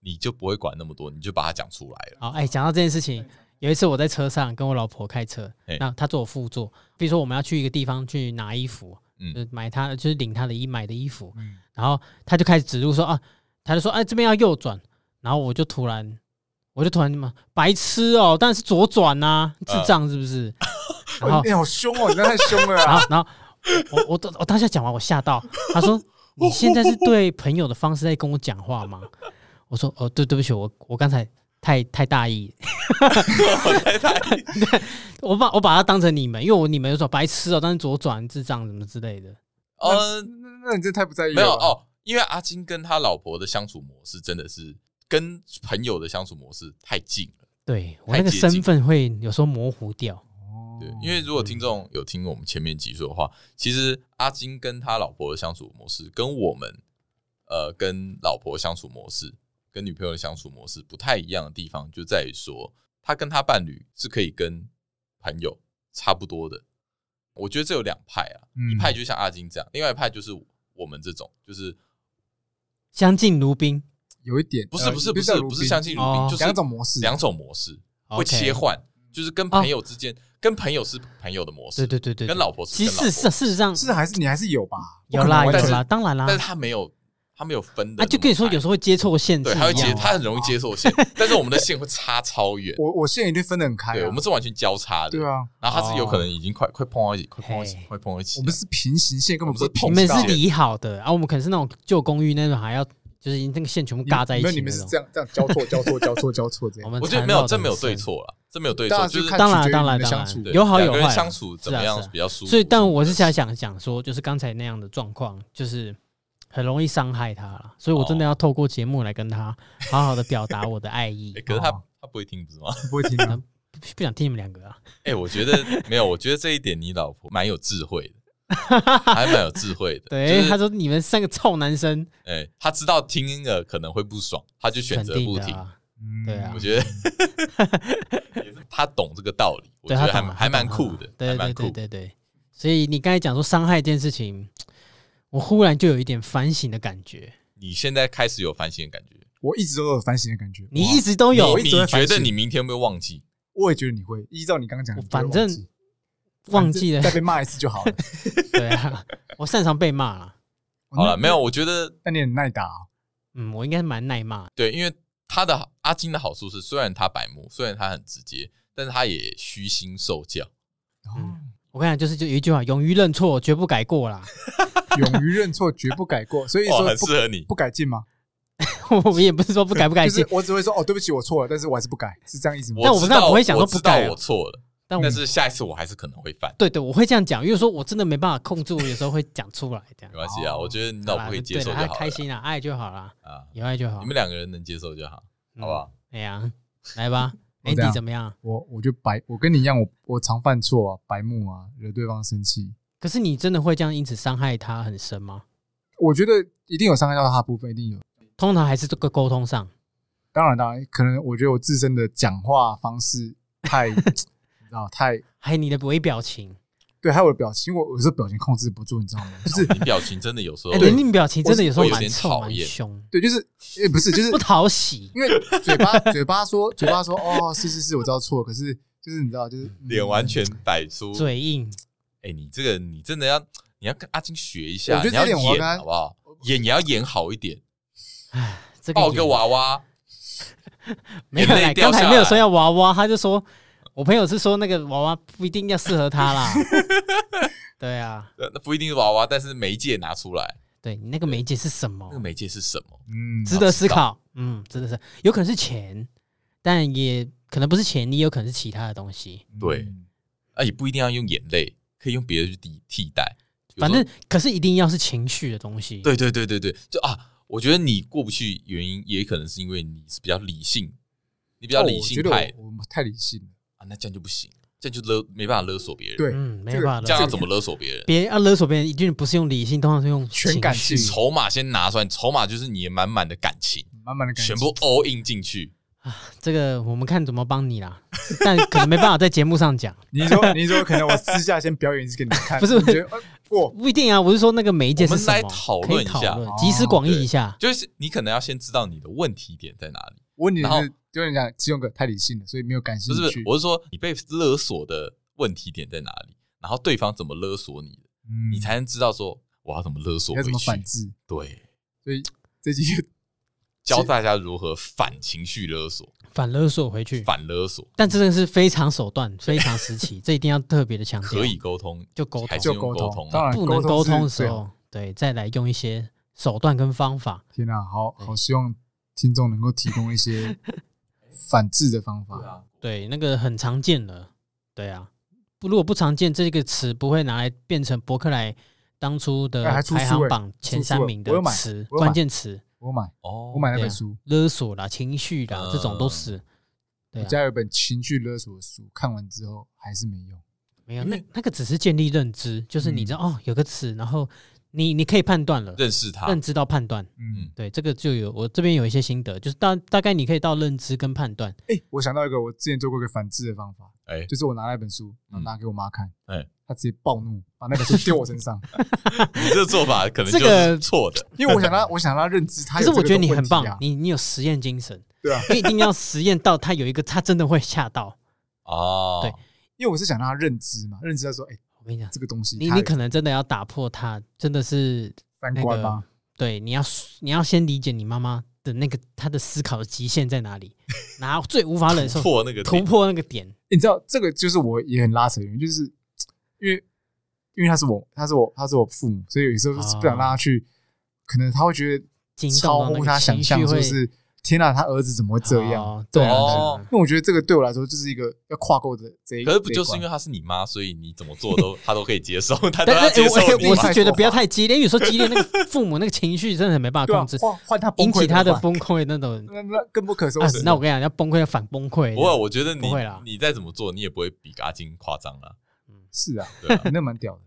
Speaker 3: 你就不会管那么多，你就把它讲出来了。
Speaker 1: 好，哎，讲到这件事情，有一次我在车上跟我老婆开车
Speaker 3: 嘿，
Speaker 1: 那她坐我副座。比如说我们要去一个地方去拿衣服，
Speaker 3: 嗯
Speaker 1: 就是买她就是领她的衣买的衣服，
Speaker 2: 嗯，
Speaker 1: 然后她就开始指路说啊，她就说哎、这边要右转，然后我就突然我就突然什么白痴哦、当然是左转呐、智
Speaker 3: 呃
Speaker 1: 障是不是？然后
Speaker 2: 哇你好凶哦，你那太凶 了
Speaker 1: 然
Speaker 2: 啊！
Speaker 1: 后，然后我我我我当下讲完，我吓到，他说：“你现在是对朋友的方式在跟我讲话吗？” 我说：“哦，对，对不起，我我刚才太太大意，
Speaker 3: 我太太
Speaker 1: 我把我把它当成你们，因为我你们有说白痴哦，但是左转智障什么之类的。
Speaker 3: 呃
Speaker 2: 那啊那你这太不在意了。
Speaker 3: 没有，哦，因为阿金跟他老婆的相处模式真的是跟朋友的相处模式太近了。
Speaker 1: 对我
Speaker 3: 太
Speaker 1: 那个
Speaker 3: 接近
Speaker 1: 身份会有时候模糊掉，
Speaker 2: 哦
Speaker 3: 对，
Speaker 2: 嗯
Speaker 3: 因为如果听众有听我们前面集数的话，其实阿金跟他老婆的相处模式跟我们呃跟老婆相处模式、跟女朋友的相处模式不太一样的地方，就在于说他跟他伴侣是可以跟朋友差不多的。我觉得这有两派啊，
Speaker 2: 嗯
Speaker 3: 一派就像阿金这样，另外一派就是我们这种，就是
Speaker 1: 相敬如宾。
Speaker 2: 有一点
Speaker 3: 不是
Speaker 2: 呃
Speaker 3: 不是
Speaker 2: 你
Speaker 3: 不
Speaker 2: 叫
Speaker 3: 是
Speaker 2: 鲁
Speaker 3: 不是
Speaker 2: 宾
Speaker 3: 相敬如
Speaker 1: 哦
Speaker 3: 宾，就是
Speaker 2: 两种模式，
Speaker 3: 两种模式会
Speaker 1: OK
Speaker 3: 切换，就是跟朋友之间，跟朋友是朋友的模
Speaker 1: 对
Speaker 3: 式，
Speaker 1: 对对对，
Speaker 3: 跟
Speaker 1: 对
Speaker 3: 老婆是
Speaker 1: 其
Speaker 3: 跟
Speaker 1: 实事
Speaker 3: 老
Speaker 1: 实
Speaker 3: 婆
Speaker 1: 事实上
Speaker 2: 是还是你还是有吧？不
Speaker 1: 有
Speaker 2: 可能
Speaker 1: 啦有
Speaker 2: 完全
Speaker 1: 啦，当然啦
Speaker 3: 但是他没有他没有分的
Speaker 1: 啊啊，就跟你说有
Speaker 3: 候
Speaker 1: 时候会接错线是
Speaker 3: 对，
Speaker 1: 一
Speaker 3: 他会接
Speaker 1: 样啊
Speaker 3: 他
Speaker 1: 的。
Speaker 3: 很容易接受 线，但是我们的线会差超远，
Speaker 2: 我我现在一定分得很开啊。
Speaker 1: 哎
Speaker 3: 对，我们是完全交叉的，
Speaker 2: 对，啊，
Speaker 3: 然后他是有可能已经快快碰到一起，快碰到一
Speaker 1: 哦嘿
Speaker 3: 起，快碰到一起
Speaker 2: 我，们是平行线，根本
Speaker 3: 我
Speaker 2: 不
Speaker 3: 们是
Speaker 1: 你
Speaker 2: 碰
Speaker 1: 们
Speaker 2: 到
Speaker 1: 是
Speaker 3: 碰
Speaker 1: 理好的啊，我们可能是那种旧公寓那种，还要就是那个线全部嘎在一
Speaker 2: 没
Speaker 1: 起
Speaker 2: 有，
Speaker 1: 那
Speaker 2: 你们是
Speaker 1: 种
Speaker 2: 这。样这样交错、交错、交错、交错这
Speaker 1: 我
Speaker 2: 样。
Speaker 1: 们
Speaker 3: 我觉得
Speaker 1: 缠
Speaker 3: 没有，
Speaker 1: 绕得
Speaker 3: 这没有
Speaker 1: 很
Speaker 3: 对
Speaker 1: 深
Speaker 3: 错了，这没有对
Speaker 2: 当
Speaker 3: 错，
Speaker 2: 然
Speaker 3: 就是是
Speaker 2: 啊看
Speaker 1: 当然
Speaker 2: 取决于
Speaker 1: 当然
Speaker 2: 你的
Speaker 1: 当
Speaker 2: 相
Speaker 1: 然
Speaker 2: 处，
Speaker 3: 对
Speaker 1: 有好
Speaker 3: 两
Speaker 1: 有
Speaker 3: 个人
Speaker 1: 坏啊
Speaker 3: 相处怎么
Speaker 1: 是啊
Speaker 3: 样
Speaker 1: 是啊
Speaker 3: 比较舒服？
Speaker 1: 所以，但我是
Speaker 3: 什么
Speaker 1: 想想想说，就是刚才那样的状况，就是很容易伤害他了。所以我真的
Speaker 3: 哦
Speaker 1: 要透过节目来 跟他好好的表达我的爱意
Speaker 3: 的，诶哎。可是他
Speaker 2: 哦
Speaker 3: 他不会听不是吗？
Speaker 2: 不会听的。
Speaker 1: 不不想听你们两个啊，
Speaker 3: 哎、我觉得没有，我觉得这一点你老婆蛮有智慧的， 还蛮有智慧的。
Speaker 1: 对，
Speaker 3: 就是、
Speaker 1: 他说你们三个臭男生，
Speaker 3: 哎、她知道听了可能会不爽，她就选
Speaker 1: 肯
Speaker 3: 择
Speaker 1: 定
Speaker 3: 不
Speaker 1: 的
Speaker 3: 听。
Speaker 1: 啊。
Speaker 2: 嗯
Speaker 1: 对啊
Speaker 3: 我觉得也是她懂这个道理，我
Speaker 1: 对
Speaker 3: 觉
Speaker 1: 他
Speaker 3: 得还
Speaker 1: 懂啊
Speaker 3: 蛮还蛮酷的，
Speaker 1: 他
Speaker 3: 还
Speaker 1: 懂啊
Speaker 3: 蛮
Speaker 1: 对对对
Speaker 3: 酷。
Speaker 1: 对对。所以你刚才讲说伤害这件事情，我忽然就有一点反省的感觉。
Speaker 3: 你现在开始有反省的感觉，
Speaker 2: 我一直都有反省的感觉。
Speaker 1: 你
Speaker 2: 哇
Speaker 1: 一直都有
Speaker 2: 我
Speaker 3: 你
Speaker 2: 一
Speaker 3: 你
Speaker 2: 直会
Speaker 3: 觉
Speaker 2: 反
Speaker 3: 得
Speaker 2: 省
Speaker 3: 你明天会不会忘记？
Speaker 2: 我也觉得你会依照你刚刚讲的，
Speaker 1: 我
Speaker 2: 你就会
Speaker 1: 反正
Speaker 2: 忘
Speaker 1: 忘
Speaker 2: 记
Speaker 1: 记了
Speaker 2: 反正，再被骂一次就好了。
Speaker 1: 对啊， 我擅长被骂了。
Speaker 3: 好了，没有，
Speaker 2: 那，
Speaker 3: 我觉得
Speaker 2: 那你很耐打哦。
Speaker 1: 嗯，我应该是蛮耐骂的。
Speaker 3: 对，因为他的阿金的好处是，虽然他白目，虽然他很直接，但是他也虚心受教。
Speaker 1: 嗯我跟你讲，就是就有一句话，勇于认错，绝不改过啦。
Speaker 2: 勇于认错，绝不改过。所以
Speaker 3: 哇，
Speaker 2: 说
Speaker 3: 很适
Speaker 2: 不
Speaker 3: 合你。
Speaker 2: 不改进吗？
Speaker 1: 我们也不是说不改不改
Speaker 2: 就
Speaker 1: 进
Speaker 2: 是，我只会说哦，对不起，我错了，但是我还是不改，是这样意思吗？
Speaker 1: 但我不
Speaker 3: 知
Speaker 1: 知道
Speaker 3: 道，
Speaker 1: 我会想说
Speaker 3: 我
Speaker 1: 不
Speaker 3: 知
Speaker 1: 改
Speaker 3: 道
Speaker 1: 啊
Speaker 3: 我错了，
Speaker 1: 但我
Speaker 3: 但是下一次我还是可能会犯。
Speaker 1: 对对，我会这样讲，因为说我真的没办法控制，我有时候会讲出来这 样
Speaker 3: 没。关系啊，
Speaker 2: 哦
Speaker 3: 我觉得你
Speaker 1: 好
Speaker 3: 老
Speaker 1: 啦
Speaker 3: 婆可以接
Speaker 1: 对
Speaker 3: 受就
Speaker 1: 啦
Speaker 3: 好
Speaker 1: 他
Speaker 3: 了
Speaker 1: 开心啊，爱就好啦，
Speaker 3: 啊。
Speaker 1: 有爱就好
Speaker 3: 你。们两个人能接受就好，
Speaker 1: 嗯
Speaker 3: 好不？好？
Speaker 1: 哎呀，来吧
Speaker 2: 我这样
Speaker 1: ，Andy 怎么样？
Speaker 2: 我我就白，我跟你一样，我我常犯错啊，白目啊，惹对方生气。
Speaker 1: 可是你真的会这样因此伤害他很深吗？
Speaker 2: 我觉得一定有伤害到他的部分，一定有。
Speaker 1: 通常还是这个沟通上，
Speaker 2: 当然，当然，可能我觉得我自身的讲话方式 太，你知道太
Speaker 1: 还有你的微表情，
Speaker 2: 对，还有我的表情，我有时候表情控制不住，你知道吗？ 就是
Speaker 3: 你表情真的有时候
Speaker 1: 哎，你的表情真的有时候
Speaker 3: 我有
Speaker 1: 蛮
Speaker 3: 点
Speaker 1: 臭
Speaker 3: 讨
Speaker 1: 蛮
Speaker 3: 厌
Speaker 1: 凶，
Speaker 2: 对，就是也不是，就是
Speaker 1: 不讨喜。
Speaker 2: 因为嘴巴嘴巴说嘴巴说哦，是是是，我知道错了，可是就是你知道，就是嗯
Speaker 3: 脸完全摆出。
Speaker 1: 嘴硬，
Speaker 3: 哎，你这个你真的要你要跟阿金学一下，
Speaker 2: 我觉
Speaker 3: 你
Speaker 2: 得这
Speaker 3: 要
Speaker 2: 点我要
Speaker 3: 演
Speaker 2: 跟他
Speaker 3: 好不好？演也要演好一点，
Speaker 1: 唉，这个
Speaker 3: 抱个
Speaker 1: 也
Speaker 3: 娃娃，
Speaker 1: 没有
Speaker 3: 眼
Speaker 1: 啦，
Speaker 3: 泪掉
Speaker 1: 刚才
Speaker 3: 下
Speaker 1: 没有
Speaker 3: 来
Speaker 1: 说要娃娃，他就说我朋友是说那个娃娃不一定要适合 他啦。对啊，
Speaker 3: 呃那不一定是娃娃，但是媒介拿出来，
Speaker 1: 对你那个媒介是什么
Speaker 3: 那个？媒介是什么？
Speaker 2: 嗯，
Speaker 1: 值得思考。嗯，值得思考，有可能是钱，但也可能不是钱，你也有可能是其他的东西。
Speaker 3: 对
Speaker 2: 嗯
Speaker 3: 啊，也不一定要用眼泪，可以用别的去替替代。有时候
Speaker 1: 反正可是一定要是情绪的东西。
Speaker 3: 对对对对对，就啊，我觉得你过不去原因，也可能是因为你是比较理性，你比较
Speaker 2: 哦
Speaker 3: 理
Speaker 2: 我
Speaker 3: 性
Speaker 2: 觉得
Speaker 3: 派、
Speaker 2: 我我太理性了，
Speaker 3: 啊，那这样就不行。这样就勒没办法勒索别人。
Speaker 2: 对
Speaker 1: 嗯，没
Speaker 2: 这
Speaker 1: 办
Speaker 2: 个
Speaker 1: 法勒
Speaker 3: 这样
Speaker 1: 索
Speaker 3: 要怎么勒索别人？
Speaker 1: 别人要勒索别人，一定不是用理性，通常是用
Speaker 2: 全
Speaker 1: 情
Speaker 2: 感
Speaker 1: 绪
Speaker 2: 性
Speaker 3: 筹码先拿出来，筹码就是你满满的感情，
Speaker 2: 慢慢的感觉
Speaker 3: 全部 all in 进去。
Speaker 1: 这个我们看怎么帮你啦，但可能没办法在节目上讲，
Speaker 2: 你说， 你说，可能我私下先表演一次给你们看，
Speaker 1: 不是
Speaker 2: 你觉得呃哇，
Speaker 1: 不一定啊。我是说那个每一件
Speaker 3: 我
Speaker 1: 是
Speaker 3: 们
Speaker 1: 什么，
Speaker 3: 来讨
Speaker 1: 可
Speaker 3: 论
Speaker 1: 以
Speaker 3: 一
Speaker 1: 讨
Speaker 3: 下
Speaker 1: 论
Speaker 2: 哦，
Speaker 1: 集思广益
Speaker 3: 对
Speaker 1: 一下。
Speaker 3: 就是你可能要先知道你的问题点在哪里，
Speaker 2: 我问哦你
Speaker 3: 然后
Speaker 2: 是，就你讲，志勇哥太理性了，所以没有感兴
Speaker 3: 不
Speaker 2: 趣。
Speaker 3: 是不是，我是说你被勒索的问题点在哪里，然后对方怎么勒索你的，
Speaker 2: 嗯
Speaker 3: 你才能知道说我要怎么勒索
Speaker 2: 要
Speaker 3: 回
Speaker 2: 怎么反
Speaker 3: 去。
Speaker 2: 制？
Speaker 3: 对，
Speaker 2: 所以这集就
Speaker 3: 教大家如何反情绪勒索、
Speaker 1: 反勒索回去，
Speaker 3: 反勒索，
Speaker 1: 但真的是非常手段，非常时 期，这一定要特别的强调。
Speaker 3: 可以沟通，
Speaker 1: 就沟
Speaker 3: 还是
Speaker 1: 通，
Speaker 2: 就
Speaker 3: 用
Speaker 2: 沟
Speaker 3: 沟
Speaker 2: 通
Speaker 3: 通，啊
Speaker 2: 当然
Speaker 1: 不能沟通的
Speaker 2: 是最
Speaker 1: 时
Speaker 2: 好。
Speaker 1: 候，对，再来用一些手段跟方法。
Speaker 2: 天哪、好
Speaker 1: 对
Speaker 2: 好希望听众能够提供一些反制的方
Speaker 3: 对
Speaker 2: 法。
Speaker 3: 啊，
Speaker 1: 对，那个很常见了。对啊，不如果不常见，这个词不会拿来变成伯克莱当初的
Speaker 2: 哎还出书
Speaker 1: 排行
Speaker 2: 哎
Speaker 1: 榜前
Speaker 2: 出书
Speaker 1: 三
Speaker 2: 了
Speaker 1: 名
Speaker 2: 我
Speaker 1: 的
Speaker 2: 有买
Speaker 1: 词，
Speaker 2: 我有
Speaker 1: 关
Speaker 2: 买
Speaker 1: 键词
Speaker 2: 我买，
Speaker 3: 哦，
Speaker 2: 我买那
Speaker 1: 对啊
Speaker 2: 本书，
Speaker 1: 勒索啦、情绪啦，
Speaker 2: 呃
Speaker 1: 这种都
Speaker 3: 嗯
Speaker 1: 是。对
Speaker 2: 我
Speaker 1: 啊，
Speaker 2: 家有一本情绪勒索的书，看完之后还是没用。
Speaker 1: 没有
Speaker 3: 因
Speaker 1: 那
Speaker 3: 为
Speaker 1: 那个只是建立认知，就是你知道、
Speaker 2: 嗯
Speaker 1: 哦有个词，然后你你可以判断了，
Speaker 3: 认识他，
Speaker 1: 认知到判断。
Speaker 2: 嗯，
Speaker 1: 对，这个就有我这边有一些心得，就是大大概你可以到认知跟判断，
Speaker 2: 哎、我想到一个我之前做过一个反制的方法，
Speaker 3: 哎，
Speaker 2: 就是我拿那本书，然后
Speaker 3: 嗯
Speaker 2: 拿给我妈看，
Speaker 3: 哎
Speaker 2: 她直接暴怒，把那本书丢我身上，
Speaker 3: 你这个做法可能就
Speaker 1: 这个
Speaker 3: 是错的。
Speaker 2: 因为我想让我想让她认知她
Speaker 1: 可是
Speaker 2: 有
Speaker 1: 我
Speaker 2: 这个问题啊、
Speaker 1: 觉得你很棒，你你有实验精神，
Speaker 2: 对啊，
Speaker 1: 你一定要实验到他有一个他真的会吓到。
Speaker 3: 哦，
Speaker 1: 对
Speaker 2: 因为我是想让她认知嘛，认知她说，哎、
Speaker 1: 我跟你讲，
Speaker 2: 这个东西
Speaker 1: 你
Speaker 2: 它
Speaker 1: 你可能真的要打破他，真的是
Speaker 2: 三
Speaker 1: 那
Speaker 2: 观
Speaker 1: 个
Speaker 2: 吗？
Speaker 1: 对，你要你要先理解你妈妈的那个她的思考的极限在哪里，然后最无法忍受
Speaker 3: 突破那个
Speaker 1: 突
Speaker 3: 点
Speaker 1: 破那个点，
Speaker 2: 你知道这个就是我也很拉扯的原因，就是因为因为他是我，他是我，他是我父母，所以有时候是不想让他去，可能他会觉得
Speaker 1: 啊惊
Speaker 2: 超
Speaker 1: 动到那
Speaker 2: 乎
Speaker 1: 个
Speaker 2: 他想
Speaker 1: 情
Speaker 2: 象，
Speaker 1: 绪
Speaker 2: 就
Speaker 1: 会
Speaker 2: 是天哪、他儿子怎么会这样
Speaker 1: 哦？
Speaker 2: 对
Speaker 1: 懂
Speaker 2: 啊，
Speaker 3: 哦
Speaker 1: 懂
Speaker 2: 那我觉得这个对我来说就是一个要跨过的这一，
Speaker 3: 可是不就是因
Speaker 2: 为
Speaker 3: 为她是你妈，所以你怎么做都她都可以接受，她都
Speaker 1: 但
Speaker 3: 要
Speaker 1: 但
Speaker 3: 接
Speaker 1: 啊哎我
Speaker 3: 受
Speaker 1: 我
Speaker 3: 你
Speaker 1: 我
Speaker 3: 嘛。
Speaker 1: 是觉得不要太激烈，因为有时候激烈那个父母那个情绪真的很没办
Speaker 2: 对
Speaker 1: 法
Speaker 2: 啊
Speaker 1: 控制，，
Speaker 2: 换换他崩
Speaker 1: 引
Speaker 2: 溃
Speaker 1: 起他的
Speaker 2: 怎么
Speaker 1: 崩溃那种。
Speaker 2: 办，那那更不可收
Speaker 1: 啊
Speaker 2: 拾。，
Speaker 1: 那我跟你讲，要崩溃要反崩溃。
Speaker 3: 不会，啊我觉得
Speaker 1: 不
Speaker 3: 你
Speaker 1: 会啦
Speaker 3: 你再怎么做，你也不会比阿金夸张啦。
Speaker 2: 是啊，，
Speaker 3: 对啊
Speaker 2: 那蛮屌的。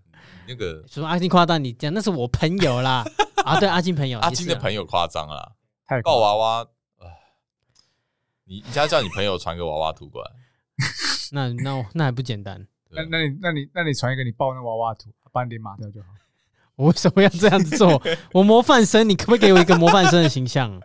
Speaker 3: 那个
Speaker 1: 说阿金夸大你讲，那是我朋 友啦。啊，对，阿金朋友，
Speaker 3: 阿金的朋
Speaker 1: 友，
Speaker 3: 友夸张啦，
Speaker 2: 太
Speaker 3: 抱娃
Speaker 2: 啊！
Speaker 3: 娃，唉你你家叫你朋友传个娃娃图过来，
Speaker 1: 那那我那还不简单？
Speaker 2: 那
Speaker 3: 对
Speaker 2: 那你那你那你传一个你抱那娃娃图，把你脸抹掉就好。
Speaker 1: 我为什么要这样 子做？我模范生，你可不可以给我一个模范生的形象？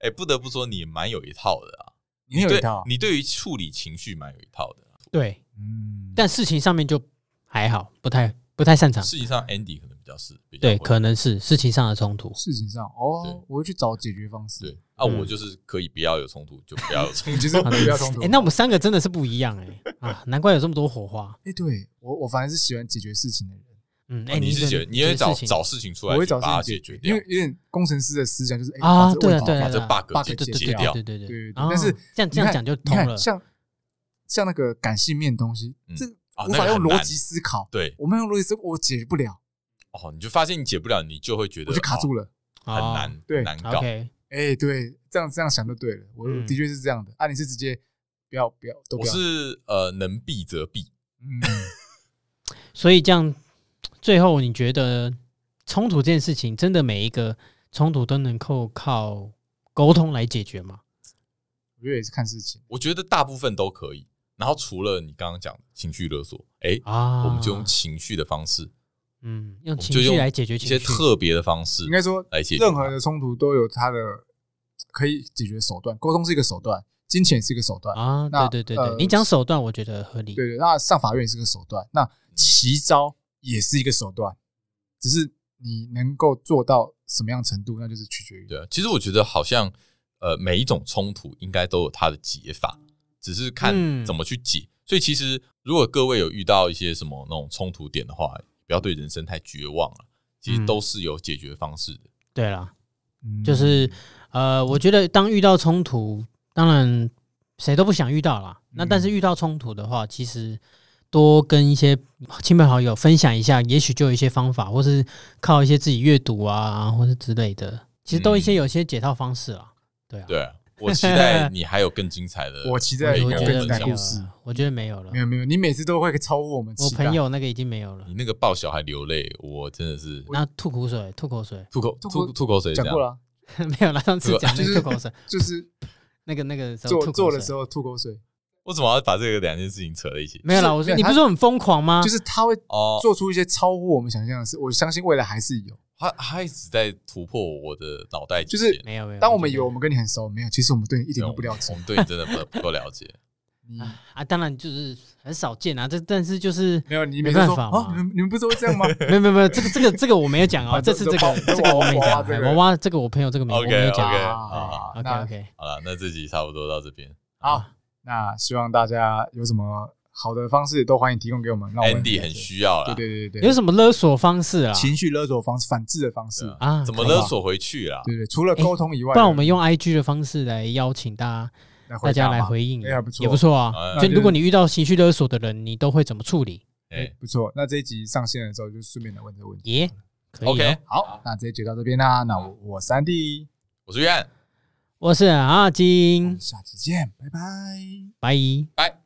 Speaker 3: 哎，不得不说你蛮有一套的啊，
Speaker 2: 你有
Speaker 3: 对
Speaker 2: 一套，
Speaker 3: 你对于处理情绪蛮有一套的啊。
Speaker 1: 对，
Speaker 2: 嗯，
Speaker 1: 但事情上面就还好，不太不太擅长。
Speaker 3: 事情上，Andy 可能比较是比较
Speaker 1: 对，
Speaker 3: 会
Speaker 1: 可能是事情上的冲突。
Speaker 2: 事情上
Speaker 3: 对
Speaker 2: 哦，我会去找解决方式。
Speaker 3: 对啊，
Speaker 1: 嗯
Speaker 3: 我就是可以不要有冲突就不要有 冲
Speaker 2: 你
Speaker 3: 突，
Speaker 2: 其实不要冲突。
Speaker 1: 哎、那我们三个真的是不一样哎、啊，难怪有这么多火花。
Speaker 2: 哎，对我我反而是喜欢解决事情的人，
Speaker 1: 嗯，哎、
Speaker 3: 啊你
Speaker 1: 你
Speaker 3: 是觉得你会找
Speaker 1: 事情
Speaker 3: 找事情出来，
Speaker 2: 我会找
Speaker 3: 把它
Speaker 2: 事情
Speaker 3: 解
Speaker 2: 解
Speaker 3: 决
Speaker 2: 决，
Speaker 3: 掉
Speaker 2: 因为。有点工程师的思想就是哎
Speaker 1: 啊
Speaker 2: 把这个问题
Speaker 1: 对啊对啊
Speaker 3: 把
Speaker 2: 搞
Speaker 3: 这
Speaker 1: 对
Speaker 2: 定
Speaker 3: bug 解
Speaker 1: 啊对对
Speaker 3: 解
Speaker 1: 对
Speaker 3: 掉。
Speaker 1: 对对对
Speaker 2: 对对对
Speaker 1: 哦
Speaker 2: 但是
Speaker 1: 这样这样讲就
Speaker 2: 你
Speaker 1: 通
Speaker 2: 看
Speaker 1: 了。
Speaker 2: 像像那个感性面的东西
Speaker 3: 嗯，
Speaker 2: 这
Speaker 3: 啊
Speaker 2: 无
Speaker 3: 那
Speaker 2: 法
Speaker 3: 个
Speaker 2: 用
Speaker 3: 很
Speaker 2: 逻
Speaker 3: 难
Speaker 2: 辑思考，
Speaker 3: 对，
Speaker 2: 我们用逻辑思考我解决不了，
Speaker 3: 哦，你就发现你解不了，你就会觉得
Speaker 2: 我就卡住了。
Speaker 3: 哦，很难，
Speaker 2: 对
Speaker 3: 难
Speaker 1: 哦
Speaker 3: 搞。
Speaker 1: OK，
Speaker 2: 哎，对，这样这样想就对了，我我
Speaker 1: 嗯
Speaker 2: 的确是这样的。啊，你是直接不要不要都
Speaker 3: 我
Speaker 2: 不要，
Speaker 3: 是呃，能避则避。
Speaker 2: 嗯，
Speaker 1: 所以这样最后你觉得冲突这件事情，真的每一个冲突都能够靠沟通来解决吗？
Speaker 2: 我觉得也是看事情。
Speaker 3: 我觉得大部分都可以。然后除了你刚刚讲的情绪勒索，哎，
Speaker 1: 啊，
Speaker 3: 我们就用情绪的方式，
Speaker 1: 嗯用
Speaker 3: 我们
Speaker 1: 情
Speaker 3: 就用
Speaker 1: 绪来解决
Speaker 3: 一
Speaker 1: 情绪
Speaker 3: 些，特别的方式
Speaker 2: 应该说
Speaker 3: 来解决它。
Speaker 2: 任何的冲突都有它的可以解决手段，沟通是一个手段，金钱是一个手段，
Speaker 1: 啊，
Speaker 2: 那
Speaker 1: 对对对对，
Speaker 2: 呃
Speaker 1: 你讲手段我觉得合理，
Speaker 2: 对对，那上法院也是个手段，那奇招也是一个手段，只是你能够做到什么样程度，那就是取决于。
Speaker 3: 对啊，其实我觉得好像呃，每一种冲突应该都有它的解法，只是看
Speaker 1: 嗯
Speaker 3: 怎么去解。所以其实如果各位有遇到一些什么那种冲突点的话，不要对人生太绝望了，其实
Speaker 1: 嗯
Speaker 3: 都是有解决方式的。
Speaker 1: 对啦，
Speaker 2: 嗯
Speaker 1: 就是呃，我觉得当遇到冲突，当然谁都不想遇到啦。那但是
Speaker 2: 嗯，
Speaker 1: 遇到冲突的话，其实多跟一些亲朋好友分享一下，也许就有一些方法，或是靠一些自己阅读啊，或是之类的，其实都一些
Speaker 3: 嗯
Speaker 1: 有一些解套方式啦。对啊，
Speaker 3: 对啊，我期待你还有更精彩的
Speaker 2: 我期待
Speaker 1: 我
Speaker 3: 可以
Speaker 2: 有
Speaker 1: 觉
Speaker 2: 一
Speaker 3: 跟
Speaker 2: 个
Speaker 3: 我分
Speaker 1: 得
Speaker 2: 更
Speaker 1: 没
Speaker 2: 感
Speaker 3: 享
Speaker 1: 有
Speaker 3: 啊
Speaker 2: 故事
Speaker 1: 了，我觉得没有了
Speaker 2: 没。有没有，你每次都会超乎我们
Speaker 1: 我
Speaker 2: 期待。嗯
Speaker 1: 朋友那个已经没有了
Speaker 3: 你，那个抱小孩流泪，我真的是
Speaker 1: 那吐苦水，吐口水
Speaker 3: 吐口
Speaker 2: 吐
Speaker 3: 吐
Speaker 2: 口
Speaker 3: 吐口水这
Speaker 2: 讲
Speaker 3: 样，
Speaker 2: 过了啊，
Speaker 1: 没有了。上次讲那
Speaker 2: 就
Speaker 1: 个
Speaker 2: 是
Speaker 1: 吐口水，
Speaker 2: 就是
Speaker 1: 那个那个时候
Speaker 2: 做
Speaker 1: 吐
Speaker 2: 做
Speaker 1: 口
Speaker 2: 的时
Speaker 1: 水
Speaker 2: 候吐口水，
Speaker 3: 为什么要把这个两件事情扯在一起？
Speaker 1: 没有了。我
Speaker 2: 就是
Speaker 1: 说你
Speaker 2: 没有
Speaker 1: 不是说很疯狂吗？
Speaker 2: 就是他会
Speaker 3: 哦，
Speaker 2: 做出一些超乎我们想象的事。我相信未来还是有。
Speaker 3: 他他一直在突破我的脑袋极
Speaker 2: 就
Speaker 3: 限，
Speaker 2: 是
Speaker 1: 没有没有。
Speaker 2: 当我们
Speaker 1: 觉
Speaker 2: 以
Speaker 3: 哦
Speaker 1: 得
Speaker 2: 为我们跟你很熟，没有，其实我们对你一
Speaker 3: 没
Speaker 2: 点
Speaker 3: 有
Speaker 2: 都不了解
Speaker 3: 我。们对你真的不不够了解。
Speaker 2: 你
Speaker 1: 啊啊，当然就是很少见啊，这但是就是
Speaker 2: 没有，你
Speaker 1: 没
Speaker 2: 每次
Speaker 1: 办
Speaker 2: 说
Speaker 1: 法嘛
Speaker 2: 啊，你们你们不是都会这样 吗？
Speaker 1: 没有没有没有，这个这个这个我没有讲啊，
Speaker 2: 啊
Speaker 1: 这
Speaker 2: 这
Speaker 1: 次这
Speaker 2: 这娃
Speaker 1: 个
Speaker 2: 这
Speaker 1: 这个我
Speaker 2: 娃
Speaker 1: 没
Speaker 2: 娃
Speaker 1: 讲，
Speaker 2: 这
Speaker 1: 哎
Speaker 2: 个
Speaker 1: 娃娃这个我朋友这个没我
Speaker 3: OK，
Speaker 1: 没有讲
Speaker 3: OK，
Speaker 1: 啊
Speaker 2: 好
Speaker 1: 对
Speaker 2: 那
Speaker 1: OK 啊 OK，
Speaker 3: 好了，那这集差不多到这边
Speaker 2: 好，那希望大家有什么好的方式都欢迎提供给我们。让我们
Speaker 3: ，Andy 很啊需要
Speaker 2: 对
Speaker 3: 啦，
Speaker 2: 对对对
Speaker 1: 有
Speaker 2: 对，
Speaker 1: 什么勒索方式啊？
Speaker 2: 情绪勒索方式、反制的方式
Speaker 3: 对，
Speaker 1: 啊
Speaker 3: 怎么
Speaker 2: 嗯可以吧
Speaker 3: 勒索回去啦？
Speaker 2: 对对，除了沟通以外，
Speaker 1: 不然我们用 IG 的方式来邀请大家
Speaker 2: 来
Speaker 1: 大
Speaker 2: 回
Speaker 1: 家
Speaker 2: 答
Speaker 1: 来
Speaker 2: 嘛
Speaker 1: 回应，
Speaker 2: 哎还不错
Speaker 1: 也不错啊。
Speaker 3: 哎
Speaker 1: 就
Speaker 2: 那就
Speaker 1: 如果你遇到情绪勒索的人，你都会怎么处理？
Speaker 3: 哎
Speaker 2: 不错，那这一集上线的时候就顺便来问这个问题。
Speaker 1: 耶，可以哦。
Speaker 3: ，OK，
Speaker 2: 好，那这一集就到这边啦。那我我三弟，
Speaker 3: 我是约翰。
Speaker 1: 我是阿金，
Speaker 2: 下期见，拜拜。
Speaker 1: 拜。
Speaker 3: 拜。